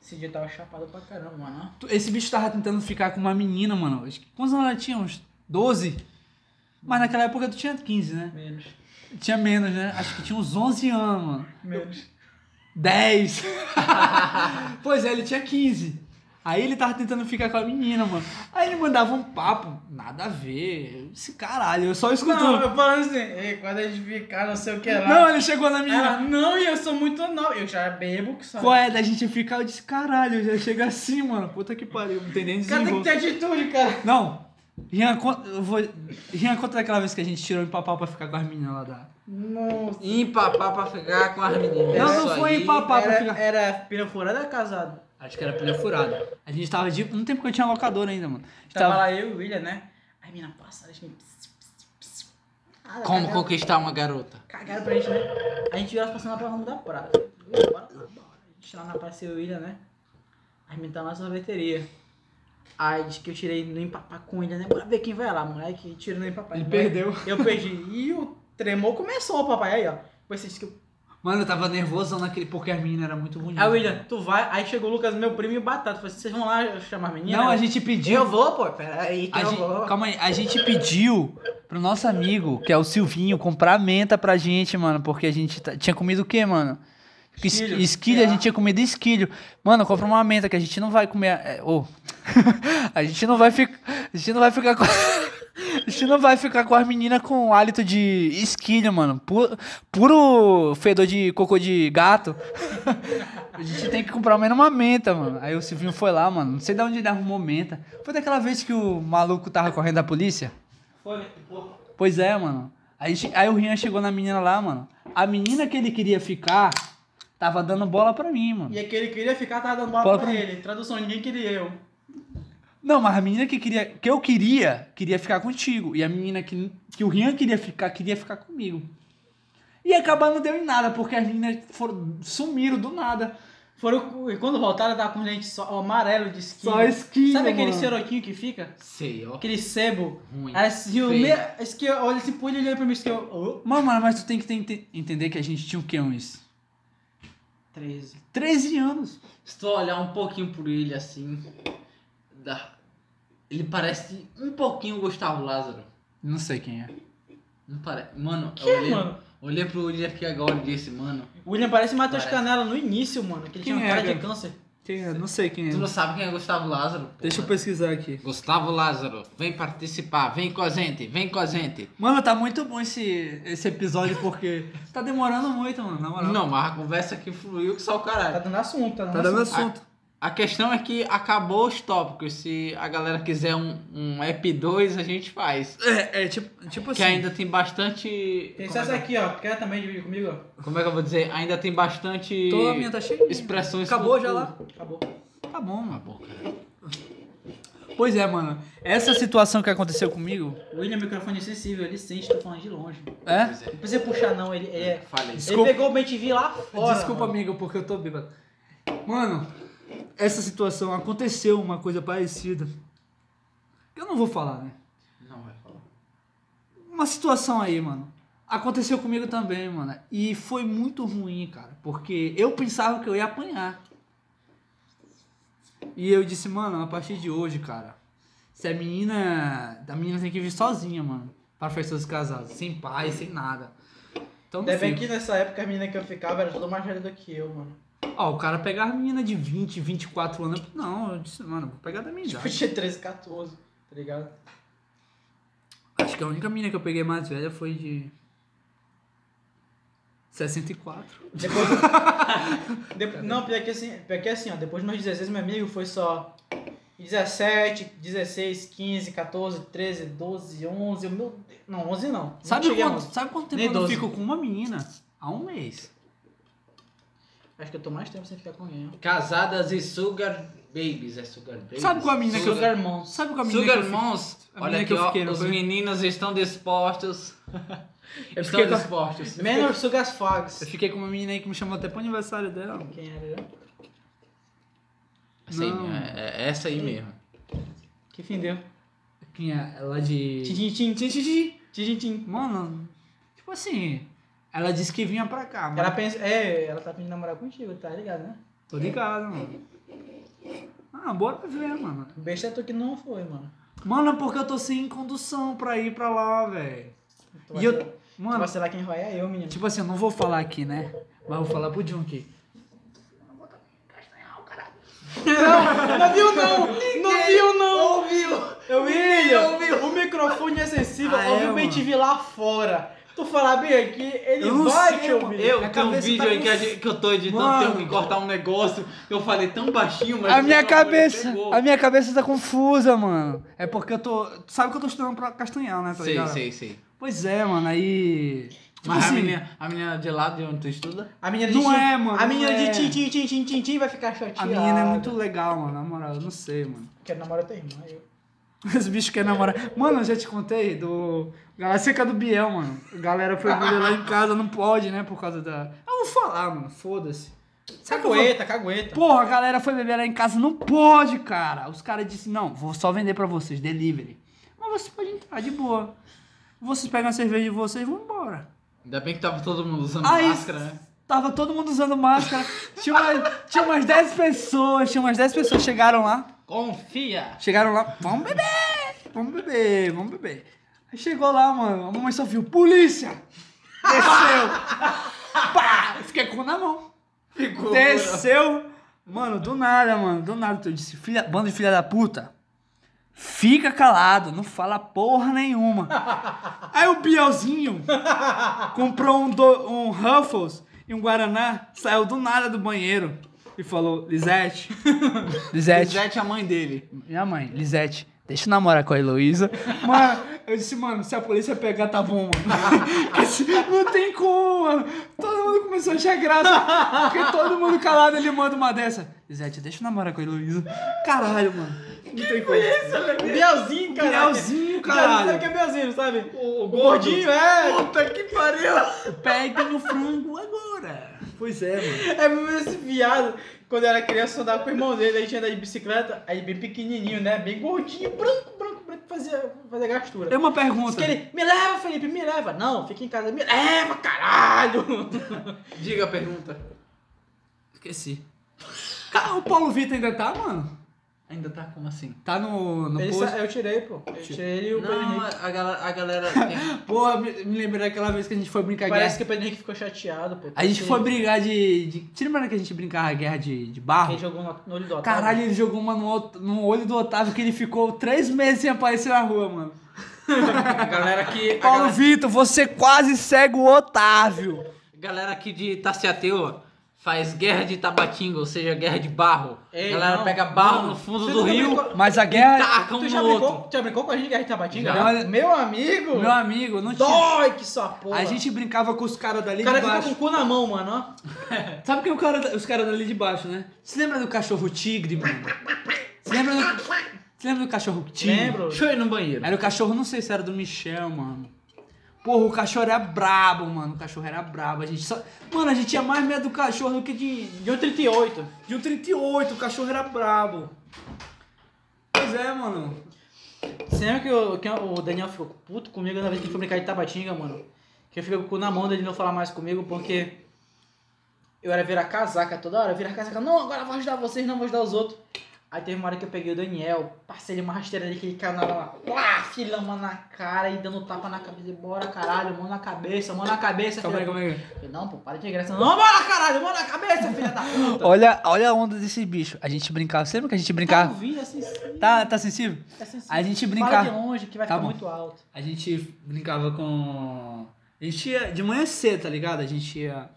B: Esse dia tava chapado pra caramba, mano.
C: Tu- Esse bicho tava tentando ficar com uma menina, mano. Acho que- Quantos anos ela tinha? Uns 12? Mas naquela época tu tinha 15, né?
B: Menos.
C: Tinha menos, né? Acho que tinha uns 11 anos, mano. [LAUGHS]
B: Menos.
C: 10. [LAUGHS] pois é, ele tinha 15. Aí ele tava tentando ficar com a menina, mano. Aí ele mandava um papo, nada a ver. Esse caralho, eu só
B: Não,
C: escutando.
B: eu falando assim, "Ei, quando a gente ficar, não sei o que lá.
C: Não, ele chegou na menina.
B: Ela, não, e eu sou muito nova. Eu já bebo que só.
C: Qual é? Da gente ficar, eu disse, caralho, eu já chega assim, mano. Puta que pariu, não tem nem
B: Cara, tem que
C: desenvolvimento.
B: ter atitude, cara.
C: Não. Rian, conta, eu vou... Rian, conta daquela vez que a gente tirou em papau pra ficar com as meninas lá da...
B: Nossa.
A: Empapar pra ficar com as meninas.
C: Não, não
A: Isso
C: foi
A: aí.
C: empapar. Papo,
B: era,
C: filha.
B: era filha furada casado?
C: Acho que era pilha furada. A gente tava de... Não tem porque eu tinha locadora ainda, mano. A gente
B: Tava
C: tava...
B: lá eu e o William, né? Aí mina passa, a gente. pss, pss, pss. Ah,
A: Como
B: cagaram,
A: conquistar uma garota?
B: cagaram pra gente, né? A gente viu elas passando lá pra Ramo da Prata. Ih, Bora, bora, bora. A gente lá na praça eu e o William, né? Aí me tá na sorveteria. Aí diz que eu tirei no empapá com ele, né? Bora ver quem vai lá, moleque. Tiro no empapá.
C: Ele
B: Moleque,
C: perdeu.
B: Eu perdi. E o tremor começou, papai. Aí, ó. Depois você disse que eu
C: Mano, eu tava nervosão naquele... Porque as meninas eram muito bonitas.
B: Aí, Ah, William, tu vai. Aí chegou o Lucas, meu primo, e o Batata. Falei, vocês vão lá chamar a menina?
C: Não, a
B: Eu-
C: gente pediu...
B: Eu vou, pô. Pera aí, que
C: A
B: eu
C: gente,
B: vou.
C: calma aí, a gente pediu pro nosso amigo, que é o Silvinho, comprar menta pra gente, mano, porque a gente tá- tinha comido o quê, mano? Que es-
B: Esquilho.
C: Esquilho, a gente tinha comido esquilho. Mano, compra uma menta que a gente não vai comer. é, ô. [LAUGHS] a gente não vai ficar. A gente não vai ficar com. [LAUGHS] A gente não vai ficar com as meninas com hálito de esquilho, mano. Puro, puro fedor de cocô de gato. [LAUGHS] A gente tem que comprar ao menos uma menta, mano. Aí o Silvinho foi lá, mano. Não sei de onde ele arrumou menta. Foi daquela vez que o maluco tava correndo da polícia?
B: Foi, pô.
C: Pois é, mano. Aí, che- aí o Rian chegou na menina lá, mano. A menina que ele queria ficar tava dando bola pra mim, mano.
B: E aquele que queria ficar tava dando bola
C: Bola
B: pra
C: pra mim.
B: ele. Tradução, ninguém queria eu.
C: Não, mas a menina que, queria, que eu queria, queria ficar contigo. E a menina que, que o Rian queria ficar, queria ficar comigo. E acabar não deu em nada, porque as meninas foram, sumiram do nada.
B: Foram, cu- e quando voltaram, tava com dente só ó, amarelo de esquina.
C: Só esquina,
B: Sabe aquele
C: mano.
B: ceroquinho que fica?
A: Sei, ó.
B: Aquele sebo?
A: Ruim.
B: Aí, assim, o
A: Feio.
B: me... esse que eu- assim olha esse punho olhando pra mim, esse que eu... Oh,
C: Mano, mano, mas tu tem que ter- ente- entender que a gente tinha o quê, uns
B: 13.
C: 13 anos.
A: Se tu olhar um pouquinho por ele assim, dá- ele parece um pouquinho o Gustavo Lázaro.
C: Não sei quem é.
A: Não parece. Mano,
B: Que,
A: eu olhei,
B: mano?
A: olhei pro William aqui agora e disse, mano,
B: O William parece Matheus
A: Parece.
B: Canela no início, mano. Que ele
C: Quem
B: tinha um
C: é,
B: cara de
C: cara?
B: câncer.
C: Quem é? Não sei quem é.
A: Tu não sabe quem é Gustavo Lázaro? pô.
C: Deixa eu pesquisar aqui.
A: Gustavo Lázaro, vem participar, vem com a gente, vem com a gente.
C: Mano, tá muito bom esse, esse episódio porque tá demorando muito, mano, na moral.
A: Não, mas a conversa aqui fluiu que só o
B: Tá
A: caralho.
B: dando assunto, tá dando
C: Tá dando assunto.
A: A questão é que acabou os tópicos. Se a galera quiser um, um EP 2, a gente faz.
C: É, é tipo, tipo
A: Que
C: assim.
A: ainda tem bastante.
B: Tem
A: como é
B: acesso
A: que-
B: aqui, ó. Quer também dividir comigo, ó?
A: Como é que eu vou dizer? Ainda tem bastante
C: Toda a minha tá cheia.
A: expressões.
C: Acabou já
A: futuras.
C: lá?
B: Acabou.
C: Tá bom, mano.
A: Acabou, cara.
C: Pois é, mano. Essa situação que aconteceu comigo.
B: William, é microfone sensível, ele sente, tô falando de longe. Não
C: É?
A: Pois é.
B: precisa puxar, não. Ele, ele é.
A: Fala isso.
B: Ele pegou o BTV lá fora.
C: Desculpa,
B: mano.
C: amigo, porque eu tô bêbado. Mano, essa situação aconteceu uma coisa parecida. Eu não vou falar, né?
A: Não vai falar.
C: Uma situação aí, mano. Aconteceu comigo também, mano. E foi muito ruim, cara. Porque eu pensava que eu ia apanhar. E eu disse, mano, a partir de hoje, cara. Se a menina. A menina tem que vir sozinha, mano. Pra festa dos casados. Sem pai, sem nada. Então,
B: Ainda bem
C: enfim.
B: que nessa época a menina que eu ficava era toda mais velha do que eu, mano.
C: Ó, o cara pegava a menina de 20, 24 anos. Não, eu disse, mano, vou pegar da minha
B: Tipo, eu
C: idade.
B: tinha 13, 14, tá ligado?
C: Acho que a única menina que eu peguei mais velha foi de. 64.
B: Depois. [LAUGHS] Depo- não, pior que, assim, pior que assim, ó. Depois dos meus 16, meu amigo foi só 17, 16, 15, 14, 13, 12, 11. eu- Meu Deus. Não, 11 não. não
C: Sabe
B: cheguei a
C: quanto,
B: 11.
C: sabe quanto tempo
B: Nem
C: eu não
B: 12.
C: fico com uma menina? Há um mês.
B: Acho que eu tô mais tempo sem ficar com ninguém.
A: Casadas e Sugar Babies. É Sugar Babies?
C: Sabe qual a menina que eu-
B: Sugar Mons.
C: Sabe com a menina
A: Sugar
C: que eu fico-
A: Mons.
C: a
A: Olha
C: menina
A: aqui,
C: que eu
A: ó.
C: fiquei, não
A: os
C: foi?
A: meninos estão dispostos.
C: Eu
A: estão
C: fiquei, com a-
A: dispostos.
B: Menor Sugar Fags.
C: eu fiquei com uma menina aí que me chamou até pro aniversário dela.
B: Quem era?
C: né?
B: eu?
A: Essa aí,
C: Não.
A: é, é essa aí mesmo.
B: Que fim deu?
C: Quem é? Ela de.
B: Tchim, tchim, tchim, tchim, tchim, tchim, tchim.
C: Mano, tipo assim. Ela disse que vinha pra cá, mano.
B: Ela pensa. É, ela tá pedindo namorar contigo, tá ligado, né?
C: Tô ligado, mano. Ah, bora ver, mano.
B: O besta é tu que não foi, mano.
C: Mano, é porque eu tô sem condução pra ir pra lá, velho.
B: Tu
C: E
B: vai
C: eu-
B: ser- tu
C: Mano,
B: vai ser lá quem vai é eu, menino.
C: tipo assim, eu não vou falar aqui, né? Mas eu vou falar pro John aqui.
B: Não viu não! Não viu não! Ouviu! Eu ouviu! O microfone é sensível,
C: Ah, é,
B: ouviu o
C: mano.
B: BTV lá fora. Tu falar bem aqui, ele
C: Eu não
B: vai
C: sei,
B: te ouvir.
C: mano.
A: Eu
C: Minha
A: tenho um
C: cabeça
A: vídeo
C: tá
A: aí
C: com
A: que, a gente- que eu tô editando,
C: Mano.
A: tenho que cortar um negócio. Eu falei tão baixinho, mas.
F: A
A: o
F: minha
A: microfone
F: cabeça,
A: pegou.
F: a minha cabeça tá confusa, mano.
C: É porque eu tô. Tu sabe que eu tô estudando pra Castanhal, né? Tá
A: Sei,
C: ligado?
A: sei, sei.
C: Pois é, mano, aí. Tipo
A: Mas a
C: assim,
A: menina, a menina de lá de onde tu estuda?
B: A menina de
C: Não
B: tchim-
C: é, mano,
B: A menina
C: não é.
B: de tchim, tchim, tchim, tchim, tchim, tchim vai ficar chateada.
C: a menina é muito legal, mano. Na moral, eu não sei, mano.
B: Quero namorar tua irmã, eu.
C: [LAUGHS] Os bichos querem namorar. Mano, eu já te contei do. Galera seca do Biel, mano. A galera foi beber lá em casa, não pode, né? Por causa da. Eu vou falar, mano. Foda-se. Sabe que eu vou-
B: Cagueta, cagueta.
C: Porra, a galera foi beber lá em casa, não pode, cara. Os caras disseram, não, vou só vender pra vocês, delivery. Mas vocês podem entrar, de boa. Vocês pegam a cerveja de vocês e vão embora.
A: Ainda bem que tava todo mundo usando
C: Aí-
A: máscara, né?
C: Tava todo mundo usando máscara. Tinha, uma- tinha umas 10 pessoas, tinha umas 10 pessoas chegaram lá.
A: Confia!
C: Chegaram lá, vamos beber! Vamos beber, vamos beber. Aí chegou lá, mano, a mamãe só viu, polícia! Desceu! Pá! Eu Fiquei com o na mão.
A: Ficou.
C: Desceu! Mano, do nada, mano, do nada. Eu disse, filha, bando de filha da puta, fica calado, não fala porra nenhuma. Aí o Bielzinho comprou um, do- um Ruffles e um Guaraná, saiu do nada do banheiro e falou, Lisete, Lisete,
A: Jete é a mãe dele.
C: minha mãe, Lisete, deixa eu namorar com a Heloísa. [LAUGHS] Mano, eu disse, mano, se a polícia pegar, tá bom, mano. [LAUGHS] Esse- Não tem como, mano. Todo mundo começou a achar graça. Porque todo mundo calado, ele manda uma dessa. Lisete, deixa eu namorar com a Heloísa. Caralho, mano. Não tem como.
B: O Bielzinho, cara. Sabe
C: Bielzinho,
B: o que
C: caralho.
B: é Bielzinho, sabe?
A: O,
B: O gordinho, é.
A: Puta que pariu!
C: Peguem o frango agora. Pois é, mano.
B: É mesmo esse viado. Quando eu era criança, eu andava com o irmão dele, aí tinha andado de bicicleta, aí bem pequenininho, né? Bem gordinho, branco, branco, branco, fazia, fazia gastura.
C: Tem uma
B: Disse
C: pergunta.
B: que ele, me leva, Felipe, me leva. Não, fica em casa, me leva, caralho.
A: Diga a pergunta.
C: Esqueci. Cara, o Paulo Vitor ainda tá, mano?
A: Ainda tá como assim?
C: Tá no, no
B: [LAUGHS] Ele é-
C: post.
B: sa- Eu tirei, pô. Eu tirei ele e o
C: é
B: Pedro
A: Não,
B: Henrique.
A: a galera, a galera tem...
C: Porra, me, me lembrei daquela vez que a gente foi brincar
B: Parece
C: guerra.
B: que o Pedro Henrique ficou chateado, pô.
C: A gente
B: porque
C: foi brigar de, de. Te lembra que a gente brincava guerra de, de
B: Quem
C: barro?
B: jogou no no olho do Otávio.
C: Caralho, ele jogou uma no, ot- no olho do Otávio que ele ficou três meses sem aparecer na rua, mano.
A: A galera que... A
C: Paulo
A: galera,
C: Vitor, você quase cega o Otávio.
A: galera aqui de Taciateu faz guerra de Tabatinga, ou seja, guerra de barro.
B: Ei,
A: a galera
B: não,
A: pega barro
B: não.
A: no fundo
B: Você
A: do
B: nunca
A: rio
B: brincou-
C: Mas a
A: e
C: guerra.
A: taca um
B: Tu já
A: no outro.
B: brincou, já brincou com a gente, Guerra de Tabatinga?
A: Já.
B: Não, Meu amigo!
C: Meu amigo, não tinha.
B: Dói que sua porra!
C: A gente brincava com os caras dali
B: O cara
C: de
B: fica com
C: baixo.
B: o cu na mão, mano, ó.
C: Sabe que o cara, os caras dali de baixo, né? Você lembra do cachorro tigre, mano? Você lembra do, você lembra do cachorro tigre?
B: Lembro.
A: Deixa eu ir no banheiro.
C: Era o cachorro, não sei se era do Michel, mano. Porra, o cachorro era brabo, mano. O cachorro era brabo. A gente só... Mano, a gente tinha mais medo do cachorro do que de,
B: De 1,38.
C: de um 38. O cachorro era brabo.
G: Pois é, mano.
B: Você lembra que o, que o Daniel ficou puto comigo na vez que ele foi brincar de Tabatinga, mano? Que eu fiquei com o cu na mão dele não falar mais comigo, porque eu era virar casaca toda hora, virar casaca, não, agora eu vou ajudar vocês, não vou ajudar os outros. Aí teve uma hora que eu peguei o Daniel, passei ele uma rasteira ali, aquele canal lá, uá, filama na cara e dando tapa na cabeça, e bora caralho, mão na cabeça, mão na cabeça,
C: Calma aí,
B: filha da
C: calma aí.
B: puta. Eu, Não, pô, para de graça, não, bora caralho, mão na cabeça, filha da puta.
C: Olha, olha a onda desse bicho. A gente brincava. Você lembra que a gente
B: Tá
C: brincava?
B: ouvindo, assim, sim,
C: Tá, tá sensível?
B: tá sensível.
C: A gente
B: Fala de
C: brincava.
B: longe que vai
C: Tá
B: ficar
C: bom.
B: muito alto.
C: A gente brincava com. A gente ia de manhã cedo, tá ligado? A gente ia.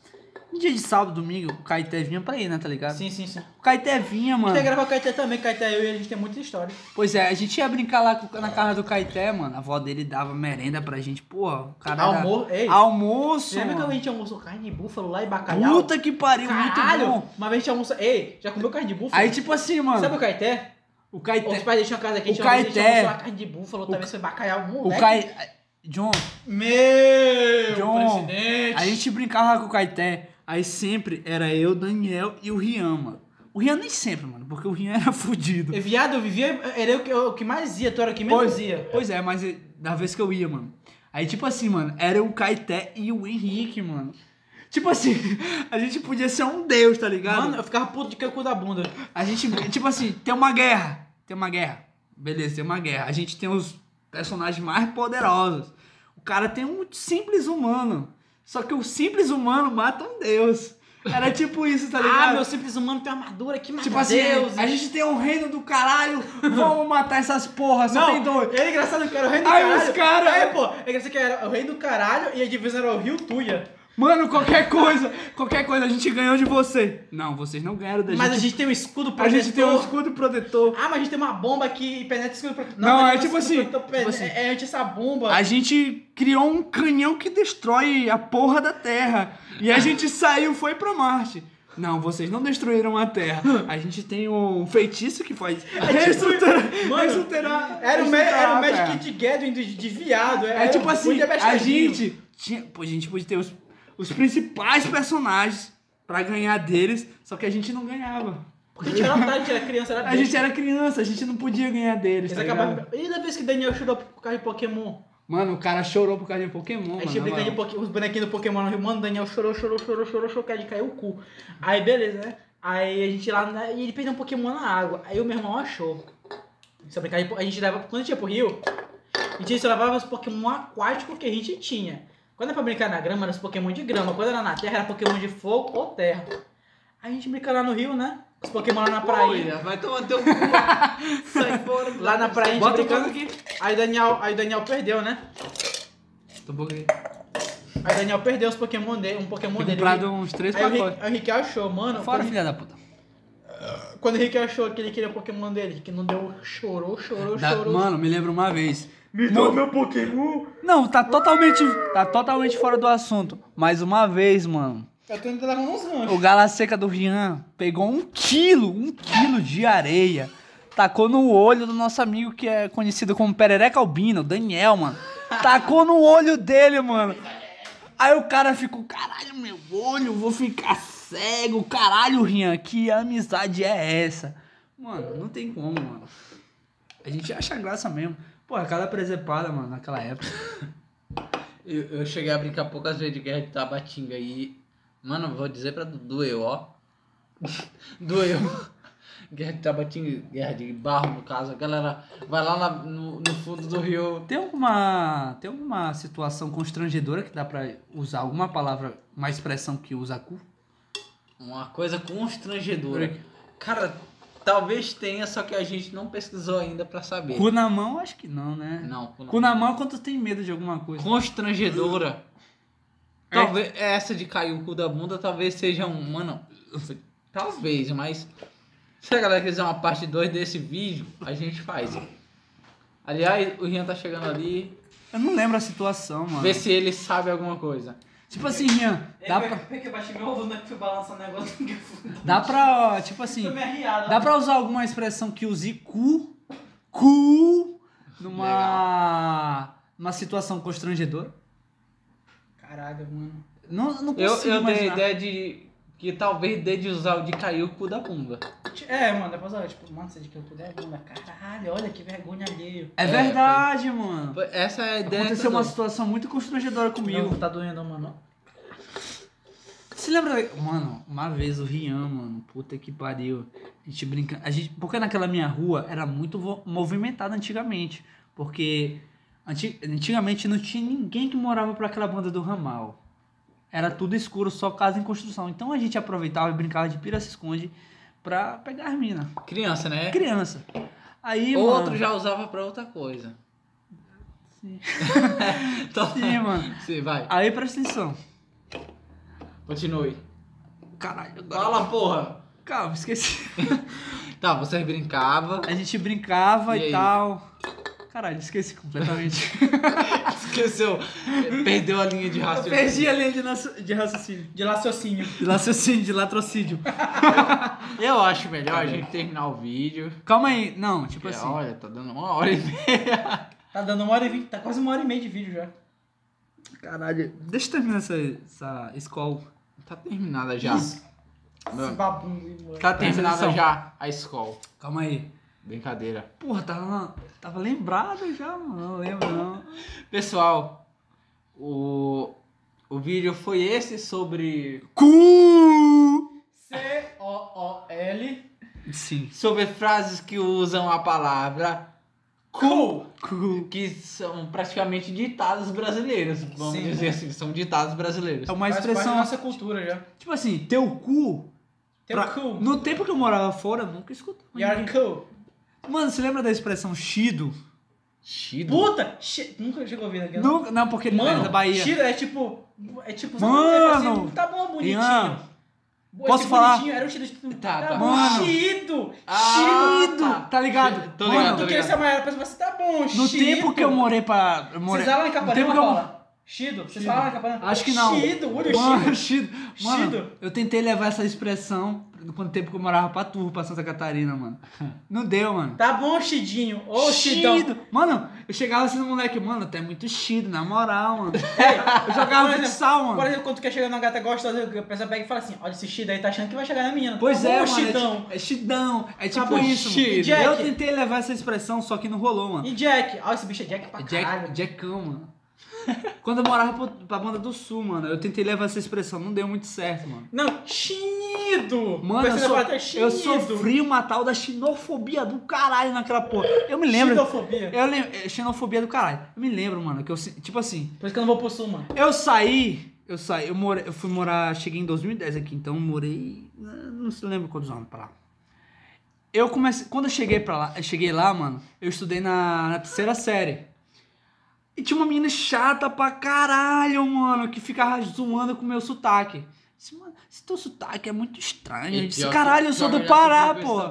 C: Um dia de sábado, domingo, o Caeté vinha pra ir, né, tá ligado?
B: Sim, sim, sim.
C: O Caeté vinha,
B: A gente
C: mano.
B: tem que gravar com o Caeté também, Caeté e eu e ele, a gente tem muita história.
C: Pois é, a gente ia brincar lá com- na casa do Caeté, mano. A avó dele dava merenda pra gente. Porra, o cara. era-
B: Almo... Ei,
C: Almoço.
B: lembra que a
C: mano.
B: gente almoçou carne de búfalo lá e bacalhau?
C: Puta que pariu,
B: Caralho,
C: muito bom.
B: Uma vez a gente almoçou... Ei, já comeu carne de búfalo?
C: Aí, tipo assim, mano.
B: Sabe o Caeté?
C: O
B: Os
C: Caeté.
B: pais deixam a casa aqui, a gente
C: O
B: almoçou- a gente
C: Caeté-
B: almoçou a carne de búfalo,
C: Ca-
B: talvez foi bacalhau,
C: O
B: moleque.
C: Caeté. John,
B: Meu
C: John,
B: presidente.
C: a gente brincava com o Caeté. Aí sempre era eu, Daniel e o Rian, mano. O Rian nem sempre, mano, porque o Rian era [LAUGHS] fudido.
B: Eu, viado, eu vivia... Era eu que, eu que mais ia, tu era o que menos
C: Pois-
B: ia.
C: Pois é, mas eh, da vez que eu ia, mano. Aí, tipo assim, mano, era o Caeté e o Henrique, mano. Tipo assim, [LAUGHS] a gente podia ser um deus, tá ligado?
B: Mano, eu ficava puto de que eu cu da bunda.
C: A gente, tipo assim, tem uma guerra. Tem uma guerra. Beleza, tem uma guerra. A gente tem os personagens mais poderosos. O cara tem um simples humano. Só que o simples humano mata um deus. Era tipo isso, tá
B: ah,
C: ligado?
B: meu simples humano tem armadura, que mata
C: tipo assim,
B: Deus.
C: a gente tem um reino do caralho. Vamos matar essas porras, só
B: Não,
C: tem dois.
B: Ele é engraçado que era o rei do
C: Aí
B: caralho.
C: os cara-
B: Aí, pô, é engraçado que era o rei do caralho e a divisa era o Rio Tuia.
C: Mano, qualquer coisa, qualquer coisa, a gente ganhou de você. Não, vocês não ganharam da
B: Mas a
C: gente.
B: gente tem um escudo
C: A
B: protetor.
C: gente tem um escudo protetor.
B: Ah, mas a gente tem uma bomba que penetra o escudo protetor.
C: Não,
B: mas
C: é
B: o escudo
C: tipo assim,
B: protetor
C: tipo
B: pene-
C: assim.
B: É anti essa bomba.
C: A gente criou um canhão que destrói a porra da Terra. E a gente saiu, foi pra Marte. Não, vocês não destruíram a Terra. A gente tem um feitiço que faz reestruturar.
B: mano,
C: reestruturar-
B: Era o, ma- era
C: reestruturar
B: o
C: a Terra.
B: Magic Kid Gathering de, de viado. Era
C: É tipo assim,
B: muito
C: a
B: abestadinho.
C: gente tinha, pô, a gente podia ter os, os principais personagens pra ganhar deles, só que a gente não ganhava.
B: A gente era otário, a gente era criança, era
C: A gente era criança, a gente não podia ganhar
B: Eles
C: deles. Tá ligado?
B: acabaram... E da vez que o Daniel chorou por causa de Pokémon?
C: Mano, o cara chorou por causa de Pokémon.
B: a
C: Mano,
B: gente
C: na
B: brinca de
C: moral.
B: Poké- os bonequinhos do Pokémon no Rio. Mano, o Daniel chorou, chorou, chorou, chorou, chorou, chorou, caiu o cu. Aí, beleza, né? Aí a gente lá. na- E ele perdeu um Pokémon na água. Aí o meu irmão achou. Se eu brincar, de po- a gente levava. Quando a gente ia pro Rio, a gente só levava os Pokémon aquáticos que a gente tinha. Quando era pra brincar na grama, era os Pokémon de grama. Quando era na terra, era Pokémon de fogo ou terra. Aí a gente brinca lá no Rio, né? Os Pokémon lá na praia.
A: Olha, vai tomar teu cu.
B: [LAUGHS]
A: Sai fora.
B: Lá na praia a gente
C: Bota o
B: brincando.
C: coco aqui.
B: Aí o Daniel, aí o Daniel perdeu, né?
C: Tô um pouco aqui.
B: Aí o Daniel perdeu os Pokémon dele, um Pokémon
C: Tinha
B: dele.
C: comprado uns três
B: Aí o
C: pacotes.
B: Rick, aí o Rick achou, mano.
C: Fora,
B: quando,
C: filha da puta.
B: quando o Rick achou que ele queria o Pokémon dele, que não deu, chorou, chorou,
C: Da-
B: chorou.
C: mano, me lembro uma vez.
B: Me
C: dá
B: meu Pokémon!
C: Não, tá totalmente, tá totalmente fora do assunto. Mas uma vez, mano,
B: Eu tô indo levar uns
C: o
B: lanches.
C: Gala Seca do Rian pegou um quilo, um quilo de areia. Tacou no olho do nosso amigo que é conhecido como Perereca Albino, o Daniel, mano. Tacou no olho dele, mano. Aí o cara ficou, caralho, meu olho, vou ficar cego. Caralho, Rian, que amizade é essa? Mano, não tem como, mano. A gente acha graça mesmo. Pô, é cada presepada, mano, naquela época.
A: Eu, eu cheguei a brincar poucas vezes de guerra de Tabatinga e. Mano, vou dizer pra tu, [LAUGHS] doeu, [LAUGHS] ó. Doeu. guerra de Tabatinga, guerra de barro, no caso. A galera vai lá na- no, no fundo do rio.
C: Tem alguma, tem alguma situação constrangedora que dá pra usar alguma palavra, uma expressão que usa cu?
A: Uma coisa constrangedora. Cara, talvez tenha, só que a gente não pesquisou ainda pra saber.
C: Cu na mão, acho que não, né?
A: Não, cu na-
C: Cu na mão é quando tu tem medo de alguma coisa.
A: Constrangedora.
C: É.
A: Talvez essa de cair o cu da bunda talvez seja um. Mano, talvez, mas. Se a galera quiser uma parte 2 desse vídeo, a gente faz. Aliás, o Rian tá chegando ali.
C: Eu não lembro a situação, mano.
A: Vê se ele sabe alguma coisa.
C: Tipo assim, Rian,
B: É,
C: dá
B: foi-
C: pra,
B: foi que eu bati meu ovo, né? Que fui balançar o negócio. [LAUGHS] que eu fui-
C: dá pra, ó, tipo assim,
B: Foi me arriado.
C: dá pra usar alguma expressão que use cu, cu, numa, numa situação constrangedora?
B: Caralho, mano.
C: Não, não
A: Eu,
C: consigo
A: eu dei a
C: imaginar.
A: ideia de. Que talvez dê de usar o de cair o cu da bunda.
B: É, mano, depois eu, tipo, mano, sei de que eu puder, bunda. Caralho, olha que vergonha alheio.
C: É
A: É,
C: verdade, mano.
A: Essa é a ideia. que
C: Aconteceu
A: eu
C: uma
A: dou.
C: situação muito constrangedora comigo.
B: Meu, tá doendo, mano.
C: Você lembra. Mano, uma vez o Rian, mano, puta que pariu. A gente brincando. A gente, porque naquela minha rua era muito vo- movimentada antigamente. Porque anti- antigamente não tinha ninguém que morava pra aquela banda do ramal. Era tudo escuro, só casa em construção. Então a gente aproveitava e brincava de pira-se-esconde pra pegar as minas.
A: Criança, né?
C: Criança. Aí,
A: Outro
C: mano.
A: já usava pra outra coisa.
C: Sim.
A: [LAUGHS] Então,
C: Sim, mano.
A: Sim, vai.
C: Aí presta atenção.
A: Continue.
C: Caralho, agora.
A: Fala, porra!
C: Calma, esqueci.
A: Tá, vocês brincavam.
C: A gente brincava
A: E
C: e,
A: aí?
C: tal. Caralho, esqueci completamente.
A: [LAUGHS] Esqueceu. Perdeu a linha de raciocínio.
C: a linha de, nas- de raciocínio.
B: De laciocínio.
C: De raciocínio, de latrocínio.
A: Eu acho melhor a gente terminar o vídeo.
C: Calma aí. Não, tipo
A: Porque,
C: assim.
A: Olha, tá dando uma hora e meia.
B: Tá dando uma hora e vinte, tá quase uma hora e meia de vídeo já.
C: Caralho. Deixa eu terminar essa, essa escola.
A: Tá terminada já.
B: Esse babundo, mano.
C: Tá
A: Tá terminada
C: atenção.
A: já a escola.
C: Calma aí.
A: Brincadeira.
C: Porra, tava, tava lembrado já, mano. Não lembro, não.
A: Pessoal, o, o vídeo foi esse sobre.
C: Cu!
B: C-O-O-L.
C: Sim.
A: Sobre frases que usam a palavra
B: Cool.
C: Cu.
A: que são praticamente ditados brasileiros. Vamos
B: Sim.
A: dizer assim, são ditados brasileiros.
C: É uma
B: Faz parte da
C: expressão.
B: nossa cultura já.
C: Tipo assim, teu cu.
B: Teu
C: Pra-
B: cool.
C: No tempo que eu morava fora, eu nunca escutava.
B: You're
C: ninguém.
B: cool.
C: Mano, você lembra da expressão chido?
A: Chido.
B: Puta! Chi- Nunca chegou a ouvir aqui.
C: Não, não porque ele não
B: Mano,
C: era da Bahia.
B: Tira, é tipo. É tipo.
C: Mano!
B: assim, tá bom, bonitinho.
C: Ian,
B: Bo-
C: posso
B: esse
C: falar?
B: Bonitinho, era o Chido. tipo,
A: Tá, tá.
C: Mano.
B: bom, Chido!
A: Ah,
C: Chido,
A: tá.
C: tá ligado?
A: Tô
C: Mano,
A: ligado, tô
B: tu queria
A: ligado.
B: ser a maior pessoa, mas tá bom,
C: No
B: Chido.
C: tempo que eu morei pra. Eu morei...
B: Vocês falam em
C: no tempo
B: Capanema,
C: que eu
B: Paula? Chido, vocês falam em Capanema?
C: Acho que não.
B: Chido, olha o
C: Mano,
B: Chido.
C: [LAUGHS] Chido. Mano,
B: Chido.
C: eu tentei levar essa expressão no tempo que eu morava pra Turvo, pra Santa Catarina,
B: [LAUGHS]
C: mano. Não deu, mano.
B: Tá bom, Chidinho. Ô, Chidão.
C: Mano, eu chegava assim no moleque, mano, tu é muito chido, na moral, mano. Eu jogava
B: por exemplo,
C: futsal,
B: Por
C: mano.
B: exemplo, quando tu quer chegar numa gata gostosa, a pessoa pega e fala assim, olha esse Chido aí, tá achando que vai chegar na menina.
C: Pois
B: tá
C: é,
B: bom,
C: mano.
B: Chidão.
C: É, ti- é chidão. É tipo
B: bom,
C: isso,
B: Chido.
C: mano. Eu
B: Jack.
C: tentei levar essa expressão, só que não rolou, mano.
B: E Jack? Ó, esse bicho é Jack pra
C: Jack,
B: caralho.
C: Jackão,
B: [LAUGHS]
C: mano. Quando eu morava pro- pra banda do sul, mano, eu tentei levar essa expressão, não deu muito certo, mano.
B: Não, chinido!
C: Mano, eu,
B: Você
C: so-
B: fala até chinido.
C: eu sofri uma tal da xenofobia do caralho naquela porra. Eu me lembro.
B: Xenofobia.
C: Eu lembro. é, Xenofobia do caralho. Eu me lembro, mano, que eu. se- Tipo assim,
B: Por isso que eu não vou pro sul, mano.
C: eu saí. Eu saí, eu, more, eu fui morar, cheguei em 2010 aqui, então eu morei. eh, Não se lembro quantos anos pra lá. Eu comecei. Quando eu cheguei pra lá, eu cheguei lá, mano, eu estudei na, na terceira série. E tinha uma menina chata pra caralho, mano, que ficava zoando com o meu sotaque. Disse, mano, esse teu sotaque é muito estranho. Eu disse, caralho, eu sou do Pará, pô.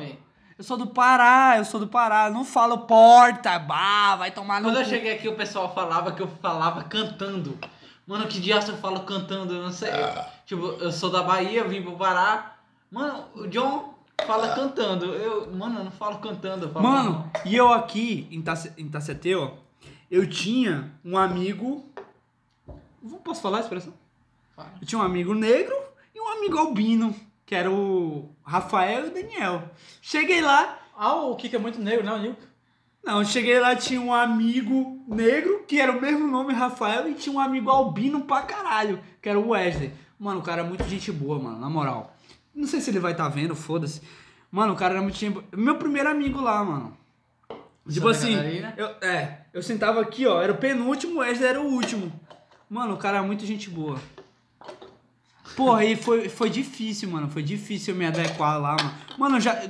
C: Eu sou do Pará, eu sou do Pará. Não falo porta, bah, vai tomar no
A: Quando eu
C: cu.
A: cheguei aqui, o pessoal falava que eu falava cantando. Mano, que dias eu falo cantando? Eu não sei. Tipo, eu sou da Bahia, vim pro Pará. Mano, o John fala cantando. Eu, mano, eu não falo cantando. Eu falo,
C: Mano, e eu aqui em, Tace, em Taceteu, eu tinha um amigo. Vou- Posso falar a expressão?
A: Fala.
C: Eu tinha um amigo negro e um amigo albino, que era o Rafael e o Daniel. Cheguei lá,
B: Ah, o Kiko é muito negro, não, Nilco?
C: não, eu cheguei lá, tinha um amigo negro, que era o mesmo nome, Rafael, e tinha um amigo albino pra caralho, que era o Wesley. Mano, o cara é muito gente boa, mano, na moral. Não sei se ele vai tá vendo, foda-se. Mano, o cara era muito gente. Meu primeiro amigo lá, mano. Tipo
A: Santa
C: assim,
A: Catarina?
C: eu, é, eu sentava aqui, ó, era o penúltimo, o Wesley era o último. Mano, o cara é muito gente boa. Porra, aí foi, foi difícil, mano, foi difícil eu me adequar lá, mano. Mano, eu já.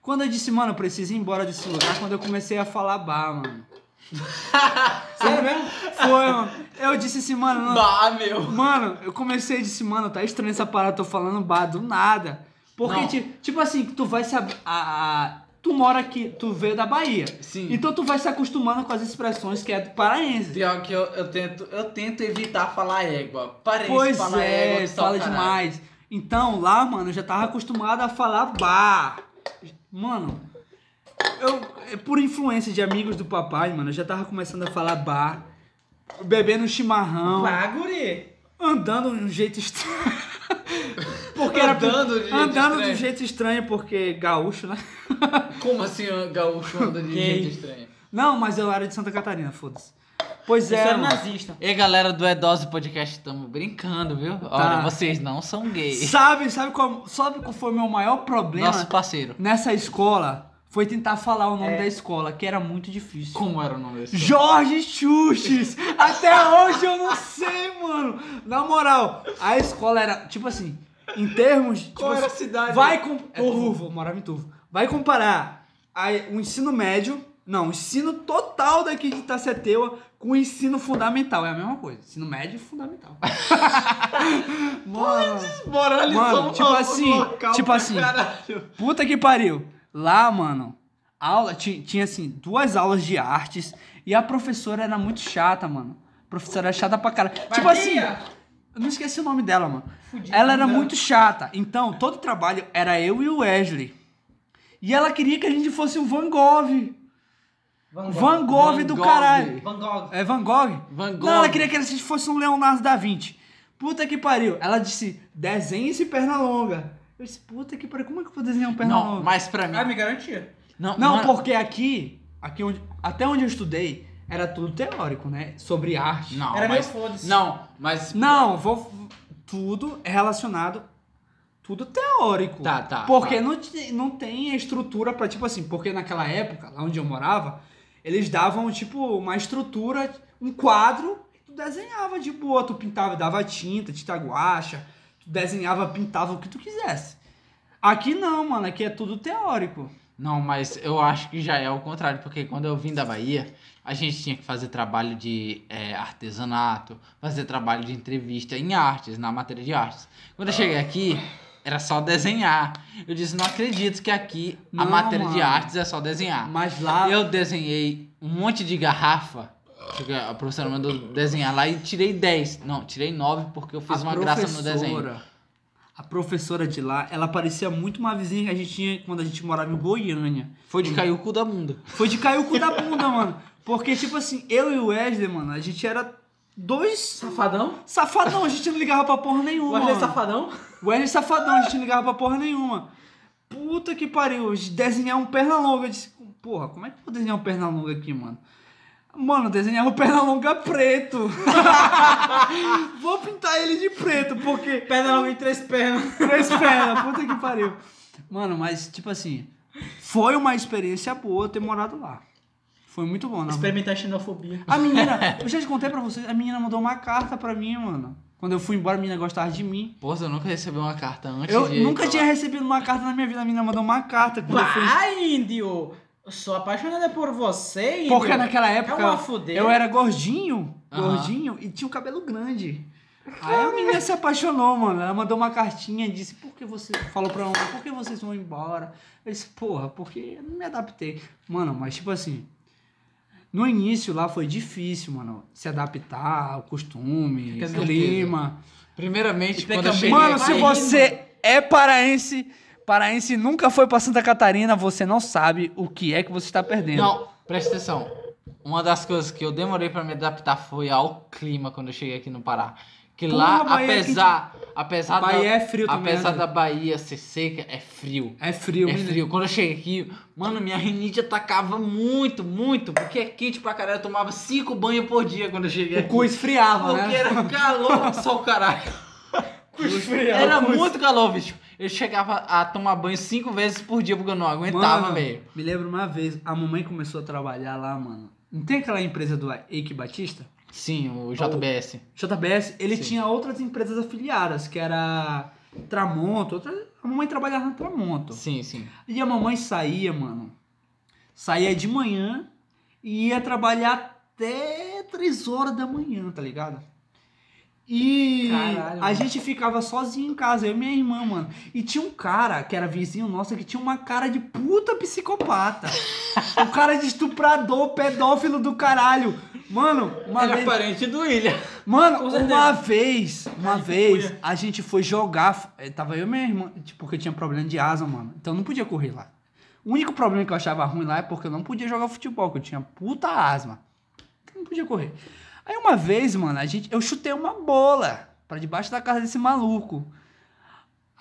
C: Quando eu disse, mano, eu preciso ir embora desse lugar, quando eu comecei a falar bah, mano.
A: [LAUGHS]
B: Sério mesmo?
C: Foi, mano. Eu disse assim, mano, não,
A: Bah, meu.
C: Mano, eu comecei e disse, mano, tá estranho essa parada, tô falando bah do nada. Porque,
A: Não.
C: ti- tipo assim, tu vai se. ab- a- a- tu mora aqui, tu veio da Bahia.
A: Sim.
C: Então tu vai se acostumando com as expressões que é do paraense.
A: Pior que eu, eu tento, eu tento evitar falar égua. Parei
C: Pois
A: de falar égua.
C: é,
A: que né? só
C: fala
A: o caralho.
C: demais. Então lá, mano, eu já tava acostumado a falar bah. Mano, eu, é por influência de amigos do papai, mano, eu já tava começando a falar bah. Bebendo chimarrão.
B: Pá, ah, guri.
C: andando de um jeito estranho. Porque era
A: Andando de jeito
C: andando de um
A: estranho.
C: jeito estranho porque gaúcho, né?
A: Como assim um gaúcho anda
C: [LAUGHS]
A: de
B: Gay.
A: jeito estranho?
C: Não, mas eu era de Santa Catarina, foda-se. Pois
B: Você
C: é.
B: era
C: mano.
B: nazista.
A: E galera do Edose Podcast, tamo brincando, viu?
C: Tá.
A: Olha, vocês não são gays.
C: Sabe, sabe qual, sabe qual foi o meu maior problema
A: Nosso parceiro.
C: nessa escola? Foi tentar falar o nome
A: É.
C: da escola, que era muito difícil.
A: Como era o nome desse?
C: Jorge Chuches! Até hoje eu não sei, mano. Na moral, a escola era, tipo assim, em termos. Tipo,
A: Qual era a
C: assim,
A: cidade?
C: Vai com.
A: É
C: Turvo,
A: Turvo.
C: eu morava em Turvo. Vai comparar a- o ensino médio, não, o ensino total daqui de Itaceteua com o ensino fundamental. É a mesma coisa. Ensino médio e fundamental. [LAUGHS] mano,
A: Moralizou
C: Mano,
A: o
C: tipo
A: nosso
C: assim,
A: local
C: tipo
A: pra
C: assim.
A: caralho.
C: puta que pariu. Lá, mano, aula, ti- tinha assim, duas aulas de artes e a professora era muito chata, mano. A professora era chata pra caralho. Tipo assim, eu não esqueci o nome dela, mano. Ela era muito chata. Então, todo trabalho era eu e o Wesley. E ela queria que a gente fosse um Van Gogh.
B: Van Gogh.
C: Van Gogh
A: Van
C: do
A: Gogh.
C: caralho.
B: Van Gogh.
C: É Van Gogh?
A: Van Gogh.
C: Não, ela queria que a gente fosse um Leonardo da Vinci. Puta que pariu. Ela disse, desenhe esse perna longa. Eu disse, puta que pariu, como é que eu vou desenhar um perna
A: Não,
C: longa?
A: mas pra mim.
B: Ah, me garantia.
A: Não,
C: Não,
A: mano,
C: porque aqui, aqui onde- até onde eu estudei, era tudo teórico, né? Sobre arte.
A: Não,
B: Era meio
A: mas.
B: foda-se.
A: Não, mas.
C: Não, vou. Tudo é relacionado. Tudo teórico.
A: Tá, tá.
C: Porque não, ti- não tem estrutura pra, tipo assim, porque naquela época, lá onde eu morava, eles davam, tipo, uma estrutura, um quadro, tu desenhava de boa, tu pintava, dava tinta, tinta guacha, tu desenhava, pintava o que tu quisesse. Aqui não, mano, aqui é tudo teórico.
A: Não, mas eu acho que já é o contrário, porque quando eu vim da Bahia, a gente tinha que fazer trabalho de eh, artesanato, fazer trabalho de entrevista em artes, na matéria de artes. Quando eu cheguei aqui, era só desenhar. Eu disse, não acredito que aqui a
C: Não,
A: matéria de
C: mano.
A: artes é só desenhar.
C: Mas lá.
A: Eu desenhei um monte de garrafa. que A professora mandou desenhar lá e tirei 10. Não, tirei 9 porque eu fiz
C: a
A: uma graça no desenho.
C: professora- A professora de lá, ela parecia muito uma vizinha que a gente tinha quando a gente morava em Goiânia.
A: Foi de cair o cu da bunda.
C: Foi de cair o cu da bunda, mano. Porque, tipo assim, eu e o Wesley, mano, a gente era dois
B: Safadão?
C: safadão, a gente não ligava pra porra nenhuma.
B: Wesley é
C: mano.
B: Safadão?
C: Wesley é safadão, a gente não ligava pra porra nenhuma. Puta que pariu, de desenhar um perna longa. Eu disse, porra, como é que eu vou desenhar um perna longa aqui, mano? Mano, eu desenhava um perna longa preto. [LAUGHS] vou pintar ele de preto, porque
B: Perna longa em três pernas.
C: Três pernas, puta que pariu. Mano, mas tipo assim, foi uma experiência boa ter morado lá. Foi muito bom, né?
B: Experimentar xenofobia.
C: A menina, eu já te contei pra vocês, a menina mandou uma carta pra mim, mano. Quando eu fui embora, a menina gostava de mim.
A: Porra, eu nunca recebi uma carta antes
C: Eu
A: de ir
C: nunca
A: pra
C: tinha
A: lá.
C: recebido uma carta na minha vida, a menina mandou uma carta quando eu fui.
B: Vai, índio! Eu Sou apaixonada por você, índio.
A: é um
C: Porque naquela
B: uma
C: época
B: fuder.
C: eu era gordinho,
A: Aham. Ah, é
C: gordinho, e tinha o cabelo grande. Aí a menina se apaixonou, mano. Ela mandou uma cartinha e disse, por que você. Falou pra ela, por que vocês vão embora? Eu disse, porra, porque eu não me adaptei. Mano, mas tipo assim. No início lá foi difícil, mano, se adaptar ao costume,
A: Com certeza.
C: clima.
A: Primeiramente, Tipo,
B: Explica
A: quando eu
B: bem.
A: cheguei
C: Mano,
A: aqui-
C: se
B: Vai
C: você é paraense, paraense e nunca foi pra Santa Catarina, você não sabe o que é que você está perdendo.
A: Não, presta atenção. Uma das coisas que eu demorei pra me adaptar foi ao clima quando eu cheguei aqui no Pará. Que
C: Porra,
A: lá,
C: Bahia, é
A: apesar, apesar, da,
C: Bahia é frio também.
A: apesar
C: né?
A: da Bahia ser seca, é frio.
C: É frio,
A: é
C: né?
A: frio. Quando eu cheguei aqui, mano, minha rinite atacava muito, muito. Porque é quente pra caralho. Eu tomava cinco banhos por dia quando eu cheguei
C: O
A: aqui.
C: cu esfriava,
A: Porque
C: né?
H: [LAUGHS]
A: era calor só o caralho.
B: Cusfria.
H: É,
A: Era muito calor, bicho. eu chegava a tomar banho cinco vezes por dia porque eu não aguentava,
C: Mano,
A: velho.
C: Me lembro uma vez, a mamãe começou a trabalhar lá, mano. Não tem aquela empresa do Eike Batista?
A: Sim, o JBS.
C: JBS, ele
A: Sim.
C: tinha outras empresas afiliadas, que era Tramonto, outra... a mamãe trabalhava na Tramonto.
A: Sim, sim.
C: E a mamãe saía, mano. Saía de manhã e ia trabalhar até 3 horas da manhã, tá ligado? E
B: Caralho,
C: a
B: mano.
C: gente ficava sozinho em casa, eu e minha irmã, mano. E tinha um cara que era vizinho nosso que tinha uma cara de puta
H: [LAUGHS]
C: psicopata. um cara de estuprador, pedófilo do caralho. Mano, uma
H: Ele é
C: vez.
H: parente do William.
C: Mano,
B: certeza.
C: uma vez, uma
B: Ai, que
C: vez,
B: cunha.
C: a gente foi jogar. eh, Tava eu e minha irmã, tipo, porque eu tinha problema de asa, mano. Então eu não podia correr lá. O único problema que eu achava ruim lá é porque eu não podia jogar futebol, que eu tinha puta asma. Então eu não podia correr. Aí uma vez, mano, a gente, eu chutei uma bola pra debaixo da casa desse maluco.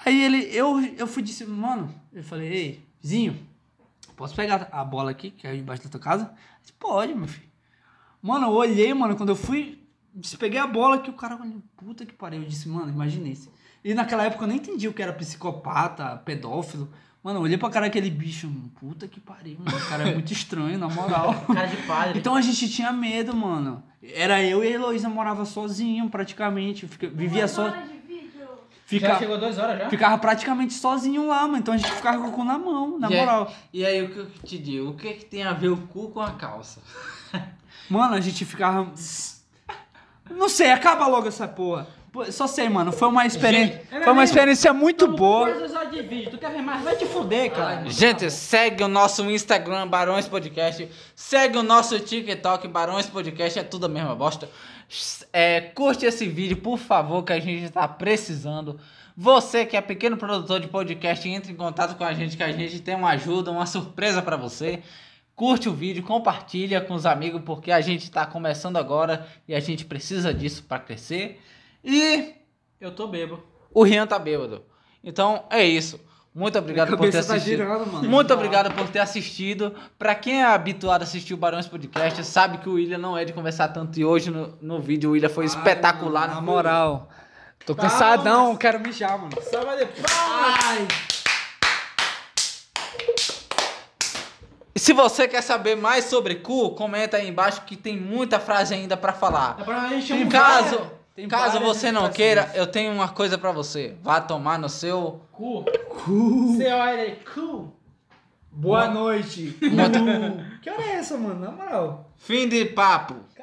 C: Aí ele, eu, eu fui disse, mano, eu falei, ei, vizinho, posso pegar a bola aqui, que é debaixo da tua casa? Ele disse, Pode, meu filho. Mano, eu olhei, mano, quando eu fui, disse, peguei a bola que o cara, olhou, puta que pariu, eu disse, mano, imagina isso. E naquela época eu nem entendi o que era psicopata, pedófilo. Mano, eu olhei pra cara daquele bicho, mano, puta que pariu, mano, o cara é muito estranho, na moral.
B: [LAUGHS] Cara de padre.
C: Então a gente tinha medo, mano. Era eu e a Heloísa morava sozinho, praticamente. Fica- vivia
D: Uma
C: só.
D: hora de vídeo.
B: já
C: Então Fica,
B: chegou duas horas já?
C: ficava praticamente sozinho lá, mano. Então a gente ficava com o cu na mão, na
H: E aí-
C: moral.
H: E aí, o que eu te digo? O que, é que tem a ver o cu com a calça?
C: Mano, a gente ficava. Não sei, acaba logo essa porra. Pô, Só sei, mano. Foi uma experiência.
I: Foi uma experiência muito boa.
B: Duas horas de vídeo. Tu quer ver mais? Vai te fuder, cara.
A: Gente, segue o nosso Instagram, Barões Podcast. Segue o nosso TikTok, Barões Podcast. É tudo a mesma bosta. S- É, curte esse vídeo, por favor, que a gente tá precisando. Você que é pequeno produtor de podcast, entre em contato com a gente, que a gente tem uma ajuda, uma surpresa pra você. Curte o vídeo, compartilha com os amigos, porque a gente tá começando agora e a gente precisa disso pra crescer. E
B: Eu tô bebo.
A: o Rian tá bêbado. Então é isso. Muito obrigado por ter
C: tá
A: assistido.
C: mano.
A: Muito obrigado por ter assistido. Pra quem é habituado a assistir o Barões Podcast, sabe que o William não é de conversar tanto. E hoje no, no vídeo o William foi espetacular.
C: mano,
A: não
C: na
A: foi?
I: Moral. Tô
C: Tá,
I: cansadão,
C: mas-
I: quero mijar, mano.
B: Salva de
C: Ai,
A: E Se você quer saber mais sobre cu, comenta aí embaixo que tem muita frase ainda pra falar.
B: É Em
A: caso,
C: Tem
A: caso
C: várias
A: você não
C: explicações.
A: queira, eu tenho uma coisa pra você. Vá tomar no seu.
B: Cu. Você olha aí. Cu.
C: boa noite.
A: Muito-
C: [LAUGHS] que hora é essa, mano? Na moral.
A: Fim de papo.